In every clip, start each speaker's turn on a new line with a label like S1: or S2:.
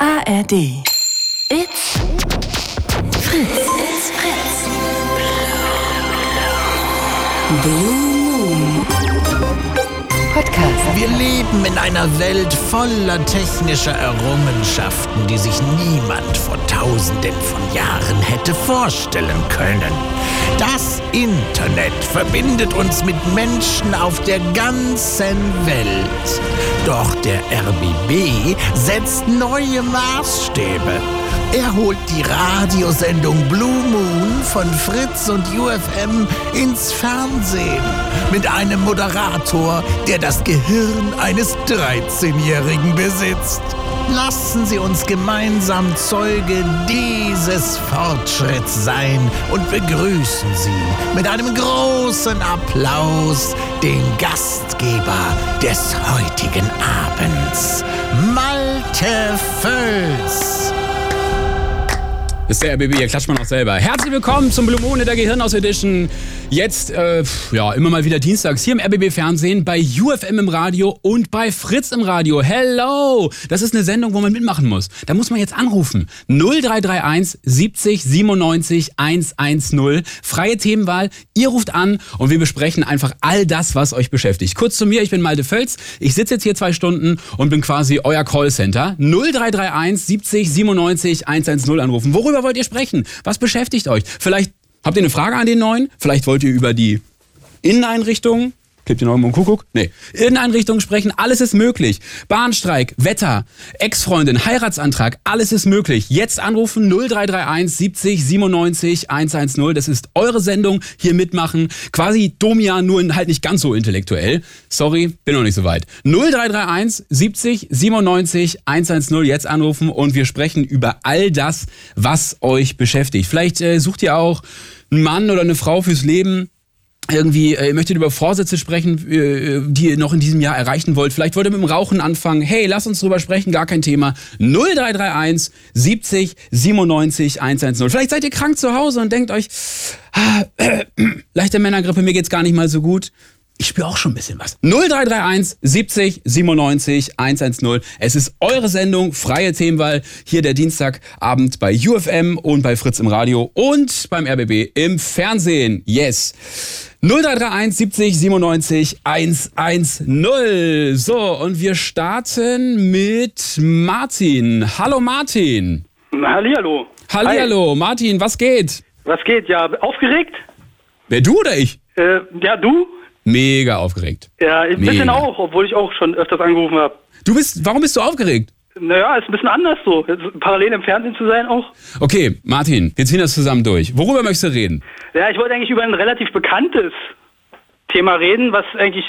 S1: ARD. It's Fritz. It's Fritz. Blue Moon. Podcast.
S2: Wir leben in einer Welt voller technischer Errungenschaften, die sich niemand vor tausenden von Jahren hätte vorstellen können. Das Internet verbindet uns mit Menschen auf der ganzen Welt. Doch der RBB setzt neue Maßstäbe. Er holt die Radiosendung Blue Moon von Fritz und UFM ins Fernsehen mit einem Moderator, der das Gehirn eines 13-Jährigen besitzt. Lassen Sie uns gemeinsam Zeuge dieses Fortschritts sein und begrüßen Sie mit einem großen Applaus den Gastgeber des heutigen Abends, Malte Völs.
S3: Das ist der RBB, hier klatscht man auch selber. Herzlich willkommen zum Blue Moon in der Gehirnaus Edition. Jetzt, äh, pf, ja, immer mal wieder dienstags hier im RBB Fernsehen, bei UFM im Radio und bei Fritz im Radio. Hello! Das ist eine Sendung, wo man mitmachen muss. Da muss man jetzt anrufen. 0331 70 97 110. Freie Themenwahl. Ihr ruft an und wir besprechen einfach all das, was euch beschäftigt. Kurz zu mir, ich bin Malte Völz. Ich sitze jetzt hier zwei Stunden und bin quasi euer Callcenter. 0331 70 97 110 anrufen. Worüber wollt ihr sprechen? Was beschäftigt euch? Vielleicht habt ihr eine Frage an den neuen? Vielleicht wollt ihr über die Inneneinrichtung. Klebt ihr noch irgendwo im Kuckuck? Nee. Inneneinrichtung sprechen, alles ist möglich. Bahnstreik, Wetter, Ex-Freundin, Heiratsantrag, alles ist möglich. Jetzt anrufen 0331 70 97 110. Das ist eure Sendung. Hier mitmachen. Quasi Domian, nur in- halt nicht ganz so intellektuell. Sorry, bin noch nicht so weit. 0331 70 97 110. Jetzt anrufen und wir sprechen über all das, was euch beschäftigt. Vielleicht äh, sucht ihr auch einen Mann oder eine Frau fürs Leben irgendwie, äh, ihr möchtet über Vorsätze sprechen, äh, die ihr noch in diesem Jahr erreichen wollt. Vielleicht wollt ihr mit dem Rauchen anfangen. Hey, lass uns drüber sprechen, gar kein Thema. 0331 70 97 110. Vielleicht seid ihr krank zu Hause und denkt euch, ah, äh, leichte Männergrippe, mir geht's gar nicht mal so gut. Ich spüre auch schon ein bisschen was. 0331 70 97 110. Es ist eure Sendung, freie Themenwahl. Hier der Dienstagabend bei UFM und bei Fritz im Radio und beim RBB im Fernsehen. Yes. 0331 70 97 110. So, und wir starten mit Martin. Hallo Martin.
S4: Hallihallo.
S3: Hallihallo, Martin, was geht?
S4: Hi. Was geht? Ja, aufgeregt?
S3: Wer du oder ich?
S4: Äh, ja, du?
S3: Mega aufgeregt.
S4: Ja, ein
S3: Mega.
S4: bisschen auch, obwohl ich auch schon öfters angerufen habe.
S3: Du bist, warum bist du aufgeregt?
S4: Naja, ist ein bisschen anders so. Jetzt parallel im Fernsehen zu sein auch.
S3: Okay, Martin, wir ziehen das zusammen durch. Worüber möchtest du reden?
S4: Ja, ich wollte eigentlich über ein relativ bekanntes Thema reden, was eigentlich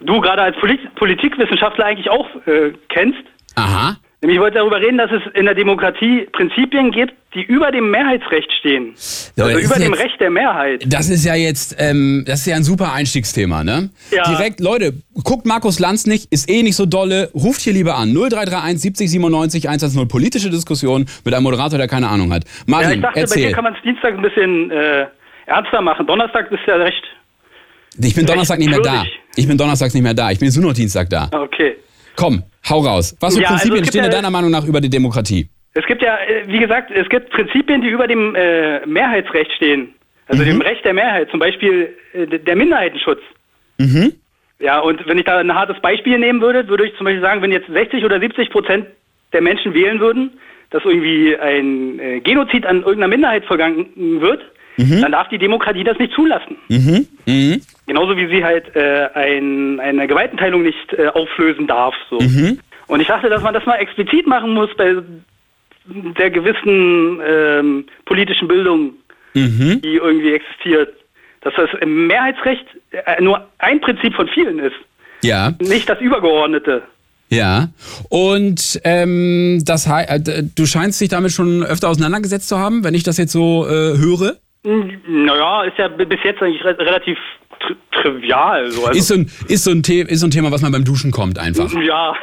S4: du gerade als Polit Politikwissenschaftler eigentlich auch äh, kennst.
S3: Aha.
S4: Nämlich ich wollte darüber reden, dass es in der Demokratie Prinzipien gibt, die über dem Mehrheitsrecht stehen. also
S3: das ist
S4: über dem
S3: jetzt-
S4: Recht der Mehrheit.
S3: Das ist ja jetzt, ähm, das ist ja ein super Einstiegsthema, ne?
S4: Ja.
S3: Direkt, Leute, guckt Markus Lanz nicht, ist eh nicht so dolle, ruft hier lieber an. 0331 70 97 110, politische Diskussion mit einem Moderator, der keine Ahnung hat.
S4: Ja,
S3: Martin,
S4: ich dachte, bei
S3: erzähl.
S4: dir kann man es Dienstag ein bisschen äh, ernster machen. Donnerstag bist du ja recht.
S3: ich bin Donnerstag nicht mehr da.
S4: schuldig.
S3: Ich bin Donnerstags nicht mehr da. Ich bin jetzt nur noch Dienstag da.
S4: Ah, Okay.
S3: Komm, hau raus. Was für
S4: Ja, also
S3: Prinzipien
S4: es gibt
S3: stehen
S4: ja-
S3: denn deiner Meinung nach über die Demokratie?
S4: Es gibt ja, äh, wie gesagt, es gibt Prinzipien, die über dem äh, Mehrheitsrecht stehen. Also dem Recht der Mehrheit, zum Beispiel äh, d- der Minderheitenschutz.
S3: Mhm.
S4: Ja, und wenn ich da ein hartes Beispiel nehmen würde, würde ich zum Beispiel sagen, wenn jetzt 60 oder 70 Prozent der Menschen wählen würden, dass irgendwie ein äh, Genozid an irgendeiner Minderheit vergangen wird, dann darf die Demokratie das nicht zulassen.
S3: Mhm,
S4: Genauso wie sie halt äh, ein, eine Gewaltenteilung nicht äh, auflösen darf. So.
S3: Mhm.
S4: Und ich dachte, dass man das mal explizit machen muss bei der gewissen ähm, politischen Bildung,
S3: Mhm.
S4: die irgendwie existiert. Dass das im Mehrheitsrecht äh, nur ein Prinzip von vielen ist,
S3: Ja.
S4: nicht das übergeordnete.
S3: Ja, und ähm, das hei- äh, d- du scheinst dich damit schon öfter auseinandergesetzt zu haben, wenn ich das jetzt so äh, höre.
S4: Hm, Naja, ist ja b- bis jetzt eigentlich re relativ tri trivial. So. Also,
S3: Ist so ein, ist so ein, The ist so ein Thema, was man beim Duschen kommt einfach,
S4: ja,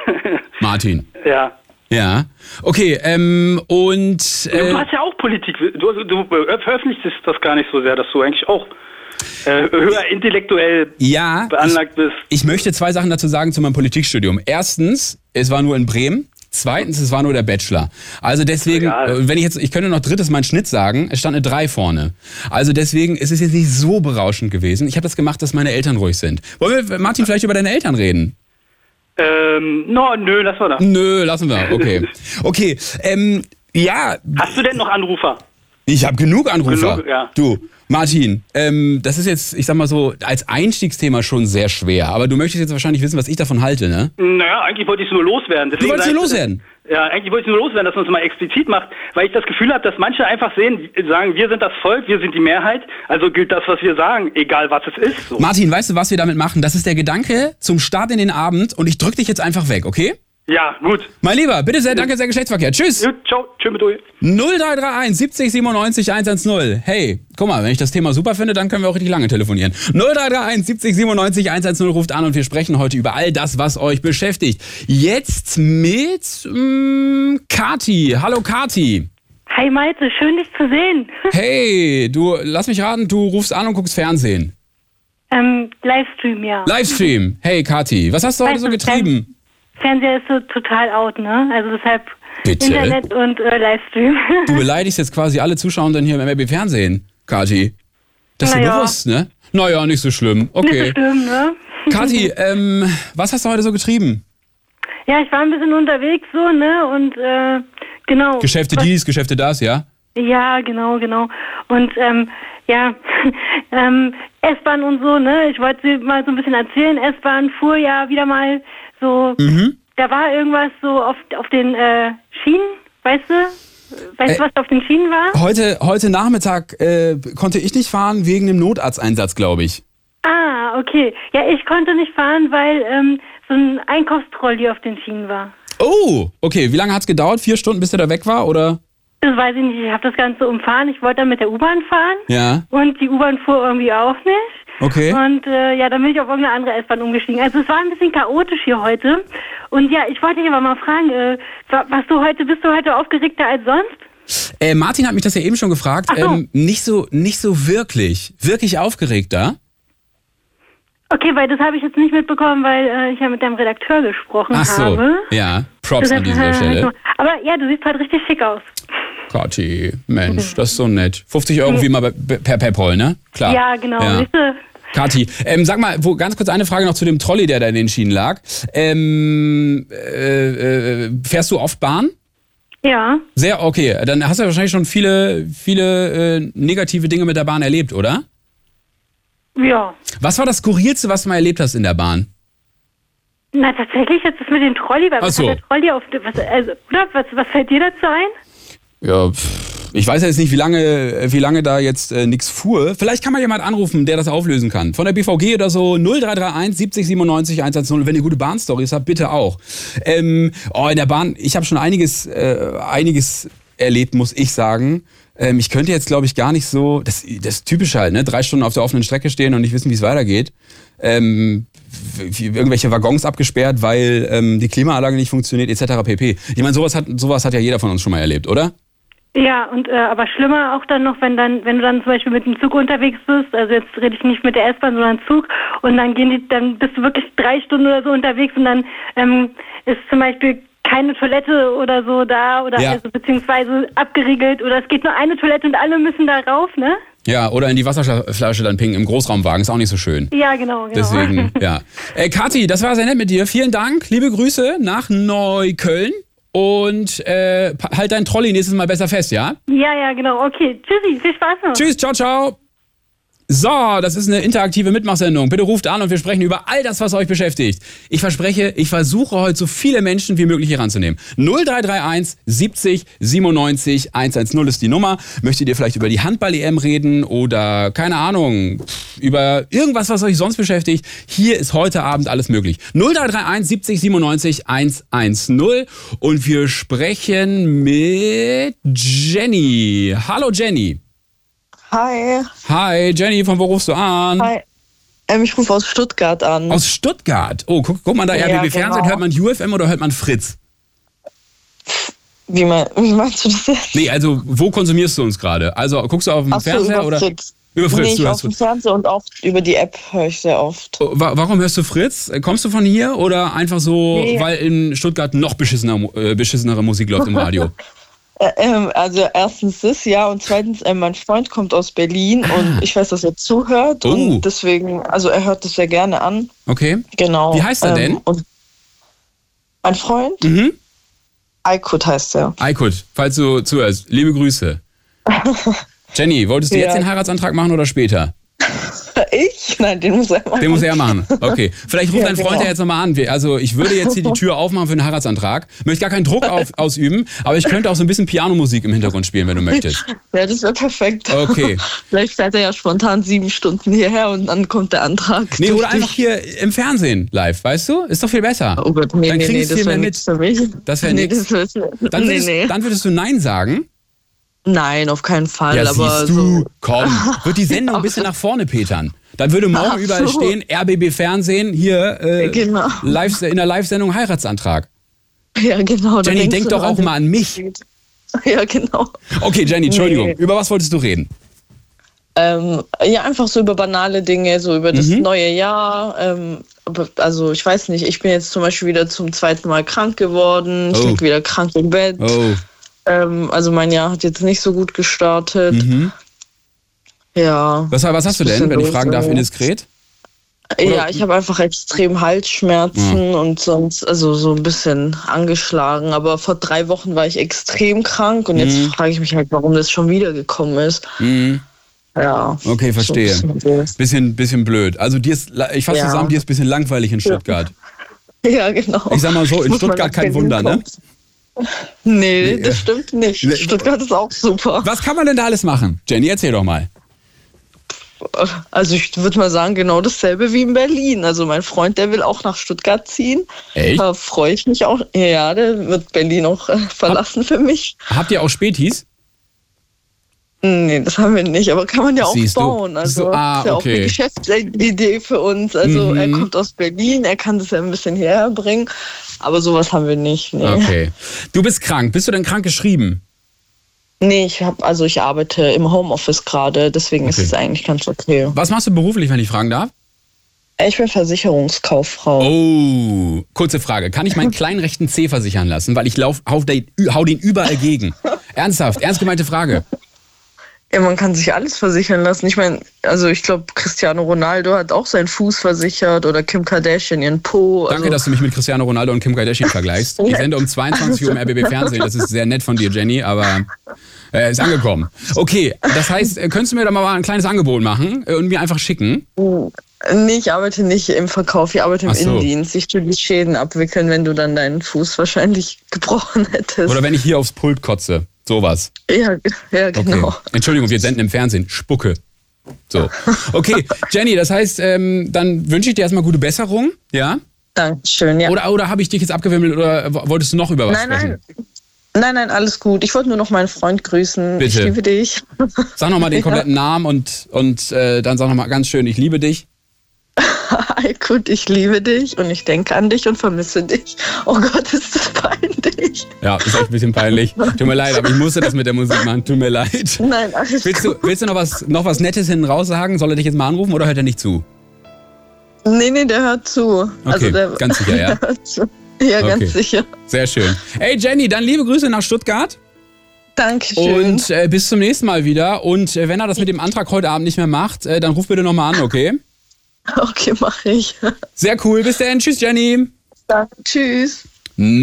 S3: Martin.
S4: ja.
S3: Ja, okay, ähm, und
S4: Ja,
S3: äh,
S4: du hast ja auch Politik. Du, du, du veröffentlichst das gar nicht so sehr, dass du eigentlich auch äh, höher intellektuell
S3: ja, ich,
S4: beanlagt bist.
S3: ich möchte zwei Sachen dazu sagen zu meinem Politikstudium. Erstens, es war nur in Bremen. Zweitens, es war nur der Bachelor. Also deswegen,
S4: Egal.
S3: äh, wenn ich jetzt, ich könnte noch drittes meinen Schnitt sagen, es stand eine 3 vorne. Also deswegen ist es jetzt nicht so berauschend gewesen. Ich habe das gemacht, dass meine Eltern ruhig sind. Wollen wir, Martin, vielleicht über deine Eltern reden?
S4: Ähm, no, nö, lass mal da.
S3: Nö, lassen wir. Okay. Okay, ähm, ja,
S4: Hast du denn noch Anrufer?
S3: ich habe genug Anrufer.
S4: Genug, ja.
S3: Du, Martin, ähm, das ist jetzt, ich sag mal so, als Einstiegsthema schon sehr schwer. Aber du möchtest jetzt wahrscheinlich wissen, was ich davon halte, ne?
S4: Naja, eigentlich wollte ich es nur loswerden. Deswegen
S3: wolltest
S4: sag
S3: nur
S4: ich-
S3: loswerden?
S4: Ja, eigentlich wollte ich nur loswerden, dass man es mal explizit macht, weil ich das Gefühl habe, dass manche einfach sehen, sagen, wir sind das Volk, wir sind die Mehrheit, also gilt das, was wir sagen, egal was es ist. So.
S3: Martin, weißt du, was wir damit machen? Das ist der Gedanke zum Start in den Abend und ich drück dich jetzt einfach weg, okay?
S4: Ja, gut.
S3: Mein Lieber, bitte sehr, danke sehr, Geschlechtsverkehr. Tschüss.
S4: Gut, ciao, tschö mit euch.
S3: 0331 70 97 110. Hey, guck mal, wenn ich das Thema super finde, dann können wir auch richtig lange telefonieren. 0331 70 97 110 ruft an und wir sprechen heute über all das, was euch beschäftigt. Jetzt mit mm, Kati. Hallo Kati.
S5: Hi Malte, schön dich zu sehen.
S3: Hey, du, lass mich raten, du rufst an und guckst Fernsehen.
S5: Ähm, Livestream, ja.
S3: Livestream. Hey Kati, was hast du heute
S5: Weißt
S3: so
S5: du,
S3: getrieben?
S5: Fernseher ist so total out, ne? Also deshalb
S3: Bitte?
S5: Internet und äh, Livestream.
S3: Du beleidigst jetzt quasi alle Zuschauenden hier im MRB Fernsehen, Kati. Das ist dir
S5: Naja.
S3: bewusst, ne? Naja, nicht so schlimm. Okay.
S5: Nicht so schlimm, ne?
S3: Kathi, ähm, was hast du heute so getrieben?
S5: Ja, ich war ein bisschen unterwegs so, ne? Und äh, genau.
S3: Geschäfte
S5: Was-
S3: dies, Geschäfte das, ja?
S5: Ja, genau, genau. Und ähm, ja, ähm, S-Bahn und so, ne? Ich wollte sie mal so ein bisschen erzählen. S-Bahn fuhr ja wieder mal so.
S3: Mhm.
S5: Da war irgendwas so auf, auf den äh, Schienen, weißt du? Weißt du,
S3: Äh,
S5: was auf den Schienen war?
S3: Heute, heute Nachmittag äh, konnte ich nicht fahren wegen dem Notarzteinsatz, glaube ich.
S5: Ah, okay. Ja, ich konnte nicht fahren, weil ähm, so ein Einkaufstrolley auf den Schienen war.
S3: Oh, okay. Wie lange hat's gedauert? Vier Stunden, bis der da weg war, oder?
S5: Das weiß ich nicht. Ich habe das Ganze umfahren. Ich wollte dann mit der U-Bahn fahren.
S3: Ja.
S5: Und die U-Bahn fuhr irgendwie auch nicht.
S3: Okay.
S5: Und äh, ja, dann bin ich auf irgendeine andere S-Bahn umgestiegen. Also es war ein bisschen chaotisch hier heute. Und ja, ich wollte dich aber mal fragen, äh, wa- was du heute, bist du heute aufgeregter als sonst?
S3: Äh, Martin hat mich das ja eben schon gefragt.
S5: Ach so.
S3: Ähm, nicht so, nicht so wirklich, wirklich aufgeregt da.
S5: Okay, weil das habe ich jetzt nicht mitbekommen, weil äh, ich ja mit deinem Redakteur gesprochen
S3: Ach so,
S5: habe.
S3: ja. Props
S5: Deshalb,
S3: an dieser
S5: äh,
S3: Stelle.
S5: Aber ja, du siehst halt richtig schick aus.
S3: Kathi, Mensch, das ist so nett. 50 Euro wie immer bei- per PayPal, ne? Klar.
S5: Ja, genau. Siehst du?
S3: Kathi, ähm, sag mal, wo, ganz kurz eine Frage noch zu dem Trolley, der da in den Schienen lag. Ähm, äh, äh, fährst du oft Bahn?
S5: Ja.
S3: Sehr, okay. Dann hast du ja wahrscheinlich schon viele, viele äh, negative Dinge mit der Bahn erlebt, oder?
S5: Ja.
S3: Was war das Skurrilste, was du mal erlebt hast in der Bahn?
S5: Na, tatsächlich, jetzt ist mit dem Trolley, weil
S3: Ach
S5: was
S3: so.
S5: hat der Trolley auf, was, also, oder? Was, was fällt dir dazu ein?
S3: Ja, pff, ich weiß ja jetzt nicht, wie lange, wie lange da jetzt äh, nichts fuhr. Vielleicht kann mal jemand anrufen, der das auflösen kann. Von der BVG oder so 0331 70 97 110. Wenn ihr gute Bahnstories habt, bitte auch. Ähm, oh, in der Bahn, ich habe schon einiges, äh, einiges erlebt, muss ich sagen. Ähm, ich könnte jetzt, glaube ich, gar nicht so, das, das ist typisch halt, ne? drei Stunden auf der offenen Strecke stehen und nicht wissen, wie es weitergeht. Ähm, w- w- irgendwelche Waggons abgesperrt, weil ähm, die Klimaanlage nicht funktioniert, etc. pp. Ich meine, sowas hat, sowas hat ja jeder von uns schon mal erlebt, oder?
S5: Ja, und äh, aber schlimmer auch dann noch, wenn dann, wenn du dann zum Beispiel mit dem Zug unterwegs bist, also jetzt rede ich nicht mit der S-Bahn, sondern Zug, und dann gehen die, dann bist du wirklich drei Stunden oder so unterwegs und dann ähm, ist zum Beispiel keine Toilette oder so da oder
S3: Ja.
S5: also beziehungsweise abgeriegelt oder es geht nur eine Toilette und alle müssen da rauf, ne?
S3: Ja, oder in die Wasserflasche dann pingen im Großraumwagen. Ist auch nicht so schön.
S5: Ja, genau, genau.
S3: Deswegen, ja. Äh, Kathi, das war sehr nett mit dir. Vielen Dank. Liebe Grüße nach Neukölln. Und äh, pa- halt dein Trolley nächstes Mal besser fest, ja?
S5: Ja, ja, genau. Okay. Tschüssi, viel Spaß noch.
S3: Tschüss, ciao, ciao. So, das ist eine interaktive Mitmachsendung. Bitte ruft an und wir sprechen über all das, was euch beschäftigt. Ich verspreche, ich versuche heute so viele Menschen wie möglich hier ranzunehmen. 0331 70 97 110 ist die Nummer. Möchtet ihr vielleicht über die Handball-EM reden oder, keine Ahnung, pff, über irgendwas, was euch sonst beschäftigt? Hier ist heute Abend alles möglich. 0331 70 97 110 und wir sprechen mit Jenny. Hallo Jenny.
S6: Hi.
S3: Hi, Jenny, von wo rufst du an?
S6: Hi. Ähm, ich rufe aus Stuttgart an.
S3: Aus Stuttgart. Oh, guck, guck mal da,
S6: Ja,
S3: RBB Fernsehen,
S6: genau.
S3: hört man UFM oder hört man Fritz?
S6: wie, mein, wie meinst du das jetzt?
S3: Nee, also wo konsumierst du uns gerade? Also guckst du auf dem
S6: Ach so,
S3: Fernseher
S6: über
S3: oder?
S6: Fritz.
S3: Über Fritz,
S6: nee, ich
S3: du
S6: auf
S3: hörst
S6: dem
S3: Fritz.
S6: Fernseher und auch über die App höre ich sehr oft.
S3: Oh, wa- Warum hörst du Fritz? Äh, Kommst du von hier oder einfach so,
S6: Nee.
S3: weil in Stuttgart noch beschissener, Mu- äh, beschissenere Musik läuft im Radio?
S6: Äh, ähm, also erstens das, ja, und zweitens, äh, mein Freund kommt aus Berlin und ich weiß, dass er zuhört
S3: Ah. Oh.
S6: und deswegen, also er hört das sehr gerne an.
S3: Okay.
S6: Genau.
S3: Wie heißt er denn?
S6: Und mein Freund?
S3: Mhm.
S6: Aykut heißt er.
S3: Aykut, falls du zuhörst, liebe Grüße. Jenny, wolltest du
S6: Ja.
S3: jetzt den Heiratsantrag machen oder später?
S6: Ich? Nein, den muss er machen.
S3: Den muss er machen. Okay. Vielleicht ruft
S6: Ja,
S3: dein Freund
S6: genau.
S3: ja jetzt nochmal an. Wir- Also ich würde jetzt hier die Tür aufmachen für einen Heiratsantrag. Möchte gar keinen Druck auf, ausüben, aber ich könnte auch so ein bisschen Pianomusik im Hintergrund spielen, wenn du möchtest.
S6: Ja, das wäre perfekt.
S3: Okay.
S6: Vielleicht fährt er ja spontan sieben Stunden hierher und dann kommt der Antrag.
S3: Nee,
S6: durch
S3: oder
S6: dich.
S3: einfach hier im Fernsehen live, weißt du? Ist doch viel besser.
S6: Oh Gott, nee,
S3: Dann
S6: nee,
S3: kriegen
S6: nee,
S3: es viel
S6: das wäre
S3: mehr
S6: nichts
S3: mit.
S6: für mich.
S3: Das wär
S6: nee,
S3: nix.
S6: Das wär,
S3: Dann
S6: nee,
S3: würdest,
S6: nee.
S3: dann würdest du Nein sagen.
S6: Nein, auf keinen Fall.
S3: Ja,
S6: aber
S3: siehst du,
S6: So,
S3: komm, wird die Sendung ein bisschen nach vorne petern. Dann würde morgen
S6: Ach
S3: überall
S6: so.
S3: stehen, RBB Fernsehen, hier äh,
S6: Genau.
S3: live, in der Live-Sendung Heiratsantrag.
S6: ja, genau. da
S3: Jenny,
S6: denkst
S3: denk
S6: du
S3: doch
S6: dran.
S3: auch mal an mich.
S6: Ja, genau.
S3: Okay, Jenny, Entschuldigung,
S6: Nee.
S3: über was wolltest du reden?
S6: Ähm, ja, einfach so über banale Dinge, so über
S3: Mhm.
S6: das neue Jahr. Ähm, aber- also ich weiß nicht, ich bin jetzt zum Beispiel wieder zum zweiten Mal krank geworden. Ich
S3: Oh.
S6: lieg wieder krank im Bett.
S3: Oh,
S6: Ähm, also mein Jahr hat jetzt nicht so gut gestartet. Ja.
S3: Mhm. was, was hast du denn,
S6: bisschen
S3: wenn ich
S6: doof,
S3: fragen darf,
S6: ja.
S3: indiskret?
S6: Ja, ich habe einfach extrem Halsschmerzen
S3: Hm.
S6: und sonst, also so ein bisschen angeschlagen. Aber vor drei Wochen war ich extrem krank und
S3: Hm.
S6: jetzt frage ich mich halt, warum das schon wieder gekommen ist. Ja.
S3: Okay, verstehe.
S6: So ein bisschen so.
S3: Bisschen, bisschen blöd. Also dir ist, la- ich fasse
S6: Ja.
S3: zusammen, dir ist ein bisschen langweilig in Stuttgart.
S6: Ja, genau.
S3: Ich sag mal so, in
S6: Muss man
S3: Stuttgart
S6: nach
S3: kein
S6: Berlin
S3: Wunder, ne?
S6: kommen. Nee,
S3: Nee, äh,
S6: das stimmt nicht.
S3: nee.
S6: Stuttgart ist auch super.
S3: Was kann man denn da alles machen? Jenny, erzähl doch mal.
S6: Also ich würde mal sagen, genau dasselbe wie in Berlin. Also mein Freund, der will auch nach Stuttgart ziehen.
S3: Echt?
S6: Da freue ich mich auch. Ja, der wird Berlin auch äh, verlassen für mich.
S3: Habt ihr auch Spätis?
S6: Nee, das haben wir nicht, aber kann man ja auch
S3: Siehst du.
S6: bauen. Also
S3: So, ah,
S6: ist ja auch
S3: okay. Mhm.
S6: eine Geschäftsidee für uns. Also er kommt aus Berlin, er kann das ja ein bisschen hierher bringen. Aber sowas haben wir nicht. Nee,
S3: Okay. Du bist krank. Bist du denn krank geschrieben?
S6: nee ich habe also ich arbeite im Homeoffice gerade, deswegen ist
S3: Okay.
S6: es eigentlich ganz okay.
S3: Was machst du beruflich, wenn ich fragen darf?
S6: Ich bin Versicherungskauffrau.
S3: Oh, kurze Frage. Kann ich meinen kleinen rechten Zeh versichern lassen? Weil ich lauf, hau, den, hau den überall gegen. Ernsthaft, ernst gemeinte Frage.
S6: Ja, man kann sich alles versichern lassen. Ich meine, also ich glaube, Cristiano Ronaldo hat auch seinen Fuß versichert oder Kim Kardashian ihren Po.
S3: Danke,
S6: also,
S3: dass du mich mit Cristiano Ronaldo und Kim Kardashian vergleichst. Ich sende um 22 Uhr im RBB Fernsehen. Das ist sehr nett von dir, Jenny, aber äh, ist angekommen. Okay, das heißt, äh, könntest du mir da mal ein kleines Angebot machen äh, und mir einfach schicken?
S6: also, Nee, ich arbeite nicht im Verkauf, ich arbeite im
S3: Ach so.
S6: Innendienst. Ich tue die Schäden abwickeln, wenn du dann deinen Fuß wahrscheinlich gebrochen hättest.
S3: Oder wenn ich hier aufs Pult kotze? Sowas.
S6: ja, ja,
S3: Okay.
S6: genau.
S3: Entschuldigung, wir senden im Fernsehen. Spucke. So. Okay, Jenny, das heißt, ähm, dann wünsche ich dir erstmal gute Besserung, ja?
S6: Dankeschön, ja.
S3: Oder, oder habe ich dich jetzt abgewimmelt oder w- wolltest du noch über was
S6: nein,
S3: sprechen?
S6: nein. Nein, nein, alles gut. Ich wollte nur noch meinen Freund grüßen.
S3: Bitte.
S6: Ich liebe dich.
S3: Sag nochmal den kompletten Namen und, und äh, dann sag nochmal ganz schön, ich liebe dich.
S6: Gut, ich liebe dich und ich denke an dich und vermisse dich. Oh Gott, ist das peinlich.
S3: Ja, ist echt ein bisschen peinlich. Tut mir leid, aber ich musste das mit der Musik machen. Tut mir leid.
S6: Nein, alles
S3: Willst
S6: gut.
S3: du, willst du noch, was, noch was Nettes hinten raus sagen? Soll er dich jetzt mal anrufen oder hört er nicht zu?
S6: Nee, nee, der hört zu. Okay,
S3: ganz sicher, ja?
S6: Der hört zu. Ja,
S3: Okay.
S6: ganz sicher.
S3: Sehr schön. Hey Jenny, dann liebe Grüße nach Stuttgart
S6: Dankeschön.
S3: und äh, bis zum nächsten Mal wieder. Und äh, wenn er das mit dem Antrag heute Abend nicht mehr macht, äh, dann ruf bitte nochmal an, okay?
S6: okay, mache ich.
S3: Sehr cool. Bis dann. Tschüss, Jenny.
S6: Dann, tschüss.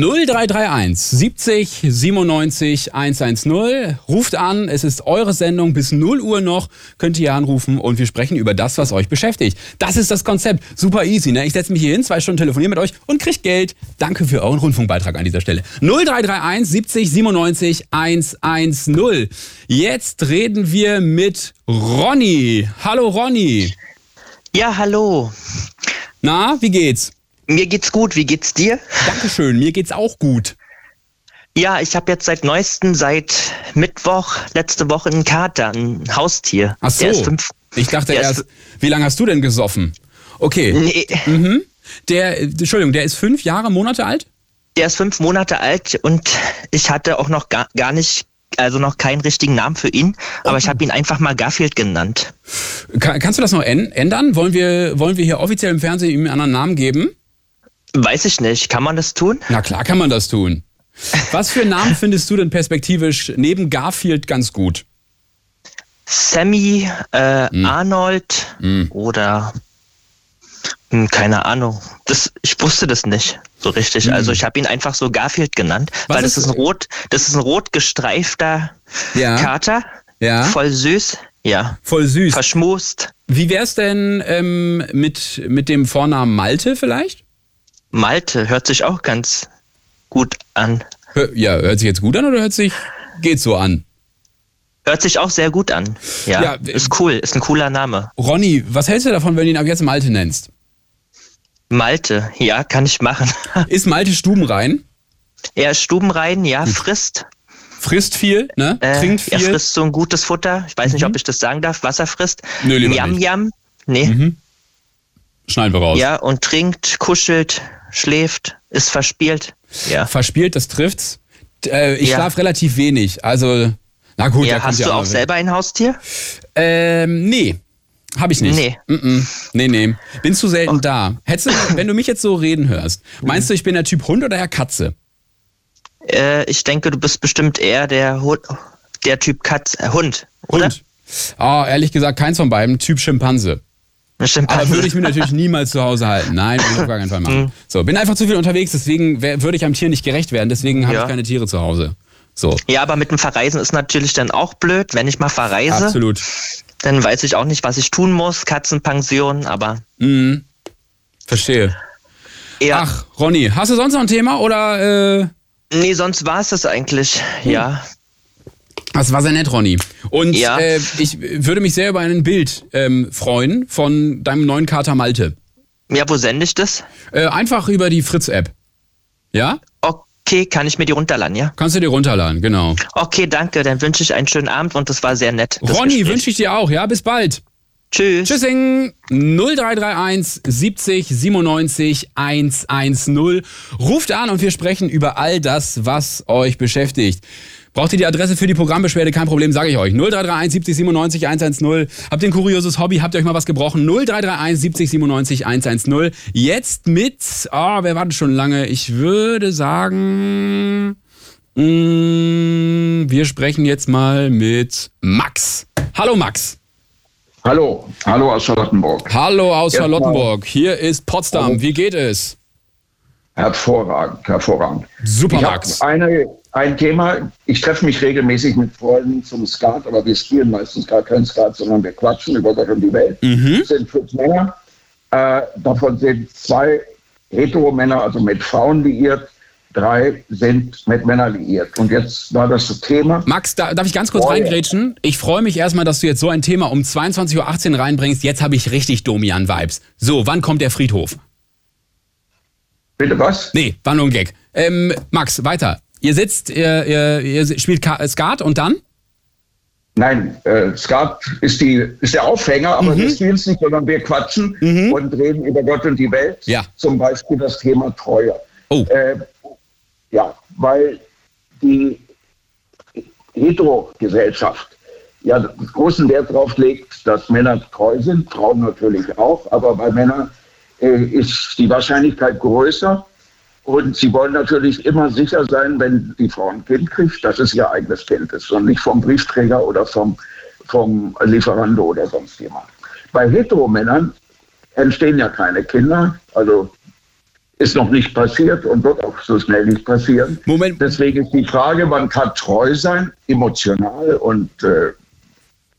S3: 0331 70 97 110. Ruft an, es ist eure Sendung bis 0 Uhr noch. Könnt ihr anrufen und wir sprechen über das, was euch beschäftigt. Das ist das Konzept. Super easy. Ne? Ich setze mich hier hin, zwei Stunden telefoniere mit euch und kriegt Geld. Danke für euren Rundfunkbeitrag an dieser Stelle. 0331 70 97 110. Jetzt reden wir mit Ronny. Hallo Ronny.
S7: Ja, hallo.
S3: Na, wie geht's?
S7: Mir geht's gut. Wie geht's dir?
S3: Dankeschön, mir geht's auch gut.
S7: Ja, ich habe jetzt seit neuestem, seit Mittwoch, letzte Woche einen Kater, ein Haustier.
S3: Ach so.
S7: Der ist fünf.
S3: Ich dachte
S7: Der ist
S3: erst, wie lange hast du denn gesoffen? Okay.
S7: Nee,
S3: Der, äh, Entschuldigung, der ist fünf Jahre, Monate alt?
S7: der ist fünf Monate alt und ich hatte auch noch gar, gar nicht also noch keinen richtigen Namen für ihn, aber ich habe ihn einfach mal Garfield genannt.
S3: Ka- kannst du das noch en- ändern? Wollen wir, wollen wir hier offiziell im Fernsehen ihm einen anderen Namen geben?
S7: Weiß ich nicht. Kann man das tun?
S3: Na klar kann man das tun. Was für einen Namen findest du denn perspektivisch neben Garfield ganz gut?
S7: Sammy, äh,
S3: Hm.
S7: Arnold oder hm, keine Ahnung. Das, ich wusste das nicht so richtig. Also ich habe ihn einfach so Garfield genannt,
S3: Hm. Was
S7: weil das
S3: ist-
S7: ist ein rot, das ist ein rot gestreifter
S3: Ja.
S7: Kater.
S3: Ja.
S7: Voll süß. Ja.
S3: Voll süß.
S7: Verschmust.
S3: Wie wär's denn ähm, mit, mit dem Vornamen Malte vielleicht?
S7: Malte hört sich auch ganz gut an.
S3: Hör, ja, hört sich jetzt gut an oder hört sich geht so an?
S7: Hört sich auch sehr gut an. Ja.
S3: Ja, w-
S7: ist cool. Ist ein cooler Name.
S3: Ronny, was hältst du davon, wenn du ihn ab jetzt Malte nennst?
S7: Malte. Ja, kann ich machen.
S3: Ist Malte stubenrein,
S7: er ist stubenrein. Ja, frisst.
S3: frisst viel, ne?
S7: Äh,
S3: trinkt
S7: Er
S3: viel. Mhm.
S7: frisst so ein gutes Futter. Ich weiß nicht, ob ich das sagen darf. Wasser frisst.
S3: Nö, lieber
S7: Yam,
S3: nicht.
S7: yam. Nee.
S3: Schneiden wir raus.
S7: Ja, und trinkt, kuschelt, schläft, ist verspielt. Ja.
S3: Verspielt, das trifft's. D- Äh, ich
S7: Ja.
S3: schlaf relativ wenig, also na gut, da
S7: ja
S3: kommt
S7: hast
S3: ja
S7: du
S3: mal
S7: auch
S3: weg.
S7: selber ein Haustier?
S3: Ähm, nee. Hab ich nicht.
S7: Nee. Oh.
S3: Mm-mm. Nee, nee. Bin zu selten da. Hättest du, wenn du mich jetzt so reden hörst, meinst du, ich bin der Typ Hund oder Herr Katze?
S7: Äh, ich denke, du bist bestimmt eher der, Hu- der Typ Katz, äh, Hund, oder?
S3: Hund. Ah, ehrlich gesagt, keins von beiden. Typ Schimpanse.
S7: Eine
S3: Aber
S7: Schimpanse. Mhm.
S3: würde ich mir natürlich niemals zu Hause halten. Nein, würde ich auf gar keinen Fall machen. So, bin einfach zu viel unterwegs, deswegen wär- würde ich am Tier nicht gerecht werden, deswegen habe
S7: Ja.
S3: ich keine Tiere zu Hause. So.
S7: ja, aber mit dem Verreisen ist natürlich dann auch blöd. Wenn ich mal verreise,
S3: Absolut.
S7: dann weiß ich auch nicht, was ich tun muss. Katzenpension, aber
S3: Mhm. Verstehe.
S7: ja.
S3: Ach, Ronny, hast du sonst noch ein Thema oder äh,
S7: Nee, sonst war es das eigentlich. Ja.
S3: Das war sehr nett, Ronny. Und
S7: Ja.
S3: äh, ich würde mich sehr über ein Bild ähm, freuen von deinem neuen Kater Malte.
S7: Ja, wo sende ich das?
S3: Äh, einfach über die Fritz-App. Ja?
S7: Okay, kann ich mir die runterladen, ja?
S3: Kannst du dir runterladen, genau.
S7: Okay, danke. Dann wünsche ich einen schönen Abend und das war sehr nett. das
S3: Ronny,
S7: Gespräch.
S3: wünsche ich dir auch, ja? Bis bald.
S7: Tschüss.
S3: Tschüssing 0331 70 97 110. Ruft an und wir sprechen über all das, was euch beschäftigt. Braucht ihr die Adresse für die Programmbeschwerde? Kein Problem, sage ich euch. 0331 70 97 110. Habt ihr ein kurioses Hobby? Habt ihr euch mal was gebrochen? 0331 70 97 110. Jetzt mit, ah, wir warten schon lange. Ich würde sagen, mm, wir sprechen jetzt mal mit Max. Hallo Max.
S8: Hallo, hallo aus Charlottenburg.
S3: Hallo aus
S8: Erstmal-
S3: Charlottenburg. Hier ist Potsdam. Wie geht es?
S8: Hervorragend, hervorragend.
S3: Super,
S8: ich hab
S3: Max.
S8: Eine, ein Thema, ich treffe mich regelmäßig mit Freunden zum Skat, aber wir spielen meistens gar keinen Skat, sondern wir quatschen über Gott und die Welt.
S3: Mhm.
S8: sind fünf Männer, äh, davon sind zwei Hetero-Männer, also mit Frauen liiert, drei sind mit Männern liiert. Und jetzt war das das Thema.
S3: Max, da, darf ich ganz kurz
S8: Moin.
S3: reingrätschen? Ich freue mich erstmal, dass du jetzt so ein Thema um 22.18 Uhr reinbringst. Jetzt habe ich richtig Domian-Vibes. So, wann kommt der Friedhof?
S8: Bitte was?
S3: Nee, war nur ein Gag. Ähm, Max, weiter. Ihr sitzt, ihr, ihr, ihr spielt Ka äh, Skat und dann?
S8: Nein, äh, Skat ist, die, ist der Aufhänger,
S3: Mhm.
S8: aber wir spielen es nicht, sondern wir quatschen und reden über Gott und die Welt.
S3: Ja.
S8: Zum Beispiel das Thema Treue.
S3: Oh.
S8: Äh, ja, weil die Hetero-Gesellschaft ja großen Wert darauf legt, dass Männer treu sind, Frauen natürlich auch, aber bei Männern äh, ist die Wahrscheinlichkeit größer. Und sie wollen natürlich immer sicher sein, wenn die Frau ein Kind kriegt, dass es ihr eigenes Kind ist und nicht vom Briefträger oder vom, vom Lieferando oder sonst jemand. Bei Hetero-Männern entstehen ja keine Kinder, also ist noch nicht passiert und wird auch so schnell nicht passieren.
S3: Moment.
S8: Deswegen ist die Frage, man kann treu sein, emotional und äh,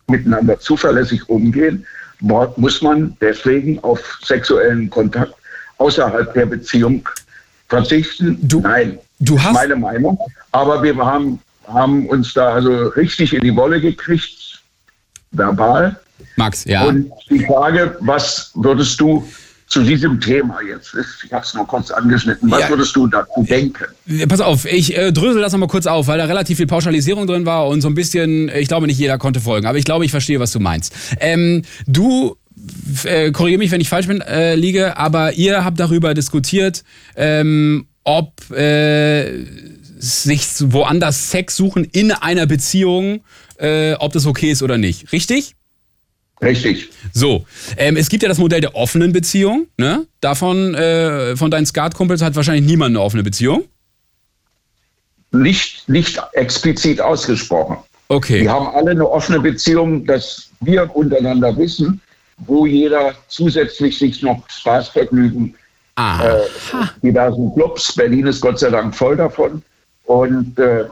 S8: miteinander zuverlässig umgehen, mo- muss man deswegen auf sexuellen Kontakt außerhalb der Beziehung verzichten.
S3: Du-
S8: Nein,
S3: du hast-
S8: meine Meinung. Aber wir haben, haben uns da also richtig in die Wolle gekriegt, verbal.
S3: Max, ja.
S8: Und die Frage, was würdest du zu diesem Thema jetzt, ist- ich habe es nur kurz angeschnitten, was
S3: Ja.
S8: würdest du dazu denken?
S3: Äh, Pass auf, ich äh, drösel das nochmal kurz auf, weil da relativ viel Pauschalisierung drin war und so ein bisschen, äh, ich glaube nicht jeder konnte folgen, aber ich glaube, ich verstehe, was du meinst. Ähm, du, f- äh, korrigiere mich, wenn ich falsch bin, äh, liege, aber ihr habt darüber diskutiert, ähm, ob äh, sich woanders Sex suchen in einer Beziehung, äh, ob das okay ist oder nicht. Richtig?
S8: Richtig.
S3: So, ähm, es gibt ja das Modell der offenen Beziehung. Ne? Davon, äh, von deinen Skatkumpels hat wahrscheinlich niemand eine offene Beziehung.
S8: Nicht, nicht explizit ausgesprochen.
S3: Okay.
S8: Die haben alle eine offene Beziehung, dass wir untereinander wissen, wo jeder zusätzlich sich noch Spaßvergnügen
S3: Aha.
S8: äh, diversen Clubs. Berlin ist Gott sei Dank voll davon. Und äh,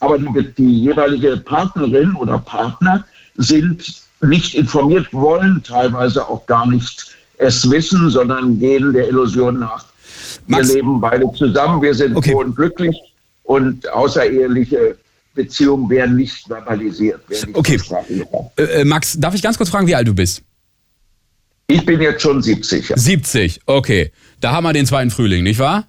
S8: aber die, die jeweilige Partnerin oder Partner sind nicht informiert, wollen teilweise auch gar nicht es wissen, sondern gehen der Illusion nach. Wir
S3: Max-
S8: leben beide zusammen, wir sind
S3: Okay.
S8: froh und glücklich und außereheliche Beziehungen werden nicht verbalisiert. Werden nicht
S3: Okay.
S8: zur Sprache gebracht.
S3: Äh, äh, Max, darf ich ganz kurz fragen, wie alt du bist?
S8: Ich bin jetzt schon 70. Ja.
S3: 70, okay. Da haben wir den zweiten Frühling, nicht wahr?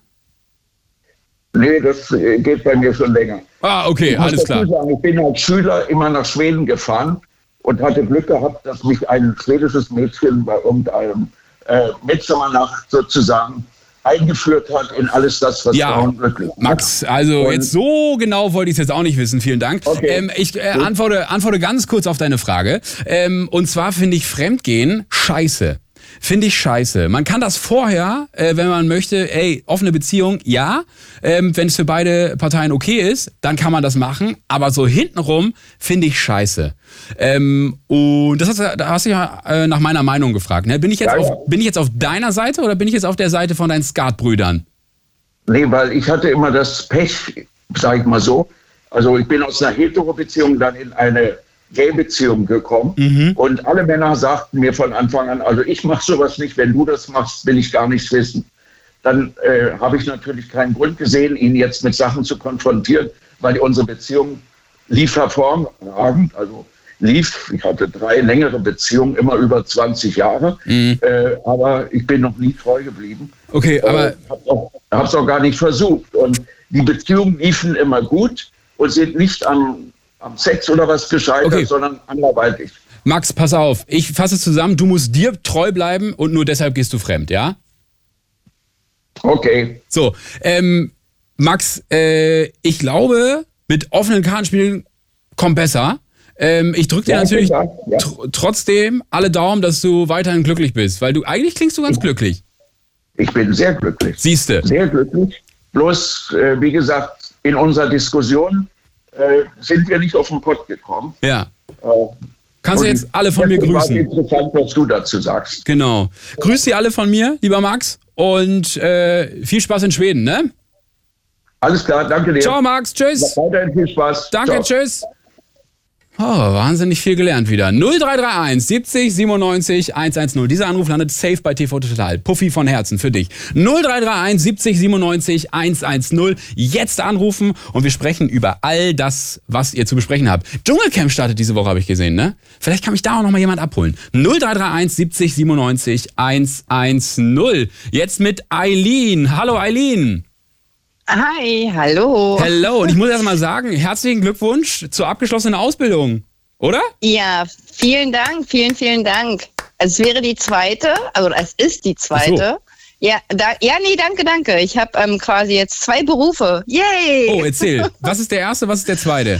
S8: Nee, das äh, geht bei mir schon länger.
S3: Ah, okay,
S8: Ich muss
S3: alles klar.
S8: dazu Sagen, ich bin als Schüler immer nach Schweden gefahren und hatte Glück gehabt, dass mich ein schwedisches Mädchen bei irgendeinem äh, Mitsommernacht sozusagen eingeführt hat in alles das, was
S3: Ja,
S8: Frauen glücklich macht.
S3: Max, also
S8: Genau. Und-
S3: jetzt so genau wollte ich es jetzt auch nicht wissen. Vielen Dank.
S8: Okay.
S3: Ähm, ich äh, antworte, antworte ganz kurz auf deine Frage. Ähm, und zwar finde ich Fremdgehen scheiße. Finde ich scheiße. Man kann das vorher, äh, wenn man möchte, ey, offene Beziehung, ja. Ähm, wenn es für beide Parteien okay ist, dann kann man das machen. Aber so hintenrum finde ich scheiße. Ähm, und das hast, du- da hast du ja äh, nach meiner Meinung gefragt. Ne? Bin, ich jetzt
S8: Ja,
S3: auf,
S8: ja.
S3: bin ich jetzt auf deiner Seite oder bin ich jetzt auf der Seite von deinen Skatbrüdern?
S8: Nee, weil ich hatte immer das Pech, sag ich mal so. Also ich bin aus einer Hetero-Beziehung dann in eine Gay-Beziehung gekommen. Und alle Männer sagten mir von Anfang an, also ich mache sowas nicht, wenn du das machst, will ich gar nichts wissen. Dann äh, habe ich natürlich keinen Grund gesehen, ihn jetzt mit Sachen zu konfrontieren, weil unsere Beziehung lief hervorragend. Also lief, ich hatte drei längere Beziehungen, immer über 20 Jahre. Äh, aber ich bin noch nie treu geblieben.
S3: Mhm. Okay, aber
S8: Ich hab's auch, hab's auch gar nicht versucht. Und die Beziehungen liefen immer gut und sind nicht am, am Sex oder was gescheitert,
S3: Okay.
S8: sondern anderweitig.
S3: Max, pass auf. Ich fasse es zusammen. Du musst dir treu bleiben und nur deshalb gehst du fremd, ja?
S8: Okay.
S3: So, ähm, Max, äh, ich glaube, mit offenen Karten spielen kommt besser. Ähm, ich drücke dir
S8: Ja,
S3: natürlich
S8: ja, ja.
S3: tr trotzdem alle Daumen, dass du weiterhin glücklich bist, weil du eigentlich klingst du ganz glücklich.
S8: Ich bin sehr glücklich.
S3: Siehste.
S8: Sehr glücklich. Bloß, äh, wie gesagt, in unserer Diskussion äh, sind wir nicht auf den Pott gekommen.
S3: Ja.
S8: Äh,
S3: Kannst du
S8: und
S3: jetzt alle von mir
S8: deswegen war
S3: grüßen.
S8: interessant, was du dazu sagst.
S3: Genau. Grüß sie alle von mir, lieber Max. Und äh, viel Spaß in Schweden, ne?
S8: Alles klar, danke dir.
S3: Ciao, Max. Tschüss.
S8: Weiterhin viel Spaß.
S3: Danke,
S8: Ciao.
S3: tschüss. Oh, wahnsinnig viel gelernt wieder. 0331 70 97 110. Dieser Anruf landet safe bei TV Total. Puffy von Herzen für dich. 0331 70 97 110. Jetzt anrufen und wir sprechen über all das, was ihr zu besprechen habt. Dschungelcamp startet diese Woche, habe ich gesehen, ne? Vielleicht kann mich da auch nochmal jemand abholen. 0331 70 97 110. Jetzt mit Eileen. Hallo Eileen.
S9: Hi, hallo.
S3: Hello, und ich muss erst mal sagen, herzlichen Glückwunsch zur abgeschlossenen Ausbildung, oder?
S9: Ja, vielen Dank, vielen, vielen Dank. Es wäre die zweite, also es ist die zwezweite. Ja, da, ja, nee, danke, danke. Ich habe ähm, quasi jetzt zwei Berufe. Yay!
S3: Oh, erzähl. Was ist der erste, was ist der zweite?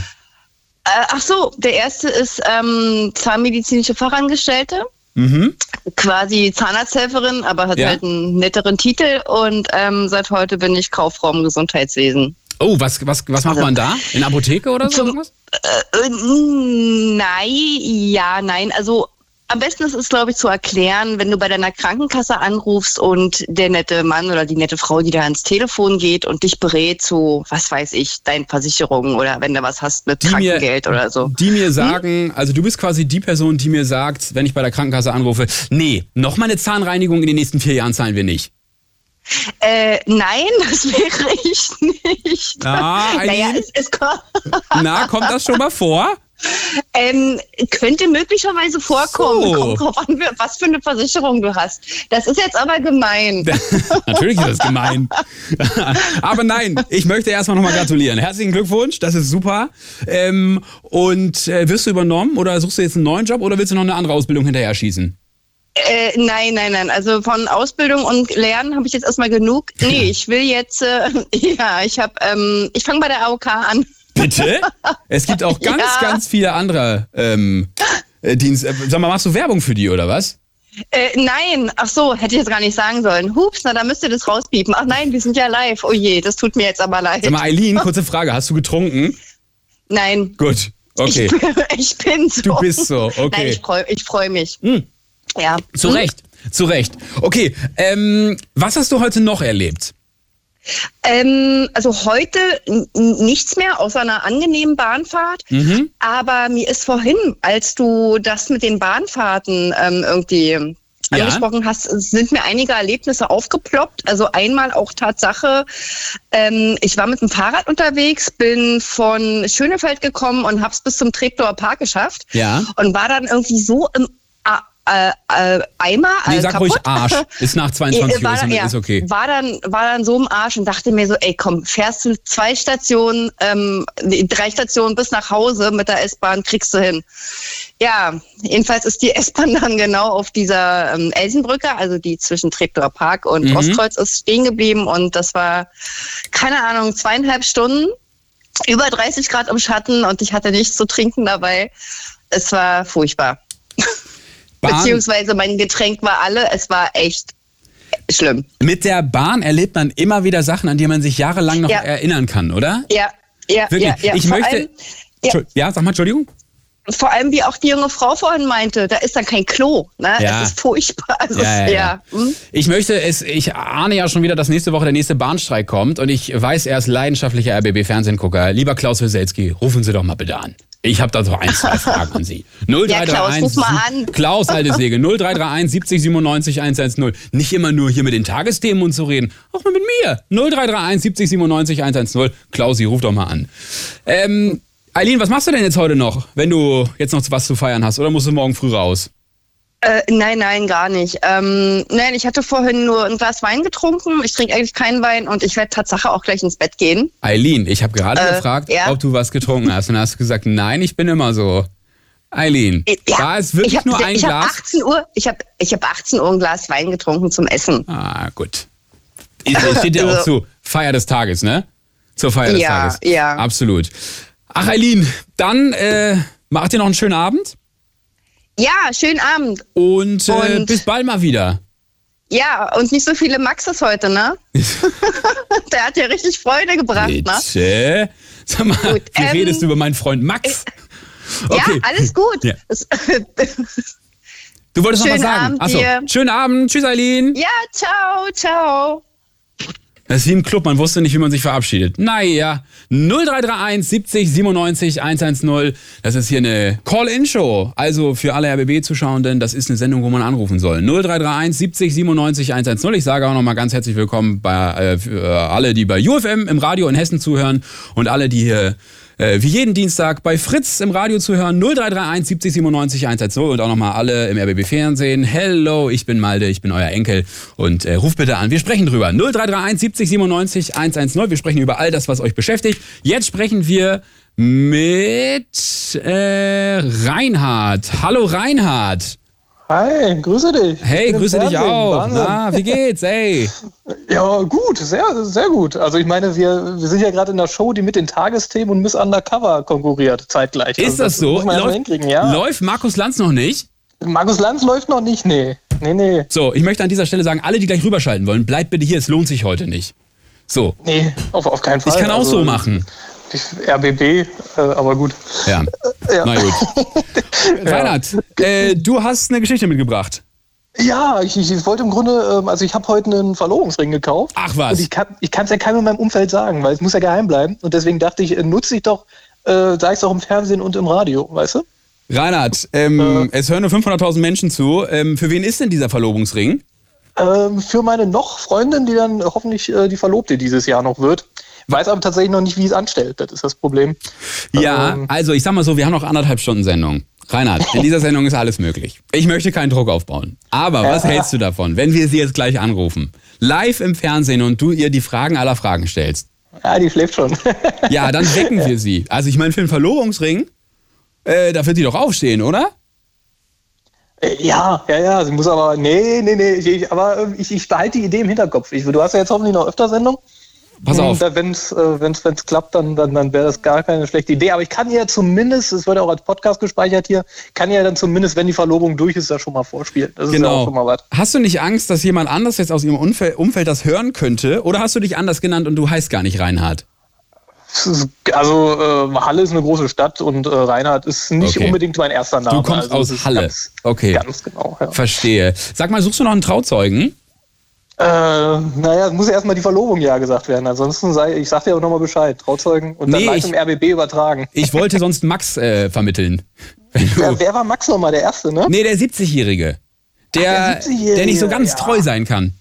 S9: Äh, ach so, der erste ist ähm, zahnmedizinische Fachangestellte.
S3: Mhm.
S9: Quasi Zahnarzthelferin, aber hat
S3: Ja.
S9: halt einen netteren Titel. Und ähm, seit heute bin ich Kauffrau im Gesundheitswesen.
S3: Oh, was, was, was macht man da? In der Apotheke oder so?
S9: Also Zum-
S3: irgendwas?
S9: Äh, Nein, ja, nein. Also am besten ist es, glaube ich, zu erklären, wenn du bei deiner Krankenkasse anrufst und der nette Mann oder die nette Frau, die da ans Telefon geht und dich berät zu, was weiß ich, deinen Versicherungen oder wenn du was hast mit
S3: Die mir-
S9: Krankengeld oder so. Hm?
S3: Die mir sagen, also du bist quasi die Person, die mir sagt, wenn ich bei der Krankenkasse anrufe, nee, nochmal eine Zahnreinigung in den nächsten vier Jahren zahlen wir nicht.
S9: Äh, nein, das wäre ich nicht.
S3: Ah,
S9: naja,
S3: Eileen?
S9: es, es kommt,
S3: Na, kommt das schon mal vor?
S9: ähm, könnte möglicherweise
S3: So.
S9: vorkommen. Kommt drauf an, was für eine Versicherung du hast. Das ist jetzt aber gemein.
S3: Natürlich ist das gemein. Aber nein, ich möchte erstmal nochmal gratulieren. Herzlichen Glückwunsch, das ist super. Ähm, und äh, wirst du übernommen oder suchst du jetzt einen neuen Job oder willst du noch eine andere Ausbildung hinterher schießen?
S9: Äh, nein, nein, nein. Also von Ausbildung und Lernen habe ich jetzt erstmal genug. Nee, ich will jetzt, äh, ja, ich habe, ähm, ich fange bei der AOK an.
S3: Bitte? Es gibt auch ganz,
S9: Ja.
S3: ganz viele andere ähm, äh, Dienst. Äh, sag mal, machst du Werbung für die oder was?
S9: Äh, nein, ach so, hätte ich jetzt gar nicht sagen sollen. Hups, na, da müsst ihr das rauspiepen. Ach nein, wir sind ja live. Oh je, das tut mir jetzt aber leid.
S3: Sag mal, Eileen, kurze Frage. Hast du getrunken?
S9: Nein,
S3: Gut, okay.
S9: ich, bin- ich bin so.
S3: Du bist so, okay. Hm.
S9: Nein, ich freue ich freu mich. Ja.
S3: Zu Recht, zu Recht. Okay, ähm, was hast du heute noch erlebt?
S9: Ähm, also heute n- n- nichts mehr außer einer angenehmen Bahnfahrt.
S3: Mhm.
S9: Aber mir ist vorhin, als du das mit den Bahnfahrten ähm, irgendwie
S3: Ja.
S9: angesprochen hast, sind mir einige Erlebnisse aufgeploppt. Also einmal auch Tatsache, ähm, ich war mit dem Fahrrad unterwegs, bin von Schönefeld gekommen und hab's bis zum Treptower Park geschafft
S3: Ja.
S9: und war dann irgendwie so im A äh, äh, Eimer,
S3: Nee,
S9: äh,
S3: sag
S9: kaputt.
S3: ruhig Arsch. Ist nach 22 Uhr,
S9: War
S3: ist,
S9: dann, ja,
S3: ist okay.
S9: War dann, war dann so im Arsch und dachte mir so, ey komm, fährst du zwei Stationen, ähm, nee, drei Stationen bis nach Hause mit der S-Bahn, kriegst du hin. Ja, jedenfalls ist die S-Bahn dann genau auf dieser ähm, Elsenbrücke, also die zwischen Treptower Park und
S3: Mhm.
S9: Ostkreuz ist stehen geblieben und das war, keine Ahnung, zweieinhalb Stunden, über 30 Grad im Schatten und ich hatte nichts zu trinken dabei. Es war furchtbar.
S3: Bahn,
S9: Beziehungsweise mein Getränk war alle, es war echt schlimm.
S3: mit der Bahn erlebt man immer wieder Sachen, an die man sich jahrelang noch
S9: Ja.
S3: erinnern kann, oder?
S9: Ja, ja,
S3: Wirklich.
S9: ja, ja.
S3: Ich
S9: vor
S3: möchte.
S9: Allem, ja,
S3: Entschu- ja, sag mal, Entschuldigung.
S9: vor allem, wie auch die junge Frau vorhin meinte, da ist dann kein Klo. Ne?
S3: Ja.
S9: Das ist furchtbar. Also,
S3: Ja, ja, ja.
S9: Hm?
S3: Ich möchte es, ich ahne ja schon wieder, dass nächste Woche der nächste Bahnstreik kommt und ich weiß, er ist leidenschaftlicher RBB-Fernsehgucker. Lieber Klaus Weselski, rufen Sie doch mal bitte an. Ich habe da so ein, zwei Fragen an Sie. 0331
S9: Ja, Klaus, ruf mal an.
S3: Klaus, alte Säge, 0331 70 97 110. Nicht immer nur hier mit den Tagesthemen und zu reden, auch mal mit mir. 0331 70 97 110. Klausi, ruf doch mal an. Ähm, Eileen, was machst du denn jetzt heute noch, wenn du jetzt noch was zu feiern hast? Oder musst du morgen früh raus?
S9: Äh, nein, nein, gar nicht. Ähm, nein, ich hatte vorhin nur ein Glas Wein getrunken. Ich trinke eigentlich keinen Wein und ich werde Tatsache auch gleich ins Bett gehen.
S3: Eileen, ich habe gerade
S9: Äh,
S3: gefragt,
S9: ja.
S3: ob du was getrunken hast. Und hast du gesagt, nein, ich bin immer so. Eileen,
S9: Ich- Äh, ja,
S3: da ist wirklich
S9: ich hab,
S3: nur ein
S9: ich Hab
S3: Glas.
S9: 18 Uhr, ich habe ich hab 18 Uhr ein Glas Wein getrunken zum Essen.
S3: Ah, gut. Ist- Steht dir auch
S9: Also-
S3: zu. Feier des Tages, ne? Zur Feier des
S9: Ja,
S3: Tages.
S9: ja.
S3: Absolut. Ach, Eileen, dann äh, macht dir noch einen schönen Abend
S9: Ja, schönen Abend.
S3: und, äh,
S9: Und-
S3: bis bald mal wieder.
S9: Ja, und nicht so viele Maxes heute, ne? Der hat ja richtig Freude gebracht, ne?
S3: Bitte. Sag mal,
S9: Gut,
S3: wie
S9: ähm,
S3: redest du über meinen Freund Max?
S9: Ja, alles gut.
S3: Ja.
S9: Es-
S3: Du wolltest noch was
S9: Schönen
S3: sagen.
S9: Abend
S3: Achso,
S9: dir.
S3: schönen Abend. Tschüss, Eileen.
S9: ja, ciao, ciao.
S3: Das ist wie im Club, man wusste nicht, wie man sich verabschiedet. Naja, 0331 70 97 110, das ist hier eine Call-In-Show. Also für alle RBB-Zuschauenden, das ist eine Sendung, wo man anrufen soll. 0331 70 97 110. Ich sage auch nochmal ganz herzlich willkommen bei äh, für, äh, alle, die bei UFM im Radio in Hessen zuhören und alle, die hier äh, wie jeden Dienstag bei Fritz im Radio zu hören. 0331 70 97 110 und auch nochmal alle im RBB Fernsehen. Hello, ich bin Malde, ich bin euer Enkel und äh, ruft bitte an. Wir sprechen drüber. 0331 70 97 110. Wir sprechen über all das, was euch beschäftigt. Jetzt sprechen wir mit äh, Reinhard. Hallo Reinhard.
S10: Hi, grüße dich. Ich
S3: Hey,
S10: bin im
S3: grüße dich
S10: Fernsehen.
S3: auch.
S10: Wahnsinn.
S3: Na, wie geht's? Hey.
S10: Ja, gut, sehr, sehr gut. Also ich meine, wir, wir sind ja gerade in der Show, die mit den Tagesthemen und Miss Undercover konkurriert, zeitgleich.
S3: Ist
S10: Also
S3: das so?
S10: Muss man ja. mal hinkriegen, ja.
S3: läuft Markus Lanz noch nicht?
S10: Markus Lanz läuft noch nicht, nee. Nee, nee.
S3: So, ich möchte an dieser Stelle sagen, alle, die gleich rüberschalten wollen, bleibt bitte hier, es lohnt sich heute nicht. So,
S10: Nee, auf, auf keinen Fall.
S3: ich kann auch
S10: Also,
S3: so machen.
S10: die RBB, äh, aber gut.
S3: Ja.
S10: ja.
S3: Na gut. Reinhard, äh, du hast eine Geschichte mitgebracht.
S10: Ja, ich, ich wollte im Grunde, ähm, also ich habe heute einen Verlobungsring gekauft.
S3: Ach was.
S10: Und ich kann ich kann's ja keinem in meinem Umfeld sagen, weil es muss ja geheim bleiben. Und deswegen dachte ich, äh, nutze ich doch, äh, sag ich's auch im Fernsehen und im Radio, weißt du?
S3: Reinhard, ähm,
S10: Äh.
S3: es hören nur 500.000 Menschen zu. Ähm, für wen ist denn dieser Verlobungsring?
S10: Ähm, für meine noch Freundin, die dann hoffentlich äh, die Verlobte dieses Jahr noch wird. Weiß aber tatsächlich noch nicht, wie es anstellt. Das ist das Problem.
S3: Ja,
S10: Ähm,
S3: also ich sag mal so, wir haben noch anderthalb Stunden Sendung. Reinhard, in dieser Sendung ist alles möglich. Ich möchte keinen Druck aufbauen. Aber was hältst du davon, wenn wir sie jetzt gleich anrufen? Live im Fernsehen und du ihr die Fragen aller Fragen stellst.
S10: ja, die schläft schon.
S3: Ja, dann wecken wir sie. Also ich meine, für einen Verlobungsring, äh, da wird sie doch aufstehen, oder?
S11: Äh, Ja, ja, ja, sie muss aber, nee, nee, nee, ich- ich, aber äh, ich, ich behalte die Idee im Hinterkopf. Ich, du hast ja jetzt hoffentlich noch öfter Sendung.
S3: Pass auf.
S11: Wenn es wenn's, wenn's klappt, dann, dann, dann wäre das gar keine schlechte Idee. Aber ich kann ihr zumindest, es wird ja auch als Podcast gespeichert hier, kann ihr dann zumindest, wenn die Verlobung durch ist, das schon mal vorspielen. Das
S3: Genau.
S11: ist ja auch schon mal was.
S3: Hast du nicht Angst, dass jemand anders jetzt aus ihrem Umfeld, Umfeld das hören könnte? Oder hast du dich anders genannt und du heißt gar nicht Reinhard?
S11: Es ist- Also äh, Halle ist eine große Stadt und äh, Reinhard ist nicht
S3: Okay.
S11: unbedingt mein erster Name.
S3: Du kommst
S11: Also es
S3: aus
S11: ist
S3: Halle.
S11: Ganz,
S3: okay.
S11: ganz genau, ja.
S3: Verstehe. Sag mal, suchst du noch einen Trauzeugen?
S11: Äh, naja, es muss ja erstmal die Verlobung ja gesagt werden. Ansonsten sei, ich sag dir auch nochmal Bescheid, Trauzeugen und dann
S3: Nee,
S11: live
S3: ich-
S11: im RBB übertragen.
S3: Ich wollte sonst Max äh, vermitteln. Wenn du-
S11: Wer, wer war Max nochmal, der Erste, ne?
S3: Nee, der 70-Jährige. Der,
S11: der 70-Jährige,
S3: der nicht so ganz
S11: ja.
S3: treu sein kann.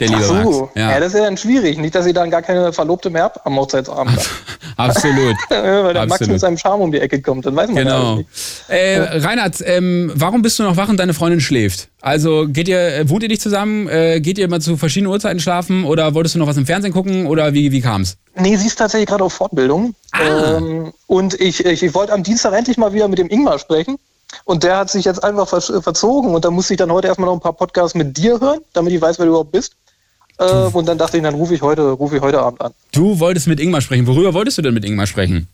S3: Der liebe
S11: Ach so.
S3: Max.
S11: Ja.
S3: Ja,
S11: das ist ja dann schwierig. Nicht, dass sie dann gar keine Verlobte mehr habt am Hochzeitsabend.
S3: absolut.
S11: Weil der Max mit
S3: absolut.
S11: seinem Charme um die Ecke kommt, dann weiß man ja alles
S3: Genau.
S11: nicht.
S3: Äh, Reinhard, ähm, warum bist du noch wach und deine Freundin schläft? Also geht ihr, äh, wohnt ihr nicht zusammen? Äh, geht ihr mal zu verschiedenen Uhrzeiten schlafen oder wolltest du noch was im Fernsehen gucken oder wie, wie kam's?
S11: Nee, sie ist tatsächlich gerade auf Fortbildung.
S3: Ah.
S11: Ähm, und ich, ich, ich wollte am Dienstag endlich mal wieder mit dem Ingmar sprechen. Und der hat sich jetzt einfach ver verzogen. Und da musste ich dann heute erstmal noch ein paar Podcasts mit dir hören, damit ich weiß, wer du überhaupt bist. Äh, und dann dachte ich, dann rufe ich heute, rufe ich heute Abend an.
S3: Du wolltest mit Ingmar sprechen. Worüber wolltest du denn mit Ingmar sprechen?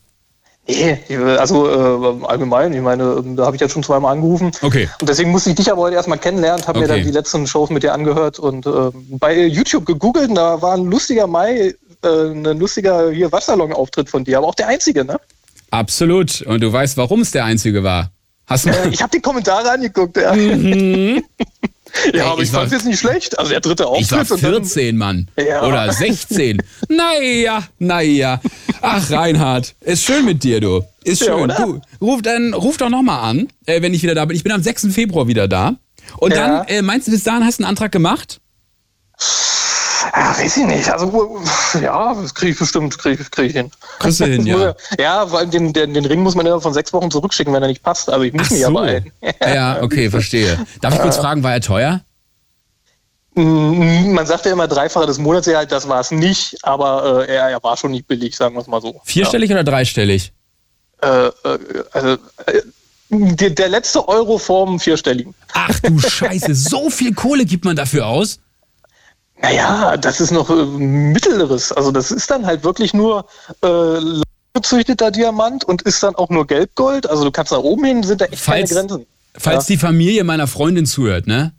S11: Nee, ich- also äh, allgemein, ich meine, ähm, da habe ich jetzt schon zweimal angerufen.
S3: Okay.
S11: Und deswegen musste ich dich aber heute erstmal kennenlernen, habe
S3: Okay.
S11: mir dann die letzten Shows mit dir angehört und ähm, bei YouTube gegoogelt, und da war ein lustiger Mai, äh, ein lustiger hier Waschsalon-Auftritt von dir, aber auch der einzige, ne?
S3: Absolut. Und du weißt, warum es der einzige war. Hast du.
S11: Äh, Ich habe die Kommentare angeguckt, ja.
S3: Mhm.
S11: ja, aber
S3: ich
S11: ich,
S3: war-
S11: fand's jetzt nicht schlecht. Also der dritte Auftritt
S3: Ich war
S11: und
S3: 14, Mann.
S11: Ja.
S3: Oder 16. Naja, naja. Ach, Reinhard, ist schön mit dir, du. Ist
S11: Ja,
S3: schön.
S11: oder?
S3: du, ruf dann, ruf doch nochmal an, äh, wenn ich wieder da bin. Ich bin am 6. Februar wieder da. Und
S11: Ja.
S3: dann, äh, meinst du, bis dahin hast du einen Antrag gemacht?
S11: dann, ja, weiß ich nicht. Also ja, das kriege ich bestimmt, kriege krieg ich hin.
S3: Kriegst du hin,
S11: Das muss
S3: ja.
S11: ja, vor allem den, den, den Ring muss man ja von sechs Wochen zurückschicken, wenn er nicht passt. Also ich muss mich ja beeilen. Äh.
S3: Ja, okay, verstehe. Darf ich kurz fragen, war er teuer?
S11: Mm, Man sagt ja immer Dreifache des Monats, ja, das war es nicht, aber äh, er, er war schon nicht billig, sagen wir es mal so.
S3: Vierstellig oder dreistellig?
S11: Ja. Äh, äh, also, äh, der, der letzte Euro vorm Vierstelligen.
S3: Ach du Scheiße, so viel Kohle gibt man dafür aus?
S11: Naja, das ist noch äh, mittleres. Also das ist dann halt wirklich nur äh, gezüchteter Diamant und ist dann auch nur Gelbgold. Also du kannst nach oben hin, sind da echt
S3: Falls-
S11: keine Grenzen.
S3: Falls
S11: ja.
S3: die Familie meiner Freundin zuhört, ne?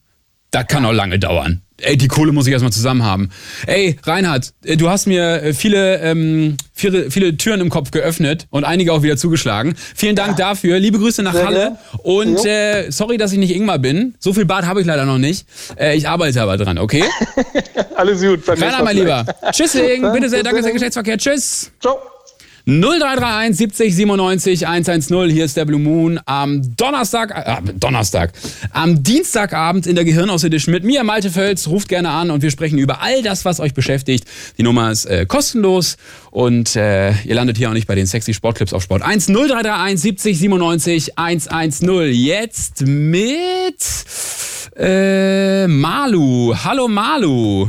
S3: Das kann auch lange dauern. Ey, die Kohle muss ich erstmal zusammen haben. Ey, Reinhard, äh, du hast mir äh, viele, ähm, viele, viele Türen im Kopf geöffnet und einige auch wieder zugeschlagen. Vielen Dank dafür. Liebe Grüße nach
S11: Sehr
S3: Halle.
S11: gerne.
S3: Und
S11: Jo.
S3: äh, sorry, dass ich nicht Ingmar bin. So viel Bart habe ich leider noch nicht. Äh, ich arbeite aber dran, okay?
S11: Alles gut. beim
S3: Reinhard,
S11: nächsten Mal
S3: mein Lieber. Tschüssing.
S11: Dann,
S3: Bitte sehr.
S11: bis
S3: Danke sehr,
S11: dann.
S3: Geschlechtsverkehr. Tschüss.
S11: Ciao.
S3: 0331 70 97 110. Hier ist der Blue Moon am Donnerstag, äh, Donnerstag, am Dienstagabend in der Gehirnaus Edition mit mir, Malte Völz. Ruft gerne an und wir sprechen über all das, was euch beschäftigt. Die Nummer ist äh, kostenlos und äh, ihr landet hier auch nicht bei den sexy Sportclips auf Sport 1. 0331 70 97 110. Jetzt mit äh, Malu. Hallo Malu.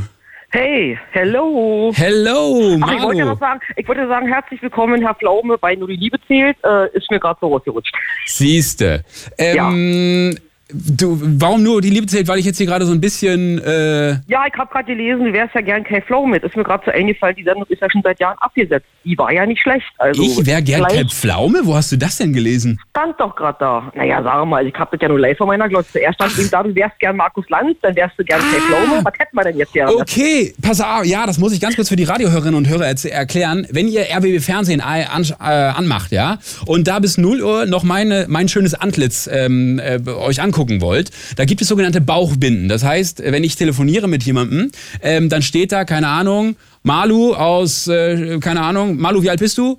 S12: Hey, hello.
S3: Hello
S12: Ach, ich wollte ja
S3: Malu.
S12: noch sagen, ich wollte sagen, herzlich willkommen, Herr Pflaume, bei Nur die Liebe zählt, äh, ist mir gerade so rausgerutscht.
S3: Siehste. Ähm, Du, warum nur die Liebe zählt? Weil ich jetzt hier gerade so ein bisschen. Äh,
S12: Ja, ich habe gerade gelesen, du wärst ja gern Kai Pflaume, ist mir gerade so eingefallen, die Sendung ist ja schon seit Jahren abgesetzt. Die war ja nicht schlecht. Also,
S3: ich wäre gern
S12: vielleicht
S3: Kai Pflaume? Wo hast du das denn gelesen?
S12: stand doch gerade da. Naja, sag mal, ich habe das ja nur live vor meiner Glotze. Erst stand eben da, du wärst gern Markus Lanz, dann wärst du gern Kai Pflaume. Was hätten wir denn jetzt hier?
S3: Ah. Okay, pass auf. Ja, das muss ich ganz kurz für die Radiohörerinnen und Hörer erz- erklären. Wenn ihr RBB Fernsehen ei- an, äh, anmacht, ja, und da bis 0 Uhr noch meine, mein schönes Antlitz ähm, äh, euch angucken wollt, da gibt es sogenannte Bauchbinden. Das heißt, wenn ich telefoniere mit jemandem, ähm, dann steht da, keine Ahnung, Malu aus, äh, keine Ahnung, Malu, wie alt bist du?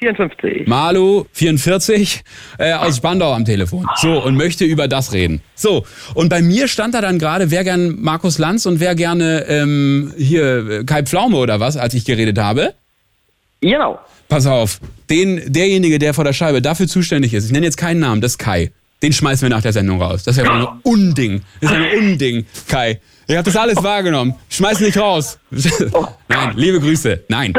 S12: 54.
S3: Malu, 44, äh, aus Spandau am Telefon. So, und möchte über das reden. So, und bei mir stand da dann gerade, wer gern Markus Lanz und wer gerne ähm, hier äh, Kai Pflaume oder was, als ich geredet habe.
S12: Genau.
S3: Pass auf, den, derjenige, der vor der Scheibe dafür zuständig ist, ich nenne jetzt keinen Namen, das ist Kai. Den schmeißen wir nach der Sendung raus. Das ist ja wohl ein Unding. Das ist ein Unding, Kai. Ihr habt das alles wahrgenommen. Schmeiß nicht raus. Nein, liebe Grüße. Nein.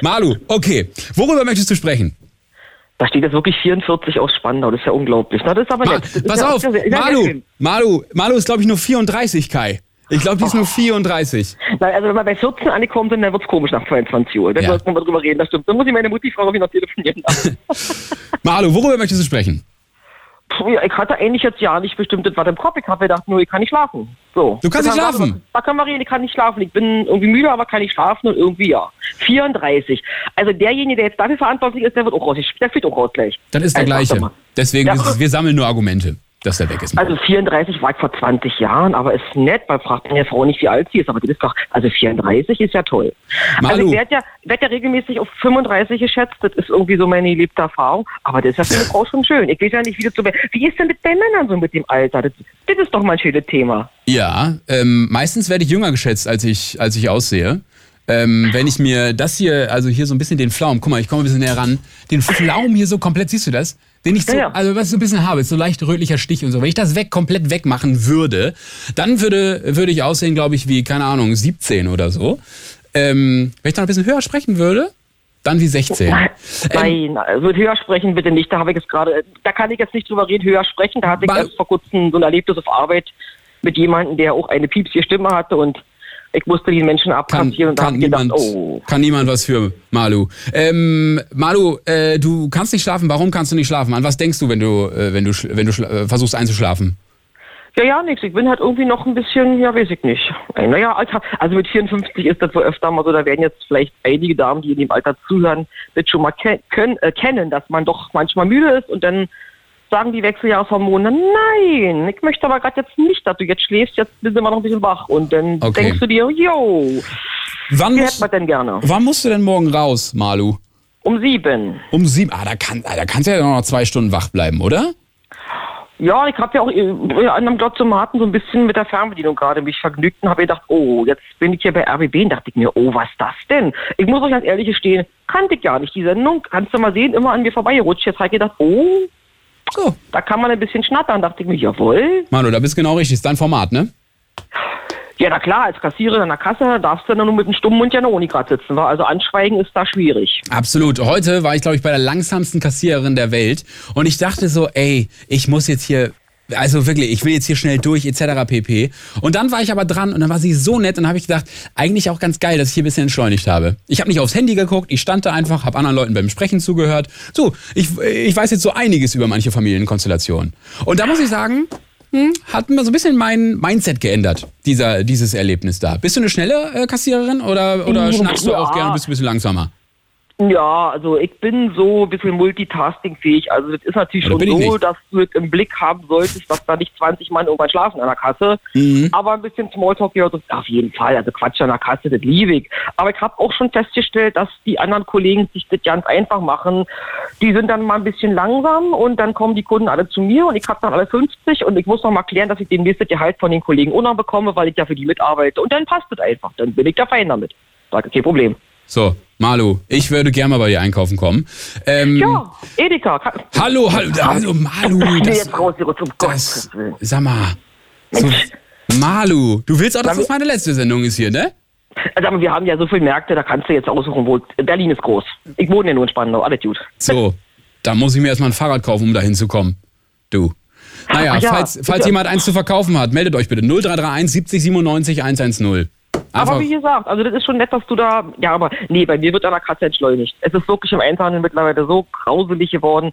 S3: Malu, okay. Worüber möchtest du sprechen?
S12: Da steht jetzt wirklich 44 aus Spandau, das ist ja unglaublich. Na, das ist aber
S3: Ma
S12: nett. Das ist
S3: pass
S12: ja,
S3: auf,
S12: das ist ja- ist ja
S3: Malu,
S12: nett.
S3: Malu, Malu ist glaube ich nur 34, Kai. Ich glaube, die ist nur 34.
S12: Nein, also wenn wir bei 14 angekommen sind, dann wird's komisch nach 22 Uhr. Dann
S3: Ja.
S12: sollten wir mal drüber reden, das stimmt. Dann muss ich meine Mutti fragen, ob ich noch telefonieren darf.
S3: Malu, worüber möchtest du sprechen?
S12: Puh, ja, ich hatte eigentlich jetzt ja nicht bestimmt was im Kopf. Ich habe gedacht, nur ich kann nicht schlafen. So.
S3: Du kannst
S12: Ich
S3: nicht
S12: kann
S3: schlafen.
S12: Da können wir reden, ich kann nicht schlafen. Ich bin irgendwie müde, aber kann nicht schlafen und irgendwie ja. 34. Also derjenige, der jetzt dafür verantwortlich ist, der wird auch raus. Der fliegt auch raus gleich.
S3: Dann ist der
S12: Also, warte
S3: gleiche.
S12: mal.
S3: Deswegen,
S12: Ja.
S3: ist es, wir sammeln nur Argumente, dass er weg ist.
S12: Also 34 war ich vor 20 Jahren, aber ist nett, weil fragt meine Frau nicht, wie alt sie ist, aber die ist doch, also 34 ist ja toll.
S3: Malu.
S12: Also ich werde ja, werd ja regelmäßig auf 35 geschätzt, das ist irgendwie so meine liebste Erfahrung, aber das ist ja für eine Frau schon schön. Ich weiß ja nicht, wie das so, wie ist denn das bei Männern so mit dem Alter? Das, das ist doch mal ein schönes Thema.
S3: Ja, ähm, meistens werde ich jünger geschätzt, als ich, als ich aussehe. Ähm, wenn ich mir das hier, also hier so ein bisschen den Flaum, guck mal, ich komme ein bisschen näher ran, den Flaum hier so komplett, siehst du das? Den ich so,
S12: Ja, ja.
S3: also was ich so ein bisschen habe, ist so leicht rötlicher Stich und so. Wenn ich das weg, komplett wegmachen würde, dann würde, würde ich aussehen, glaube ich, wie, keine Ahnung, 17 oder so. Ähm, wenn ich dann ein bisschen höher sprechen würde, dann wie Ähm, 16.
S12: Nein, also höher sprechen bitte nicht, da habe ich jetzt gerade, da kann ich jetzt nicht drüber reden, höher sprechen, da hatte ich
S3: Mal-
S12: erst vor kurzem so ein Erlebnis auf Arbeit mit jemandem, der auch eine piepsige Stimme hatte und ich musste den Menschen
S3: kann,
S12: abkassieren und da
S3: kann,
S12: habe ich gedacht,
S3: niemand,
S12: oh.
S3: kann niemand was für Malu. Ähm, Malu, äh, du kannst nicht schlafen. Warum kannst du nicht schlafen? An was denkst du, wenn du, äh, wenn du, schl- wenn du schla- äh, versuchst einzuschlafen?
S12: Ja, ja, nix. Ich bin halt irgendwie noch ein bisschen, ja, weiß ich nicht. Äh, Naja, Alter, also mit 54 ist das wohl öfter mal so, da werden jetzt vielleicht einige Damen, die in dem Alter zuhören, das schon mal ke können, äh, kennen, dass man doch manchmal müde ist und dann sagen die Wechseljahreshormone, nein, ich möchte aber gerade jetzt nicht, dass du jetzt schläfst, jetzt sind wir noch ein bisschen wach. Und dann
S3: Okay.
S12: denkst du dir, yo,
S3: Wann
S12: wie
S3: musst,
S12: Oh. hätten wir denn gerne?
S3: wann musst du denn morgen raus, Malu?
S12: Um sieben.
S3: Um sieben. Ah, da, kann, ah, da kannst du ja noch zwei Stunden wach bleiben, oder?
S12: Ja, ich habe ja auch äh, an einem Glotzomaten so ein bisschen mit der Fernbedienung gerade mich vergnügt und habe gedacht, oh, jetzt bin ich hier bei RBB und dachte ich mir, oh, was ist das denn? Ich muss euch ganz ehrlich gestehen, kannte ich gar nicht die Sendung. Kannst du mal sehen, immer an mir vorbeigerutscht. Jetzt habe ich gedacht, oh,
S3: So.
S12: da kann man ein bisschen schnattern. Dachte ich mir, jawohl.
S3: Malu, da bist du genau richtig. Ist dein Format, ne?
S12: Ja, na klar, als Kassiererin an der Kasse darfst du dann nur mit einem stummen Mund ja noch nicht gerade sitzen. wa? Also anschweigen ist da schwierig.
S3: Absolut. Heute war ich, glaube ich, bei der langsamsten Kassiererin der Welt. Und ich dachte so, ey, ich muss jetzt hier. Also wirklich, ich will jetzt hier schnell durch, etc. pp. Und dann war ich aber dran und dann war sie so nett und dann habe ich gedacht, eigentlich auch ganz geil, dass ich hier ein bisschen entschleunigt habe. Ich habe nicht aufs Handy geguckt, ich stand da einfach, habe anderen Leuten beim Sprechen zugehört. So, ich, ich weiß jetzt so einiges über manche Familienkonstellationen. Und da muss ich sagen, hm, hat mir so ein bisschen mein Mindset geändert, dieser, dieses Erlebnis da. Bist du eine schnelle äh, Kassiererin oder, oder schnackst du auch
S12: Ja.
S3: gern und bist ein bisschen langsamer?
S12: Ja, also ich bin so ein bisschen multitaskingfähig. Also das ist natürlich
S3: Ja, da
S12: schon
S3: bin ich
S12: so,
S3: nicht.
S12: dass du das im Blick haben solltest, dass da nicht 20 Mann irgendwann schlafen an der Kasse.
S3: Mhm.
S12: Aber ein bisschen Smalltalk gehört uns auf jeden Fall. Also Quatsch an der Kasse, das liebe ich. Aber ich habe auch schon festgestellt, dass die anderen Kollegen sich das ganz einfach machen. Die sind dann mal ein bisschen langsam und dann kommen die Kunden alle zu mir und ich habe dann alle 50 und ich muss noch mal klären, dass ich den nächsten Gehalt von den Kollegen auch noch bekomme, weil ich ja für die mitarbeite. Und dann passt das einfach. Dann bin ich da fein damit. Sag, kein Problem.
S3: So, Malu, ich würde gerne mal bei dir einkaufen kommen. Ähm,
S12: Ja, Edeka. Kann,
S3: Hallo, hallo, hallo, Malu.
S12: Nee,
S3: Das,
S12: jetzt raus, Jürgen, zum
S3: das,
S12: Gottes Willen.
S3: sag mal. So, Malu, du willst auch, dass das meine letzte Sendung ist hier, ne?
S12: Also, aber wir haben ja so viele Märkte, da kannst du jetzt aussuchen, wo. Berlin ist groß. Ich wohne ja nur in Spandau, alles gut.
S3: So, da muss ich mir erstmal ein Fahrrad kaufen, um da hinzukommen. Du. Naja,
S12: Ach ja,
S3: falls, falls
S12: bitte.
S3: jemand eins zu verkaufen hat, meldet euch bitte 0331 70 97 110. Einfach,
S12: Aber wie gesagt, also das ist schon nett, dass du da. Ja, aber nee, bei mir wird an der Katze entschleunigt. Es ist wirklich im Einzelhandel mittlerweile so grauselig geworden.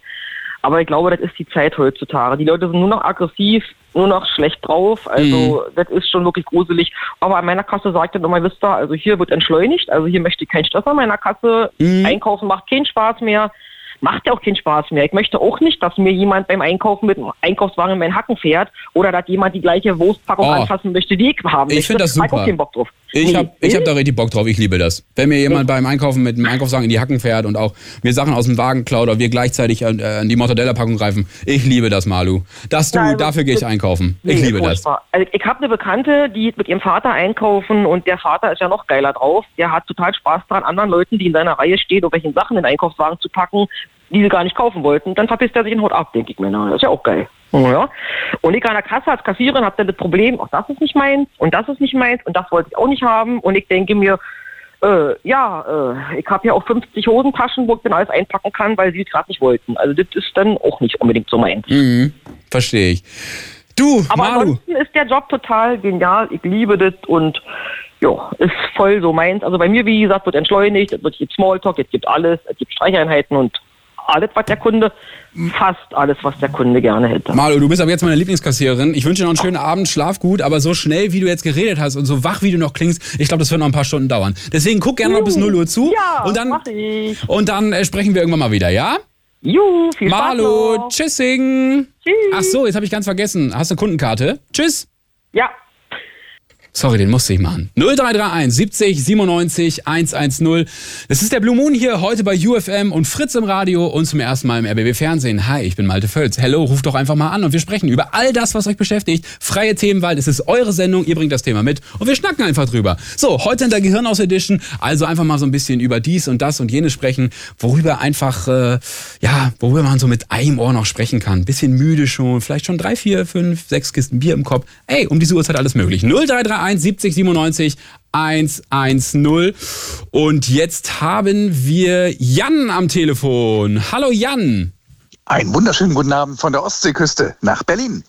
S12: Aber ich glaube, das ist die Zeit heutzutage. Die Leute sind nur noch aggressiv, nur noch schlecht drauf. Also
S3: Mhm.
S12: das ist schon wirklich gruselig. Aber an meiner Kasse sagt dann immer, wisst ihr, also hier wird entschleunigt. Also hier möchte ich keinen Stress an meiner Kasse.
S3: Mhm.
S12: Einkaufen macht keinen Spaß mehr. Macht ja auch keinen Spaß mehr. Ich möchte auch nicht, dass mir jemand beim Einkaufen mit einem Einkaufswagen in meinen Hacken fährt oder dass jemand die gleiche Wurstpackung
S3: Oh.
S12: anfassen möchte, die ich haben
S3: Ich
S12: möchte.
S3: find das
S12: Da hab ich
S3: super.
S12: auch keinen Bock drauf.
S3: Ich
S12: Nee.
S3: habe ich hab da richtig Bock drauf, ich liebe das. Wenn mir jemand beim Einkaufen mit dem Einkaufswagen in die Hacken fährt und auch mir Sachen aus dem Wagen klaut oder wir gleichzeitig an, äh, an die Mortadella-Packung greifen, ich liebe das, Malu. Dass du,
S12: Nein, also,
S3: dafür gehe ich
S12: das-
S3: einkaufen.
S12: Nee,
S3: ich liebe das.
S12: furchtbar. Also ich habe eine Bekannte, die mit ihrem Vater einkaufen und der Vater ist ja noch geiler drauf. Der hat total Spaß daran, anderen Leuten, die in seiner Reihe stehen, irgendwelchen Sachen in den Einkaufswagen zu packen, die sie gar nicht kaufen wollten. Dann verpisst er sich in Haut ab, denke ich mir. Na, das ist ja auch geil. Ja. Und ich an der Kasse als Kassiererin habe dann das Problem, auch das ist nicht meins und das ist nicht meins und das wollte ich auch nicht haben. Und ich denke mir, äh, ja, äh, ich habe ja auch 50 Hosentaschen, wo ich dann alles einpacken kann, weil sie es gerade nicht wollten. Also das ist dann auch nicht unbedingt so meins.
S3: Mhm, verstehe ich. Du,
S12: Aber
S3: Maru.
S12: ansonsten ist der Job total genial. Ich liebe das und ja, ist voll so meins. Also bei mir, wie gesagt, wird entschleunigt, es wird- es gibt Smalltalk, es gibt alles, es gibt Streicheinheiten und alles, was der Kunde, fast alles, was der Kunde gerne hätte.
S3: Malu, du bist ab jetzt meine Lieblingskassiererin. Ich wünsche dir noch einen schönen Abend, schlaf gut, aber so schnell, wie du jetzt geredet hast und so wach, wie du noch klingst, ich glaube, das wird noch ein paar Stunden dauern. Deswegen guck gerne noch bis 0 Uhr zu
S12: Uh, Ja,
S3: und dann,
S12: mach ich.
S3: und dann äh, sprechen wir irgendwann mal wieder, ja?
S12: Juhu, viel Spaß
S3: Malu,
S12: noch.
S3: tschüssing. Tschüss. Ach so, jetzt habe ich ganz vergessen. Hast du eine Kundenkarte? Tschüss.
S12: Ja.
S3: Sorry, den musste ich machen. 0331 70 97 110. Das ist der Blue Moon hier heute bei UFM und Fritz im Radio und zum ersten Mal im RBB Fernsehen. Hi, ich bin Malte Völz. Hello, ruft doch einfach mal an und wir sprechen über all das, was euch beschäftigt. Freie Themenwahl, es ist eure Sendung, ihr bringt das Thema mit und wir schnacken einfach drüber. So, heute in der Gehirnaus Edition, also einfach mal so ein bisschen über dies und das und jenes sprechen, worüber einfach, äh, ja, worüber man so mit einem Ohr noch sprechen kann. bisschen müde schon, vielleicht schon drei, vier, fünf, sechs Kisten Bier im Kopf. Ey, um diese Uhrzeit alles möglich. 0331 70 97 110. Und jetzt haben wir Jan am Telefon. Hallo Jan.
S13: Einen wunderschönen guten Abend von der Ostseeküste nach Berlin.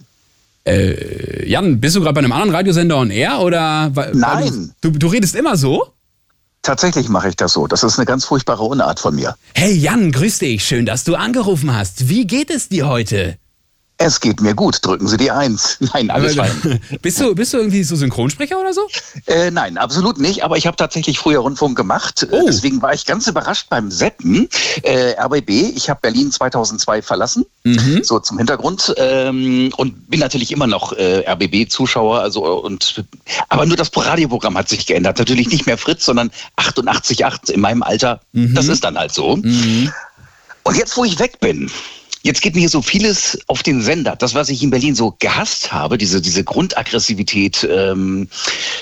S3: Äh, Jan, bist du gerade bei einem anderen Radiosender on Air oder? weil- weil
S13: Nein.
S3: Also, Du, du redest immer so?
S13: Tatsächlich mache ich das so. Das ist eine ganz furchtbare Unart von mir.
S3: Hey Jan, grüß dich. Schön, dass du angerufen hast. Wie geht es dir heute?
S13: Es geht mir gut. Drücken Sie die Eins. Nein, alles
S3: Aber-
S13: fein.
S3: bist, du, bist du irgendwie so Synchronsprecher oder so?
S13: Äh, nein, absolut nicht. Aber ich habe tatsächlich früher Rundfunk gemacht.
S3: Oh.
S13: Äh, Deswegen war ich ganz überrascht beim Seppen. Äh, RBB, ich habe Berlin 2002 verlassen.
S3: Mhm.
S13: So zum Hintergrund. Ähm, und bin natürlich immer noch äh, RBB-Zuschauer. Also, äh, und, aber nur das Radioprogramm hat sich geändert. Natürlich nicht mehr Fritz, sondern 88.8 in meinem Alter. Das ist dann halt so. Und jetzt, wo ich weg bin, jetzt geht mir so vieles auf den Sender. Das, was ich in Berlin so gehasst habe, diese, diese Grundaggressivität, ähm,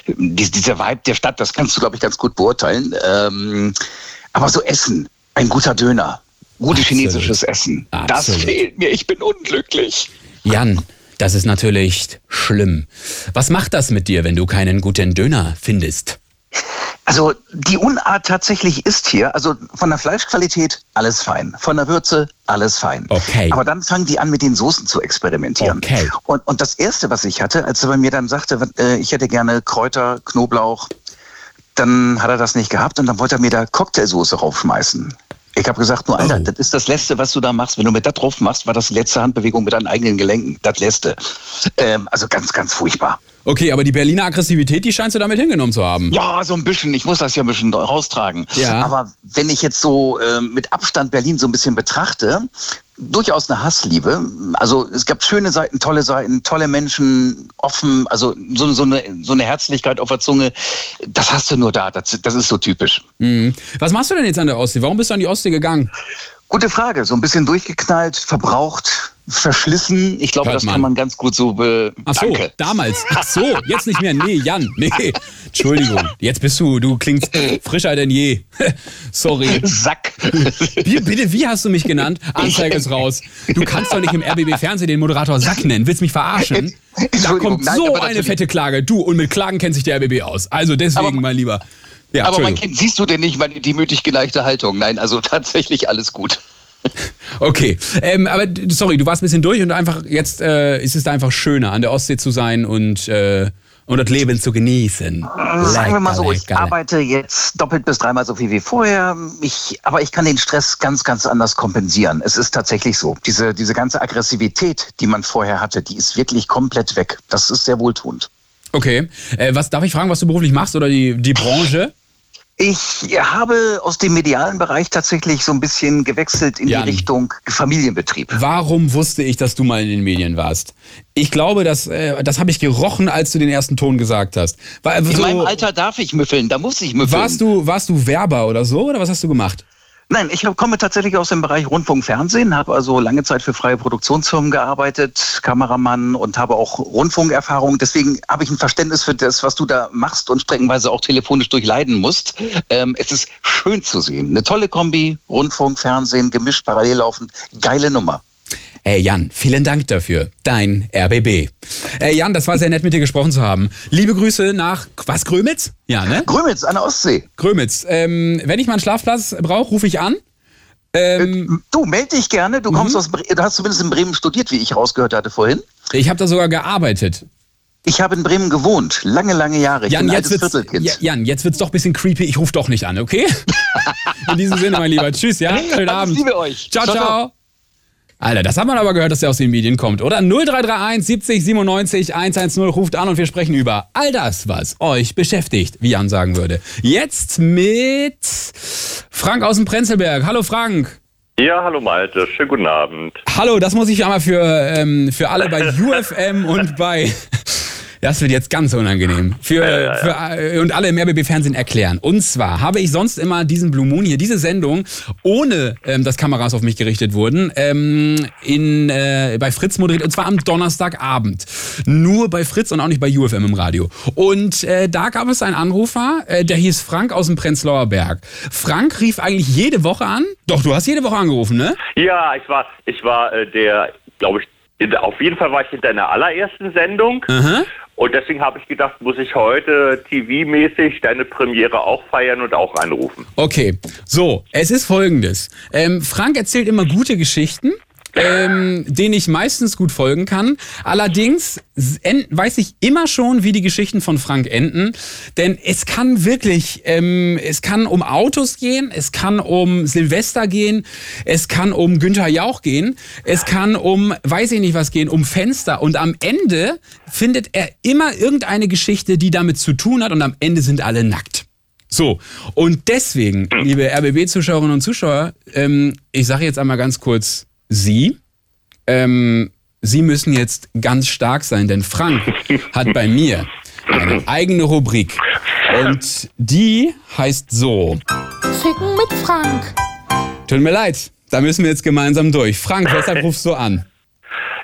S13: die, dieser Vibe der Stadt, das kannst du, glaube ich, ganz gut beurteilen. Ähm, aber so Essen, ein guter Döner, gutes chinesisches Essen, das
S3: Absolut.
S13: fehlt mir. Ich bin unglücklich.
S3: Jan, das ist natürlich schlimm. Was macht das mit dir, wenn du keinen guten Döner findest?
S13: Also die Unart tatsächlich ist hier, also von der Fleischqualität alles fein, von der Würze alles fein.
S3: Okay.
S13: Aber dann fangen die an, mit den Soßen zu experimentieren.
S3: Okay.
S13: Und, und das Erste, was ich hatte, als er bei mir dann sagte, äh, ich hätte gerne Kräuter, Knoblauch, dann hat er das nicht gehabt und dann wollte er mir da Cocktailsoße raufschmeißen. Ich habe gesagt, nur
S3: Oh.
S13: Alter, das ist das Letzte, was du da machst. Wenn du mit da drauf machst, war das die letzte Handbewegung mit deinen eigenen Gelenken. Das Letzte. Ähm, also ganz, ganz furchtbar.
S3: Okay, aber die Berliner Aggressivität, die scheinst du damit hingenommen zu haben.
S13: Ja, so ein bisschen. Ich muss das ja ein bisschen raustragen.
S3: Ja.
S13: Aber wenn ich jetzt so ähm, mit Abstand Berlin so ein bisschen betrachte, durchaus eine Hassliebe. Also es gab schöne Seiten, tolle Seiten, tolle Menschen, offen, also so, so, eine, so eine Herzlichkeit auf der Zunge. Das hast du nur da. Das, das ist so typisch.
S3: Mhm. Was machst du denn jetzt an der Ostsee? Warum bist du an die Ostsee gegangen?
S13: Gute Frage. So ein bisschen durchgeknallt, verbraucht, verschlissen. Ich glaube,
S3: Hört
S13: das
S3: man.
S13: kann man ganz gut so be
S3: Ach so,
S13: Danke.
S3: damals. Ach so, jetzt nicht mehr. Nee, Jan, nee. Entschuldigung, jetzt bist du, du klingst frischer denn je. Sorry.
S13: Sack.
S3: Wie, bitte, wie hast du mich genannt? Anzeige ist raus. Du kannst doch nicht im RBB-Fernsehen den Moderator Sack nennen. Willst mich verarschen? Da
S13: Entschuldigung,
S3: kommt
S13: nein,
S3: so
S13: aber
S3: eine
S13: natürlich.
S3: fette Klage. Du, und mit Klagen kennt sich der RBB aus. Also deswegen,
S13: Aber-
S3: mein Lieber. Ja,
S13: Aber mein Kind,
S3: Entschuldigung.
S13: siehst du denn nicht meine demütig geneigte Haltung? Nein, also tatsächlich alles gut.
S3: Okay, ähm, aber d- sorry, du warst ein bisschen durch und einfach jetzt äh, ist es da einfach schöner, an der Ostsee zu sein und, äh, und das Leben zu genießen.
S13: Äh, Sagen wir mal
S3: Lecker,
S13: so, ich
S3: lecker,
S13: arbeite jetzt doppelt bis dreimal so viel wie vorher. Ich, aber ich kann den Stress ganz, ganz anders kompensieren. Es ist tatsächlich so. Diese, diese ganze Aggressivität, die man vorher hatte, die ist wirklich komplett weg. Das ist sehr wohltuend.
S3: Okay, äh, was darf ich fragen, was du beruflich machst oder die, die Branche?
S13: Ich habe aus dem medialen Bereich tatsächlich so ein bisschen gewechselt in
S3: Jan.
S13: die Richtung Familienbetrieb.
S3: Warum wusste ich, dass du mal in den Medien warst? Ich glaube, dass, äh, das habe ich gerochen, als du den ersten Ton gesagt hast. War,
S13: In meinem
S3: so,
S13: Alter darf ich müffeln, da muss ich müffeln.
S3: warst, du, warst du Werber oder so oder was hast du gemacht?
S13: Nein, ich hab- komme tatsächlich aus dem Bereich Rundfunk Fernsehen, habe also lange Zeit für freie Produktionsfirmen gearbeitet, Kameramann und habe auch Rundfunkerfahrung. Deswegen habe ich ein Verständnis für das, was du da machst und streckenweise auch telefonisch durchleiden musst. Ähm, es ist schön zu sehen. Eine tolle Kombi, Rundfunk, Fernsehen, gemischt, parallel laufend. Geile Nummer.
S3: Hey Jan, vielen Dank dafür. Dein RBB. Hey Jan, das war sehr nett, mit dir gesprochen zu haben. Liebe Grüße nach, was, Grömitz? Ja, ne?
S13: Grömitz an der Ostsee.
S3: Grömitz. Ähm, wenn ich mal einen Schlafplatz brauche, rufe ich an. Mhm.
S13: Ähm, du, melde dich gerne. Du kommst aus Bre- du hast zumindest in Bremen studiert, wie ich rausgehört hatte vorhin.
S3: Ich habe da sogar gearbeitet.
S13: Ich habe in Bremen gewohnt, lange, lange Jahre. Ich
S3: Jan,
S13: bin ein
S3: jetzt
S13: altes
S3: wird's,
S13: Viertelkind.
S3: Ja- Jan, jetzt wird's doch ein bisschen creepy. Ich rufe doch nicht an, okay? In diesem Sinne, mein Lieber. Tschüss, ja? Schönen
S13: Alles
S3: Abend.
S13: Liebe euch.
S3: Ciao, ciao.
S13: Ciao, ciao.
S3: Alter, das hat man aber gehört, dass der aus den Medien kommt, oder? 0331 70 97 110 ruft an und wir sprechen über all das, was euch beschäftigt, wie Jan sagen würde. Jetzt mit Frank aus dem Prenzlberg. Hallo Frank.
S14: Ja, hallo Malte, schönen guten Abend.
S3: Hallo, das muss ich einmal für, ähm, für alle bei UFM und bei. Das wird jetzt ganz unangenehm. Für, Für, äh, und alle im RBB-Fernsehen erklären. Und zwar habe ich sonst immer diesen Blue Moon hier, diese Sendung, ohne ähm, dass Kameras auf mich gerichtet wurden, ähm, in, äh, bei Fritz moderiert. Und zwar am Donnerstagabend. Nur bei Fritz und auch nicht bei UFM im Radio. Und äh, da gab es einen Anrufer, äh, der hieß Frank aus dem Prenzlauer Berg. Frank rief eigentlich jede Woche an. Doch, du hast jede Woche angerufen, ne?
S14: Ja, ich war, ich war äh, der, glaube ich, in, auf jeden Fall war ich in deiner allerersten Sendung. Und deswegen habe ich gedacht, muss ich heute TV-mäßig deine Premiere auch feiern und auch anrufen.
S3: Okay, so, es ist folgendes. Ähm, Frank erzählt immer gute Geschichten, ähm, denen ich meistens gut folgen kann. Allerdings s- en- weiß ich immer schon, wie die Geschichten von Frank enden. Denn es kann wirklich, ähm, es kann um Autos gehen, es kann um Silvester gehen, es kann um Günther Jauch gehen, es kann um, weiß ich nicht was gehen, um Fenster. Und am Ende findet er immer irgendeine Geschichte, die damit zu tun hat. Und am Ende sind alle nackt. So, und deswegen, liebe RBB-Zuschauerinnen und Zuschauer, ähm, ich sage jetzt einmal ganz kurz Sie. Ähm, Sie müssen jetzt ganz stark sein, denn Frank hat bei mir eine eigene Rubrik. Und die heißt so.
S2: Ficken mit Frank.
S3: Tut mir leid, da müssen wir jetzt gemeinsam durch. Frank, weshalb rufst du an?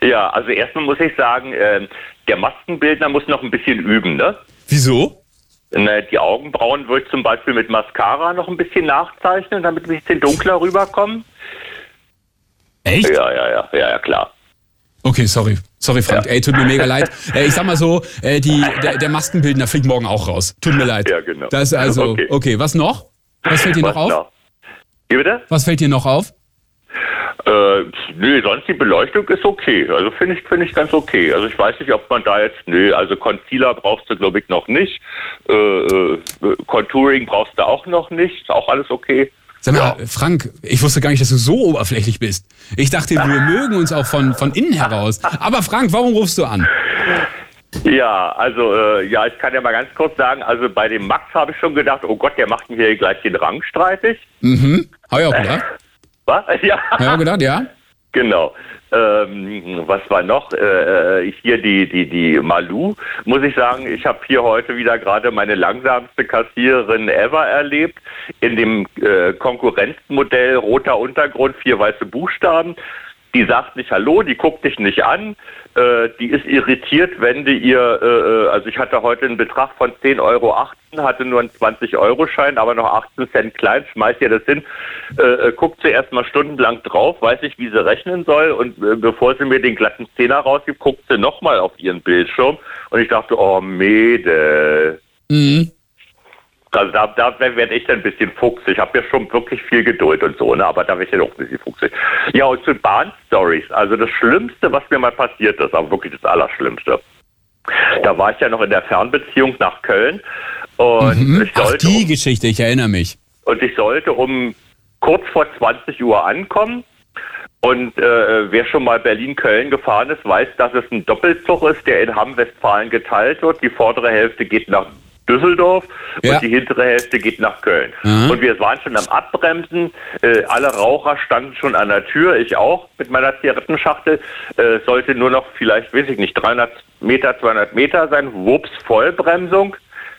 S14: Ja, also erstmal muss ich sagen, ähm, der Maskenbildner muss noch ein bisschen üben, ne?
S3: Wieso?
S14: Na, Die Augenbrauen würde ich zum Beispiel mit Mascara noch ein bisschen nachzeichnen, damit ein bisschen dunkler rüberkommen.
S3: Echt?
S14: Ja, ja, ja, ja, ja, klar.
S3: Okay, sorry. Sorry, Frank. Ey, tut mir mega leid. Äh, ich sag mal so, äh, die, der, der Maskenbildner fliegt morgen auch raus. Tut mir leid. Ja, genau. Das ist also, okay.
S14: Okay.
S3: was noch? Was fällt dir noch
S14: Was
S3: auf?
S14: noch? Wie bitte?
S3: Was fällt dir noch auf?
S14: Äh, nee, sonst die Beleuchtung ist okay. Also finde ich, finde ich ganz okay. Also ich weiß nicht, ob man da jetzt, nee, also Concealer brauchst du glaube ich noch nicht. Äh, äh, Contouring brauchst du auch noch nicht. Ist auch alles okay.
S3: Sag mal, Frank, ich wusste gar nicht, dass du so oberflächlich bist. Ich dachte, wir mögen uns auch von, von innen heraus. Aber Frank, warum rufst du an?
S14: Ja, also äh, ja, ich kann ja mal ganz kurz sagen, also bei dem Max habe ich schon gedacht, oh Gott, der macht mir hier gleich den Rang streitig.
S3: Mhm. Hab ich auch gedacht.
S14: Was? Ja.
S3: Hab ich auch gedacht, ja.
S14: Genau. Ähm, was war noch? Äh, äh, hier die, die, die Malu, muss ich sagen, ich habe hier heute wieder gerade meine langsamste Kassiererin ever erlebt. In dem äh, Konkurrenzmodell roter Untergrund, vier weiße Buchstaben. Die sagt nicht Hallo, die guckt dich nicht an. Äh, die ist irritiert, wenn du ihr, äh, äh, also ich hatte heute einen Betrag von 10,18 Euro, hatte nur einen 20-Euro-Schein, aber noch 18 Cent klein, schmeißt ihr das hin, äh, äh, guckt zuerst mal stundenlang drauf, weiß nicht, wie sie rechnen soll und äh, bevor sie mir den glatten Zehner rausgibt, guckt sie nochmal auf ihren Bildschirm und ich dachte, oh Mädel.
S3: Mhm.
S14: Also da, da werde ich dann ein bisschen fuchsig. Ich habe ja schon wirklich viel Geduld und so, ne? aber da werde ich dann auch ein bisschen fuchsig. Ja, und zu Bahn-Stories. Also das Schlimmste, was mir mal passiert ist, aber wirklich das Allerschlimmste. Da war ich ja noch in der Fernbeziehung nach Köln und ich
S3: Mhm. Ach,
S14: sollte um
S3: die Geschichte, ich erinnere mich.
S14: und ich sollte um kurz vor 20 Uhr ankommen. Und äh, wer schon mal Berlin-Köln gefahren ist, weiß, dass es ein Doppelzug ist, der in Hamm-Westfalen geteilt wird. Die vordere Hälfte geht nach Düsseldorf und die hintere Hälfte geht nach Köln.
S15: Mhm.
S14: Und wir waren schon am Abbremsen. Äh, alle Raucher standen schon an der Tür, ich auch mit meiner Zigarettenschachtel. Äh, sollte nur noch vielleicht, weiß ich nicht, 300 Meter, 200 Meter sein. Wups, Vollbremsung.